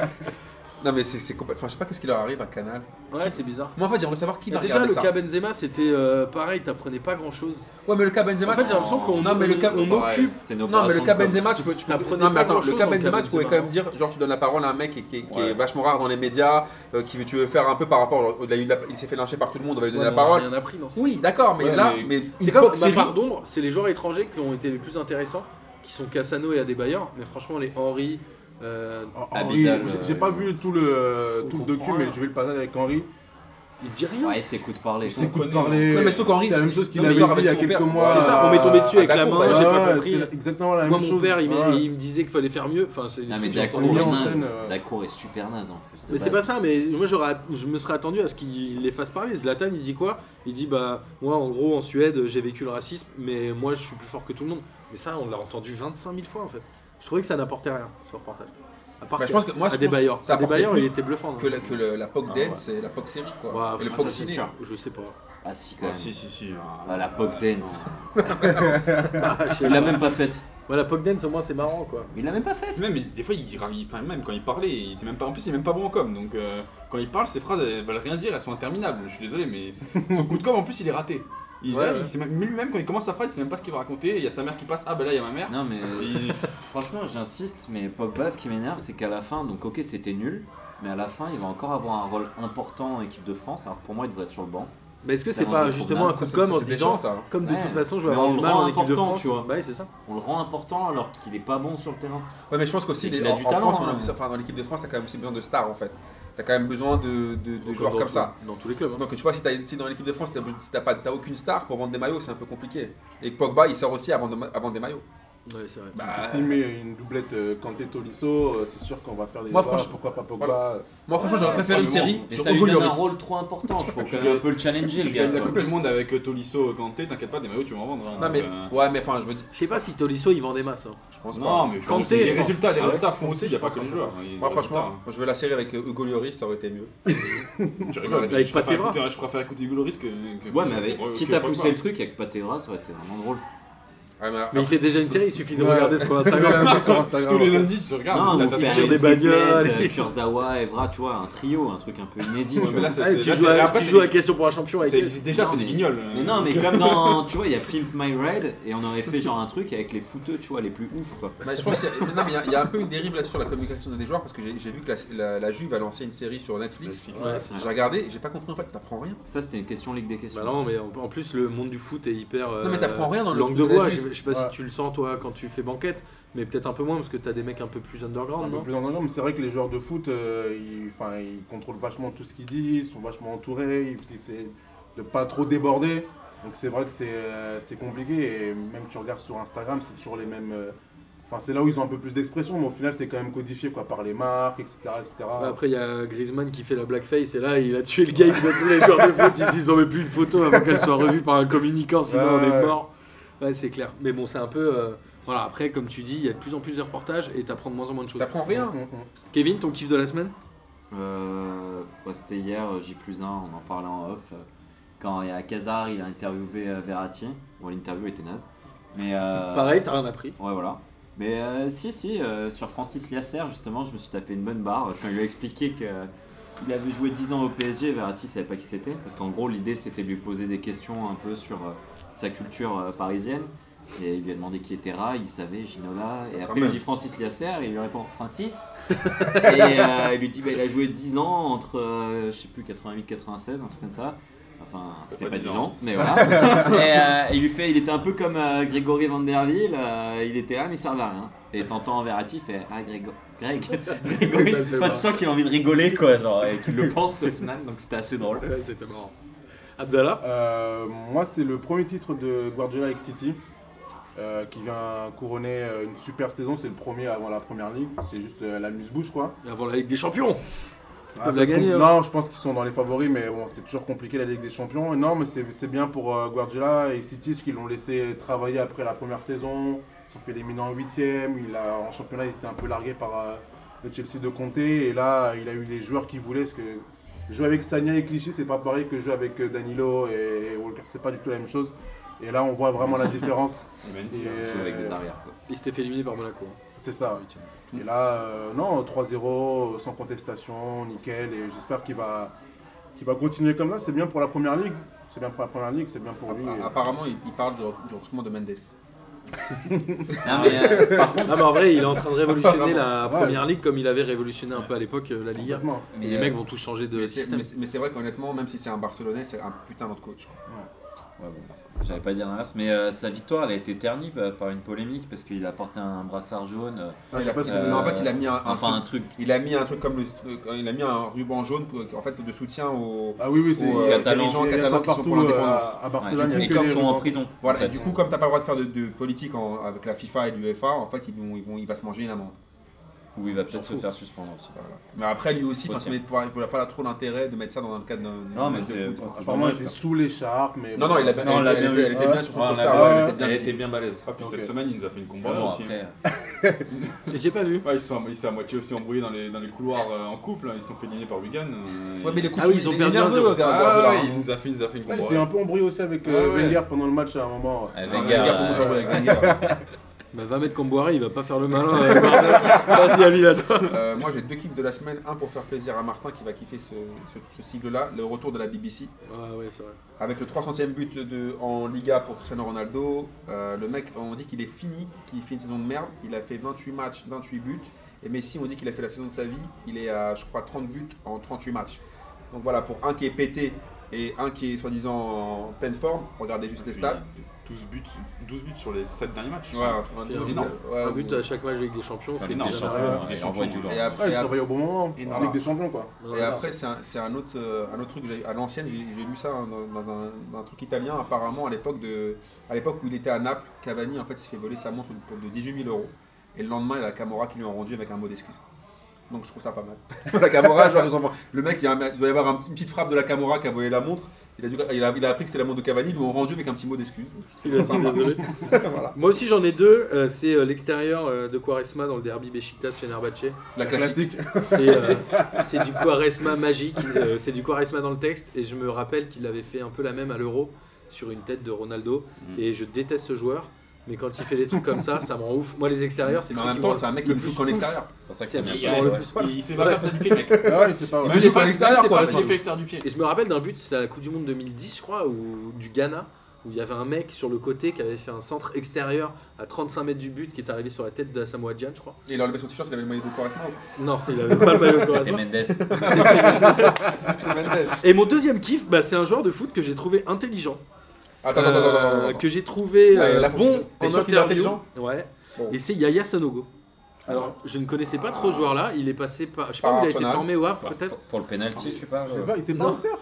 Non mais c'est c'est compl- Enfin, je sais pas qu'est-ce qui leur arrive à Canal.
Ouais, c'est bizarre.
Moi en fait, j'aimerais savoir qui
Mais Bah,
va
déjà,
regarder
le
ça.
cas Benzema, c'était euh, pareil, t'apprenais pas grand chose.
Ouais, mais le cas Benzema.
En fait,
tu-
j'ai l'impression qu'on
Non, mais le cas-
on
Pareil,
occupe.
c'était une
Non mais le
opération
cas
de com.
Benzema, tu peux, tu peux-
T'apprenais
non mais
pas
attends, le
grand-chose
cas
dans le cas
Benzema, tu pouvais quand
Benzema.
même dire, genre tu donnes la parole à un mec qui, qui- qui est
Ouais.
vachement rare dans les médias, euh, qui tu veux faire un peu par rapport, genre, il, a eu la- il s'est fait lyncher par tout le monde, on va lui donner
Ouais,
la
on a
parole.
rien appris, non.
Oui, d'accord, mais
Ouais,
là,
mais-
mais
C'est
une
comme
POC
ma
série-
part d'ombre, c'est les joueurs étrangers qui ont été les plus intéressants, qui sont Cassano et Adebayor, mais franchement les Henry, euh,
Henri,
Abidal,
j'ai-
euh,
j'ai pas vu tout le,
on
tout
comprend
le docu,
rien.
mais je vais le passer avec Henri.
il dit rien.
Ouais, c'est coup de parler.
Il s'écoute
connaît,
parler.
Non, mais surtout qu'Henri,
c'est la
c'est-
même chose qu'il
non, mais
avait dit
il parle
il y a
avec son
quelques
père.
mois.
C'est ça, on m'est tombé dessus
à
avec la
Dacour,
main,
ouais.
j'ai
bah, Ouais,
pas
ouais,
compris.
c'est exactement la même
Moi
chose.
mon père il, m'a-
Ouais.
il me disait qu'il fallait faire mieux, enfin c'est des
Non, mais
trucs que
Dacour
j'entends.
mis
est euh.
en
naze.
scène, ouais.
Dacour est super naze en plus. de
Mais c'est pas
base.
ça, mais moi j'aurais, je me serais attendu à ce qu'il les fasse parler. Zlatan il dit quoi Il dit bah moi en gros en Suède j'ai vécu le racisme, mais moi je suis plus fort que tout le monde. Mais ça on l'a entendu 25 000 fois en fait. Je trouvais que ça n'apportait rien ce reportage. À part
Bah, je pense que moi, je pense
Adebayor,
que ça apportait
Adebayor, il
plus
était bluffant.
que
hein.
la, que le- la POC
Ah, ouais.
dance et la POC série quoi.
Ouais,
et le
ah,
POC
ça, c'est
ciné.
sûr.
Je sais pas.
Ah si, quand
Ah,
même.
si, si, si. ah,
Ah, la pop dance.
Ah, je sais
Il l'a
pas.
même pas faite.
Voilà, Pogdance, au moins, c'est marrant, quoi.
Il l'a même pas faite.
Même, il- des fois, il, il- enfin, même quand il parlait, il était même pas, en plus, il est même pas bon en com. Donc, euh, quand il parle, ses phrases, elles veulent rien dire, elles sont interminables. Je suis désolé, mais son coup de com, en plus, il est raté. Il,
Ouais,
là,
ouais.
il sait même- mais lui-même, quand il commence sa phrase, il sait même pas ce qu'il va raconter. Il y a sa mère qui passe, ah ben là, il y a ma mère.
Non mais euh, <laughs>
Il-
franchement j'insiste mais Pogba ce qui m'énerve c'est qu'à la fin donc ok c'était nul mais à la fin il va encore avoir un rôle important en équipe de France alors que pour moi il devrait être sur le banc.
Mais est-ce que c'est
Ça,
pas
on se
justement un coup
Ça,
de
c'est-
com
ça,
en
c'est
se
méchant,
disant
ça. hein.
comme de
Ouais.
toute façon je vais
Mais
avoir
on
du
le
mal
rend
en équipe de
important,
France,
tu vois.
Bah, ouais, c'est ça.
On le rend important alors qu'il est pas bon sur le terrain.
Ouais, mais je pense qu'aussi,
C'est qu'il
les-
a
en,
du
en
talent,
France, on a-
hein.
enfin, dans l'équipe de France, t'as quand même aussi besoin de stars en fait. T'as quand même besoin de, de- de joueurs
dans
comme
tout-
ça.
Dans tous les clubs. hein.
Donc tu vois, si, t'as, si dans l'équipe de France, t'as, si t'as, pas, t'as aucune star pour vendre des maillots, c'est un peu compliqué. Et Pogba, il sort aussi avant, de- avant des maillots. Bah,
Ouais, c'est vrai.
Ah,
Parce que s'il met une doublette euh, Kanté Tolisso, euh, c'est sûr qu'on va faire des
Moi,
débats,
franchement-
pourquoi pas Pogba
Moi, franchement, j'aurais préféré
Ouais,
une
mais
série
bon,
Mais
sur
ça lui
Hugo
donne un
Lloris.
rôle trop important. Faut
Tu
que
gagnes-
un peu le challenger le
Tu
gars.
gagnes la
tu
Coupe
vois.
du Monde avec euh, Tolisso, Kanté, t'inquiète pas, des maillots, tu vas en vendre. hein.
Non, mais,
Donc, euh,
ouais, mais enfin, je veux dire,
Je sais pas si Tolisso il vend des masses. hein.
je pense pas.
Non, mais je pense
Kanté,
que
je
les
pense.
résultats, les
Ah ouais
résultats font aussi,
Kanté,
il n'y a
je
hein. pas
pense
que les
que
joueurs.
Moi, franchement, je veux la série avec euh, Hugo Lloris, ça aurait été mieux.
je rigole.
Avec
mais Je préfère
Patevra.
écouter- je préfère écouter Hugo Loris que. que-
Ouais mais avec,
que-
quitte
que
à pousser
Pogba.
le truc avec Patera ça aurait été vraiment drôle.
Ouais, Ah, mais
Mais il
après-
fait déjà une série, il suffit de
Ouais.
regarder sur
Regardez
Instagram.
un peu sur Instagram.
Tous les lundis, tu regardes.
Non,
t'as-
on
t'as-
fait
t'as-
sur
un
des
triplette,
bagnoles.
euh, Kurzawa, Evra, tu vois, un trio, un truc un peu inédit.
Ouais,
tu
mais
vois.
là, c'est-
Ah,
c'est-
tu
là,
joues
c'est-
à-
après,
tu
c'est
joues
des-
à question pour un champion avec
Ça
lui.
existe déjà,
Non,
c'est des
mais-
guignols.
Mais non, mais comme dans, tu vois, il y a Pimp My Ride et on aurait fait genre un truc avec les footeux, tu vois, les plus ouf quoi.
Bah, je pense qu'il y, a- non, mais il y a- il y a un peu une dérive là sur la communication des joueurs parce que j'ai j'ai vu que la, la, la Juve a lancé une série sur Netflix.
Netflix.
Ouais.
J'ai regardé et j'ai pas compris en fait, t'apprends rien.
Ça c'était une question Ligue des questions.
Bah non, mais en, en plus, le monde du foot est hyper.
Non, mais t'apprends rien dans le
Langue
truc
de
de la
bois,
Juve.
je, je sais pas
Ouais.
si tu le sens toi quand tu fais banquette, mais peut-être un peu moins parce que t'as des mecs un peu plus
Un
underground,
peu
non
plus en anglais, mais c'est vrai que les joueurs de foot, euh, ils, enfin, ils contrôlent vachement tout ce qu'ils disent, ils sont vachement entourés, ils essaient de pas trop déborder. Donc c'est vrai que c'est euh, c'est compliqué et même tu regardes sur Instagram, c'est toujours les mêmes. euh, Enfin, c'est là où ils ont un peu plus d'expression, mais au final, c'est quand même codifié quoi, par les marques, etc. etc.
Bah, Après, il y a Griezmann qui fait la blackface et là, il a tué le game de tous les joueurs de foot. Ils se disent on met plus une photo avant qu'elle soit revue par un communicant, sinon
Ouais,
on est
ouais.
mort. Ouais, c'est clair. Mais bon, c'est un peu. euh, Voilà, après, comme tu dis, il y a de plus en plus de reportages et t'apprends de moins en moins de choses.
T'apprends rien.
Mm, mm.
Kevin, ton kiff de la semaine
Euh, bah, c'était hier, euh, J plus 1, on en parlait en off. euh, Quand il y a Casar, il a interviewé euh, Verratti. Bon, l'interview était naze. Mais. euh,
Pareil, t'as rien appris.
Ouais, voilà. Mais euh, si, si, euh, sur Francis Liasser, justement, je me suis tapé une bonne barre quand il lui a expliqué que. euh, Il avait joué 10 ans au PSG, Verratti savait pas qui c'était. Parce qu'en gros, l'idée c'était de lui poser des questions un peu sur euh, sa culture euh, parisienne. Et il lui a demandé qui était Ra, il savait Ginola. Et après, il lui
même.
dit Francis Liasser, et il lui répond Francis. et euh, il lui dit bah, il a joué 10 ans entre, euh, je sais plus, 88-96, un truc comme ça. Enfin, ça fait pas 10 ans, mais <laughs> voilà. et euh, il lui fait, il était un peu comme euh, Grégory Vanderville, euh, il était là, mais ça servait à rien. Et t'entends Verratti, il fait Ah, Grégo- Greg, Grégory.
Ça le fait
Enfin,
marrer.
tu sens qu'il a envie de rigoler, quoi, genre, et qu'il le pense au final, donc c'était assez drôle.
Ouais, c'était marrant. Abdallah
Euh, moi, c'est le premier titre de Guardiola avec City. euh, qui vient couronner euh, une super saison, c'est le premier avant la première ligue, c'est juste euh, la muse-bouche quoi.
Avant la Ligue des Champions
Ah,
peuvent
ça
la
compte-
gagner, hein.
Non, je pense qu'ils sont dans les favoris, mais bon, c'est toujours compliqué la Ligue des Champions. Et Non, mais c'est c'est bien pour euh, Guardiola et City, parce qu'ils l'ont laissé travailler après la première saison. Ils sont fait éliminer en huitième. Il a, en championnat, il était un peu largué par euh, le Chelsea de Conte. Et là, il a eu les joueurs qu'il voulait, parce que jouer avec Sagna et Clichy, c'est pas pareil que jouer avec euh, Danilo et, et Walker. C'est pas du tout la même chose. Et là, on voit vraiment
<laughs>
la différence.
Mendy,
Et, euh,
hein.
Jouer avec des arrières, quoi.
Il s'était fait éliminer par Monaco. hein.
c'est ça. Et là, euh, non, 3-0, sans contestation, nickel. Et j'espère qu'il va, qu'il va continuer comme ça. C'est bien pour la première ligue. C'est bien pour la première ligue, c'est bien pour lui.
Ah,
Et-
Apparemment, il, il parle du, du recrutement de Mendes.
Non, mais, euh, par contre,
Non, mais en vrai, il est en train de révolutionner la
Ouais.
première ligue comme il avait révolutionné un peu à l'époque euh, la Ligue.
Complètement.
Et les
euh,
mecs vont tous changer de
mais c'est-
système.
mais c'est mais c'est vrai qu'honnêtement, même si c'est un Barcelonais, c'est un putain d'autre coach.
Ouais, bon, <laughs> j'allais pas dire l'inverse, mais euh, sa victoire, elle a été ternie bah, par une polémique parce qu'il a porté un brassard jaune, euh,
Ah, j'ai
Il a-
pas
il-
suivi.
non, en fait, il a mis un, un
enfin un
truc,
truc
il a mis un truc comme le, euh, il a mis un ruban jaune pour- en fait de soutien aux
Ah oui, oui, c'est
aux, euh,
il y a-
Catalans.
il
dirigeants
y a ça
catalans qui sont
partout
pour l'indépendance.
euh, à
ouais,
Barcelone. il y a
et
que
qu'ils
les
sont en
Allemands.
prison.
Voilà,
en fait. euh,
et du coup, comme t'as pas le droit de faire de, de politique en- avec la FIFA et l'UEFA, en fait, ils vont, ils vont, il va se manger une amende.
Où il va peut-être se faire suspendre aussi.
Voilà. Mais après, lui aussi, enfin,
Aussi.
c'est- il ne voit pas trop l'intérêt de mettre ça dans le cadre d'un
Non,
d'un
mais
match de
c'est-
foot.
c'est
Apparemment, il
dommage,
était sous l'écharpe, mais.
Non, non, il a,
Non, on
elle,
l'a
elle
bien
était,
vu.
elle était
Ouais.
bien sur son
Ouais, on l'a
costard,
bien
ouais,
vu.
elle était bien
Elle
dessus.
était bien balèze.
Ah, puis
Ok.
cette semaine, il nous a fait une combat
Bon,
aussi.
après, euh,
J'ai pas vu.
Ouais, ils se sont, ils se sont à moitié aussi embrouillés dans les, dans les couloirs euh, en couple, hein, ils se sont fait éliminer par Wigan. euh,
Ouais, mais les coups
Ah oui,
de-
ils ont
il est
perdu un
nerveux,
zéro.
Gare-
Ah,
Guardiola,
ouais,
hein.
il nous a fait, il nous a fait une
Il
combo.
s'est un peu embrouillé aussi avec euh,
Ah ouais.
Wenger pendant le match à un moment.
Ah,
Enfin,
Wenger,
Wenger, pour moi, je
euh,
joue avec Wenger.
Bah, va mettre Comboiré, il va pas faire le malin. euh, Barnett. Vas-y, Ali, à toi.
Euh, moi j'ai deux kiffs de la semaine, un pour faire plaisir à Martin qui va kiffer ce, ce, ce sigle-là, le retour de la BBC,
Ouais, ouais, c'est vrai.
avec le 300e but de, en Liga pour Cristiano Ronaldo. Euh, le mec, on dit qu'il est fini, qu'il fait une saison de merde, il a fait 28 matchs, 28 buts, et Messi on dit qu'il a fait la saison de sa vie, il est à je crois 30 buts en 38 matchs. Donc voilà, pour un qui est pété et un qui est soi-disant en pleine forme, regardez juste les stats.
12 buts, 12 buts sur les 7 derniers matchs.
Ouais, un truc- un
C'est
douze,
énorme.
ouais,
un but euh,
ou-
à chaque match avec des champions.
Enfin,
c'est
les
déjà
champions.
pas mal.
champions,
ouais,
il hein, envoie
champions.
du lourd.
Et
Ouais,
après,
il
et
se
après-
travaillait au bon moment,
Et
en
voilà.
Ligue des
<laughs>
Champions quoi.
Et
Ouais,
après, c'est un, c'est un autre, euh, un autre truc. que j'ai- À l'ancienne, j'ai j'ai lu ça hein, dans, dans un, dans un truc italien. Apparemment, à l'époque de, à l'époque où il était à Naples, Cavani en fait s'est fait voler sa montre pour- de 18 000 euros. Et le lendemain, il y a la Camorra qui lui a rendu avec un mot d'excuse. Donc je trouve ça pas mal. <laughs> la Camorra, genre, ils ont- le mec, il, y a un- il doit y avoir un- une petite frappe de la Camorra qui a volé la montre. Il a, dû- il a, il a appris que c'était la montre de Cavani, ils lui ont rendu avec un petit mot d'excuse.
Il a dit désolé.
Voilà.
Moi aussi j'en ai deux, euh, c'est euh, l'extérieur euh, de Quaresma dans le derby Besiktas Fenerbahce.
La classique.
C'est euh, c'est du Quaresma magique, euh, c'est du Quaresma dans le texte et je me rappelle qu'il avait fait un peu la même à l'Euro sur une tête de Ronaldo
Mm.
et je déteste ce joueur. Mais quand il fait des trucs comme ça, ça me rend ouf. Moi, les extérieurs, c'est le
Mais en
truc
même
qui
temps,
me
c'est un mec
le
qui joue
plus
qu'en
ouf.
extérieur.
pour ça
C'est
qu'il
un
y a
truc
un
qui
gars,
me rend le
ouais.
plus ouf.
Il s'est pas faire peur du pied, mec.
Ah ouais, c'est pas
Il
vrai.
joue qu'en extérieur,
C'est
quoi.
pas
c'est-
s'il fait extérieur du pied.
Et je me rappelle d'un but, c'était à la Coupe du Monde 2010, je crois, ou du Ghana, où il y avait un mec sur le côté qui avait fait un centre extérieur à 35 mètres du but qui est arrivé sur la tête de Samoa Gyan, je crois.
Et Il a enlevé son t-shirt, il avait le maillot de Quaresma. ou pas
Non, il avait pas le maillot de
C'était
Quaresma.
Mendes.
C'était Mendes.
Et mon deuxième kiff, bah, c'est un joueur de foot que j'ai trouvé intelligent,
Attends, attends, attends,
euh,
attends, attends.
que j'ai trouvé
Là,
euh,
là, faut que
bon
tu- t'es
en
sûr qu'il est
interview.
intelligent
Ouais.
Bon.
Et c'est Yaya Sanogo. Alors, je ne connaissais pas trop ce joueur-là. Il est passé par, je sais pas
Par
où il a été
Arsenal.
formé au Havre
Par-
peut-être,
Pour le penalty, je sais pas.
Je sais
ouais.
pas, il était pas
Non.
au cerf.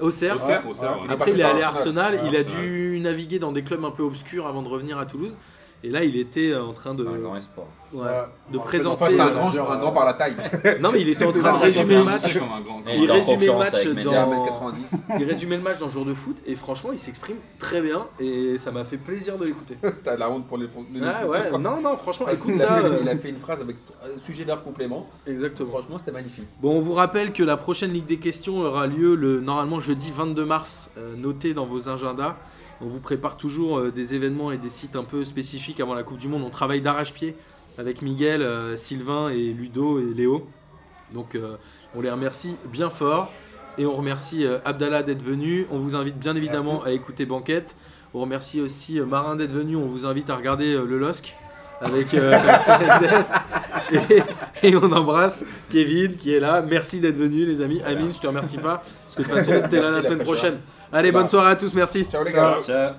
au CERF.
Au cerf, au cerf,
Ouais.
ouais.
Il est
Après,
parti
il est
par
allé à
Arsenal.
Arsenal, il a
Arsenal.
dû naviguer dans des clubs un peu obscurs avant de revenir à Toulouse. Et là, il était euh, en train de.
C'est un grand espoir.
ouais.
Ouais.
de
Enfin,
présenter-
Enfin, c'était un
le
grand,
manager,
un
euh,
grand par la taille.
Non, mais il était en train
C'était
de
un
résumer le match.
Comme un grand.
Et
Il
était en
résumait le
concurrence
match
avec Mendes.
Il est à
dans-
1m90.
Il résumait le match dans Jour de foot et franchement, il s'exprime très bien et ça m'a fait plaisir de l'écouter.
<laughs> T'as la honte pour les fonds. les
Ah
fonds-
ouais,
quoi.
non, non, franchement,
Parce
écoute
qu'il a
ça.
fait-
euh,
Il a fait une phrase avec euh, sujet, verbe, complément.
Exactement.
Franchement, c'était magnifique.
Bon, on vous rappelle que la prochaine Ligue des questions aura lieu le normalement jeudi 22 mars. Euh, notez dans vos agendas. On vous prépare toujours euh, des événements et des sites un peu spécifiques avant la Coupe du Monde. On travaille d'arrache-pied avec Miguel, euh, Sylvain et Ludo et Léo. Donc euh, on les remercie bien fort et on remercie euh, Abdallah d'être venu. On vous invite bien évidemment à écouter Banquette. On remercie aussi euh, Marin d'être venu. On vous invite à regarder euh, le LOSC avec euh, Mendes. et, et on embrasse Kevin qui est là. Merci d'être venu les amis.
Voilà.
Amine, je te remercie pas parce que de toute façon t'es là la
Merci,
semaine
la fraîcheur.
prochaine. Allez, bonne
Bah.
soirée à tous. Merci.
Ciao les gars.
Ciao.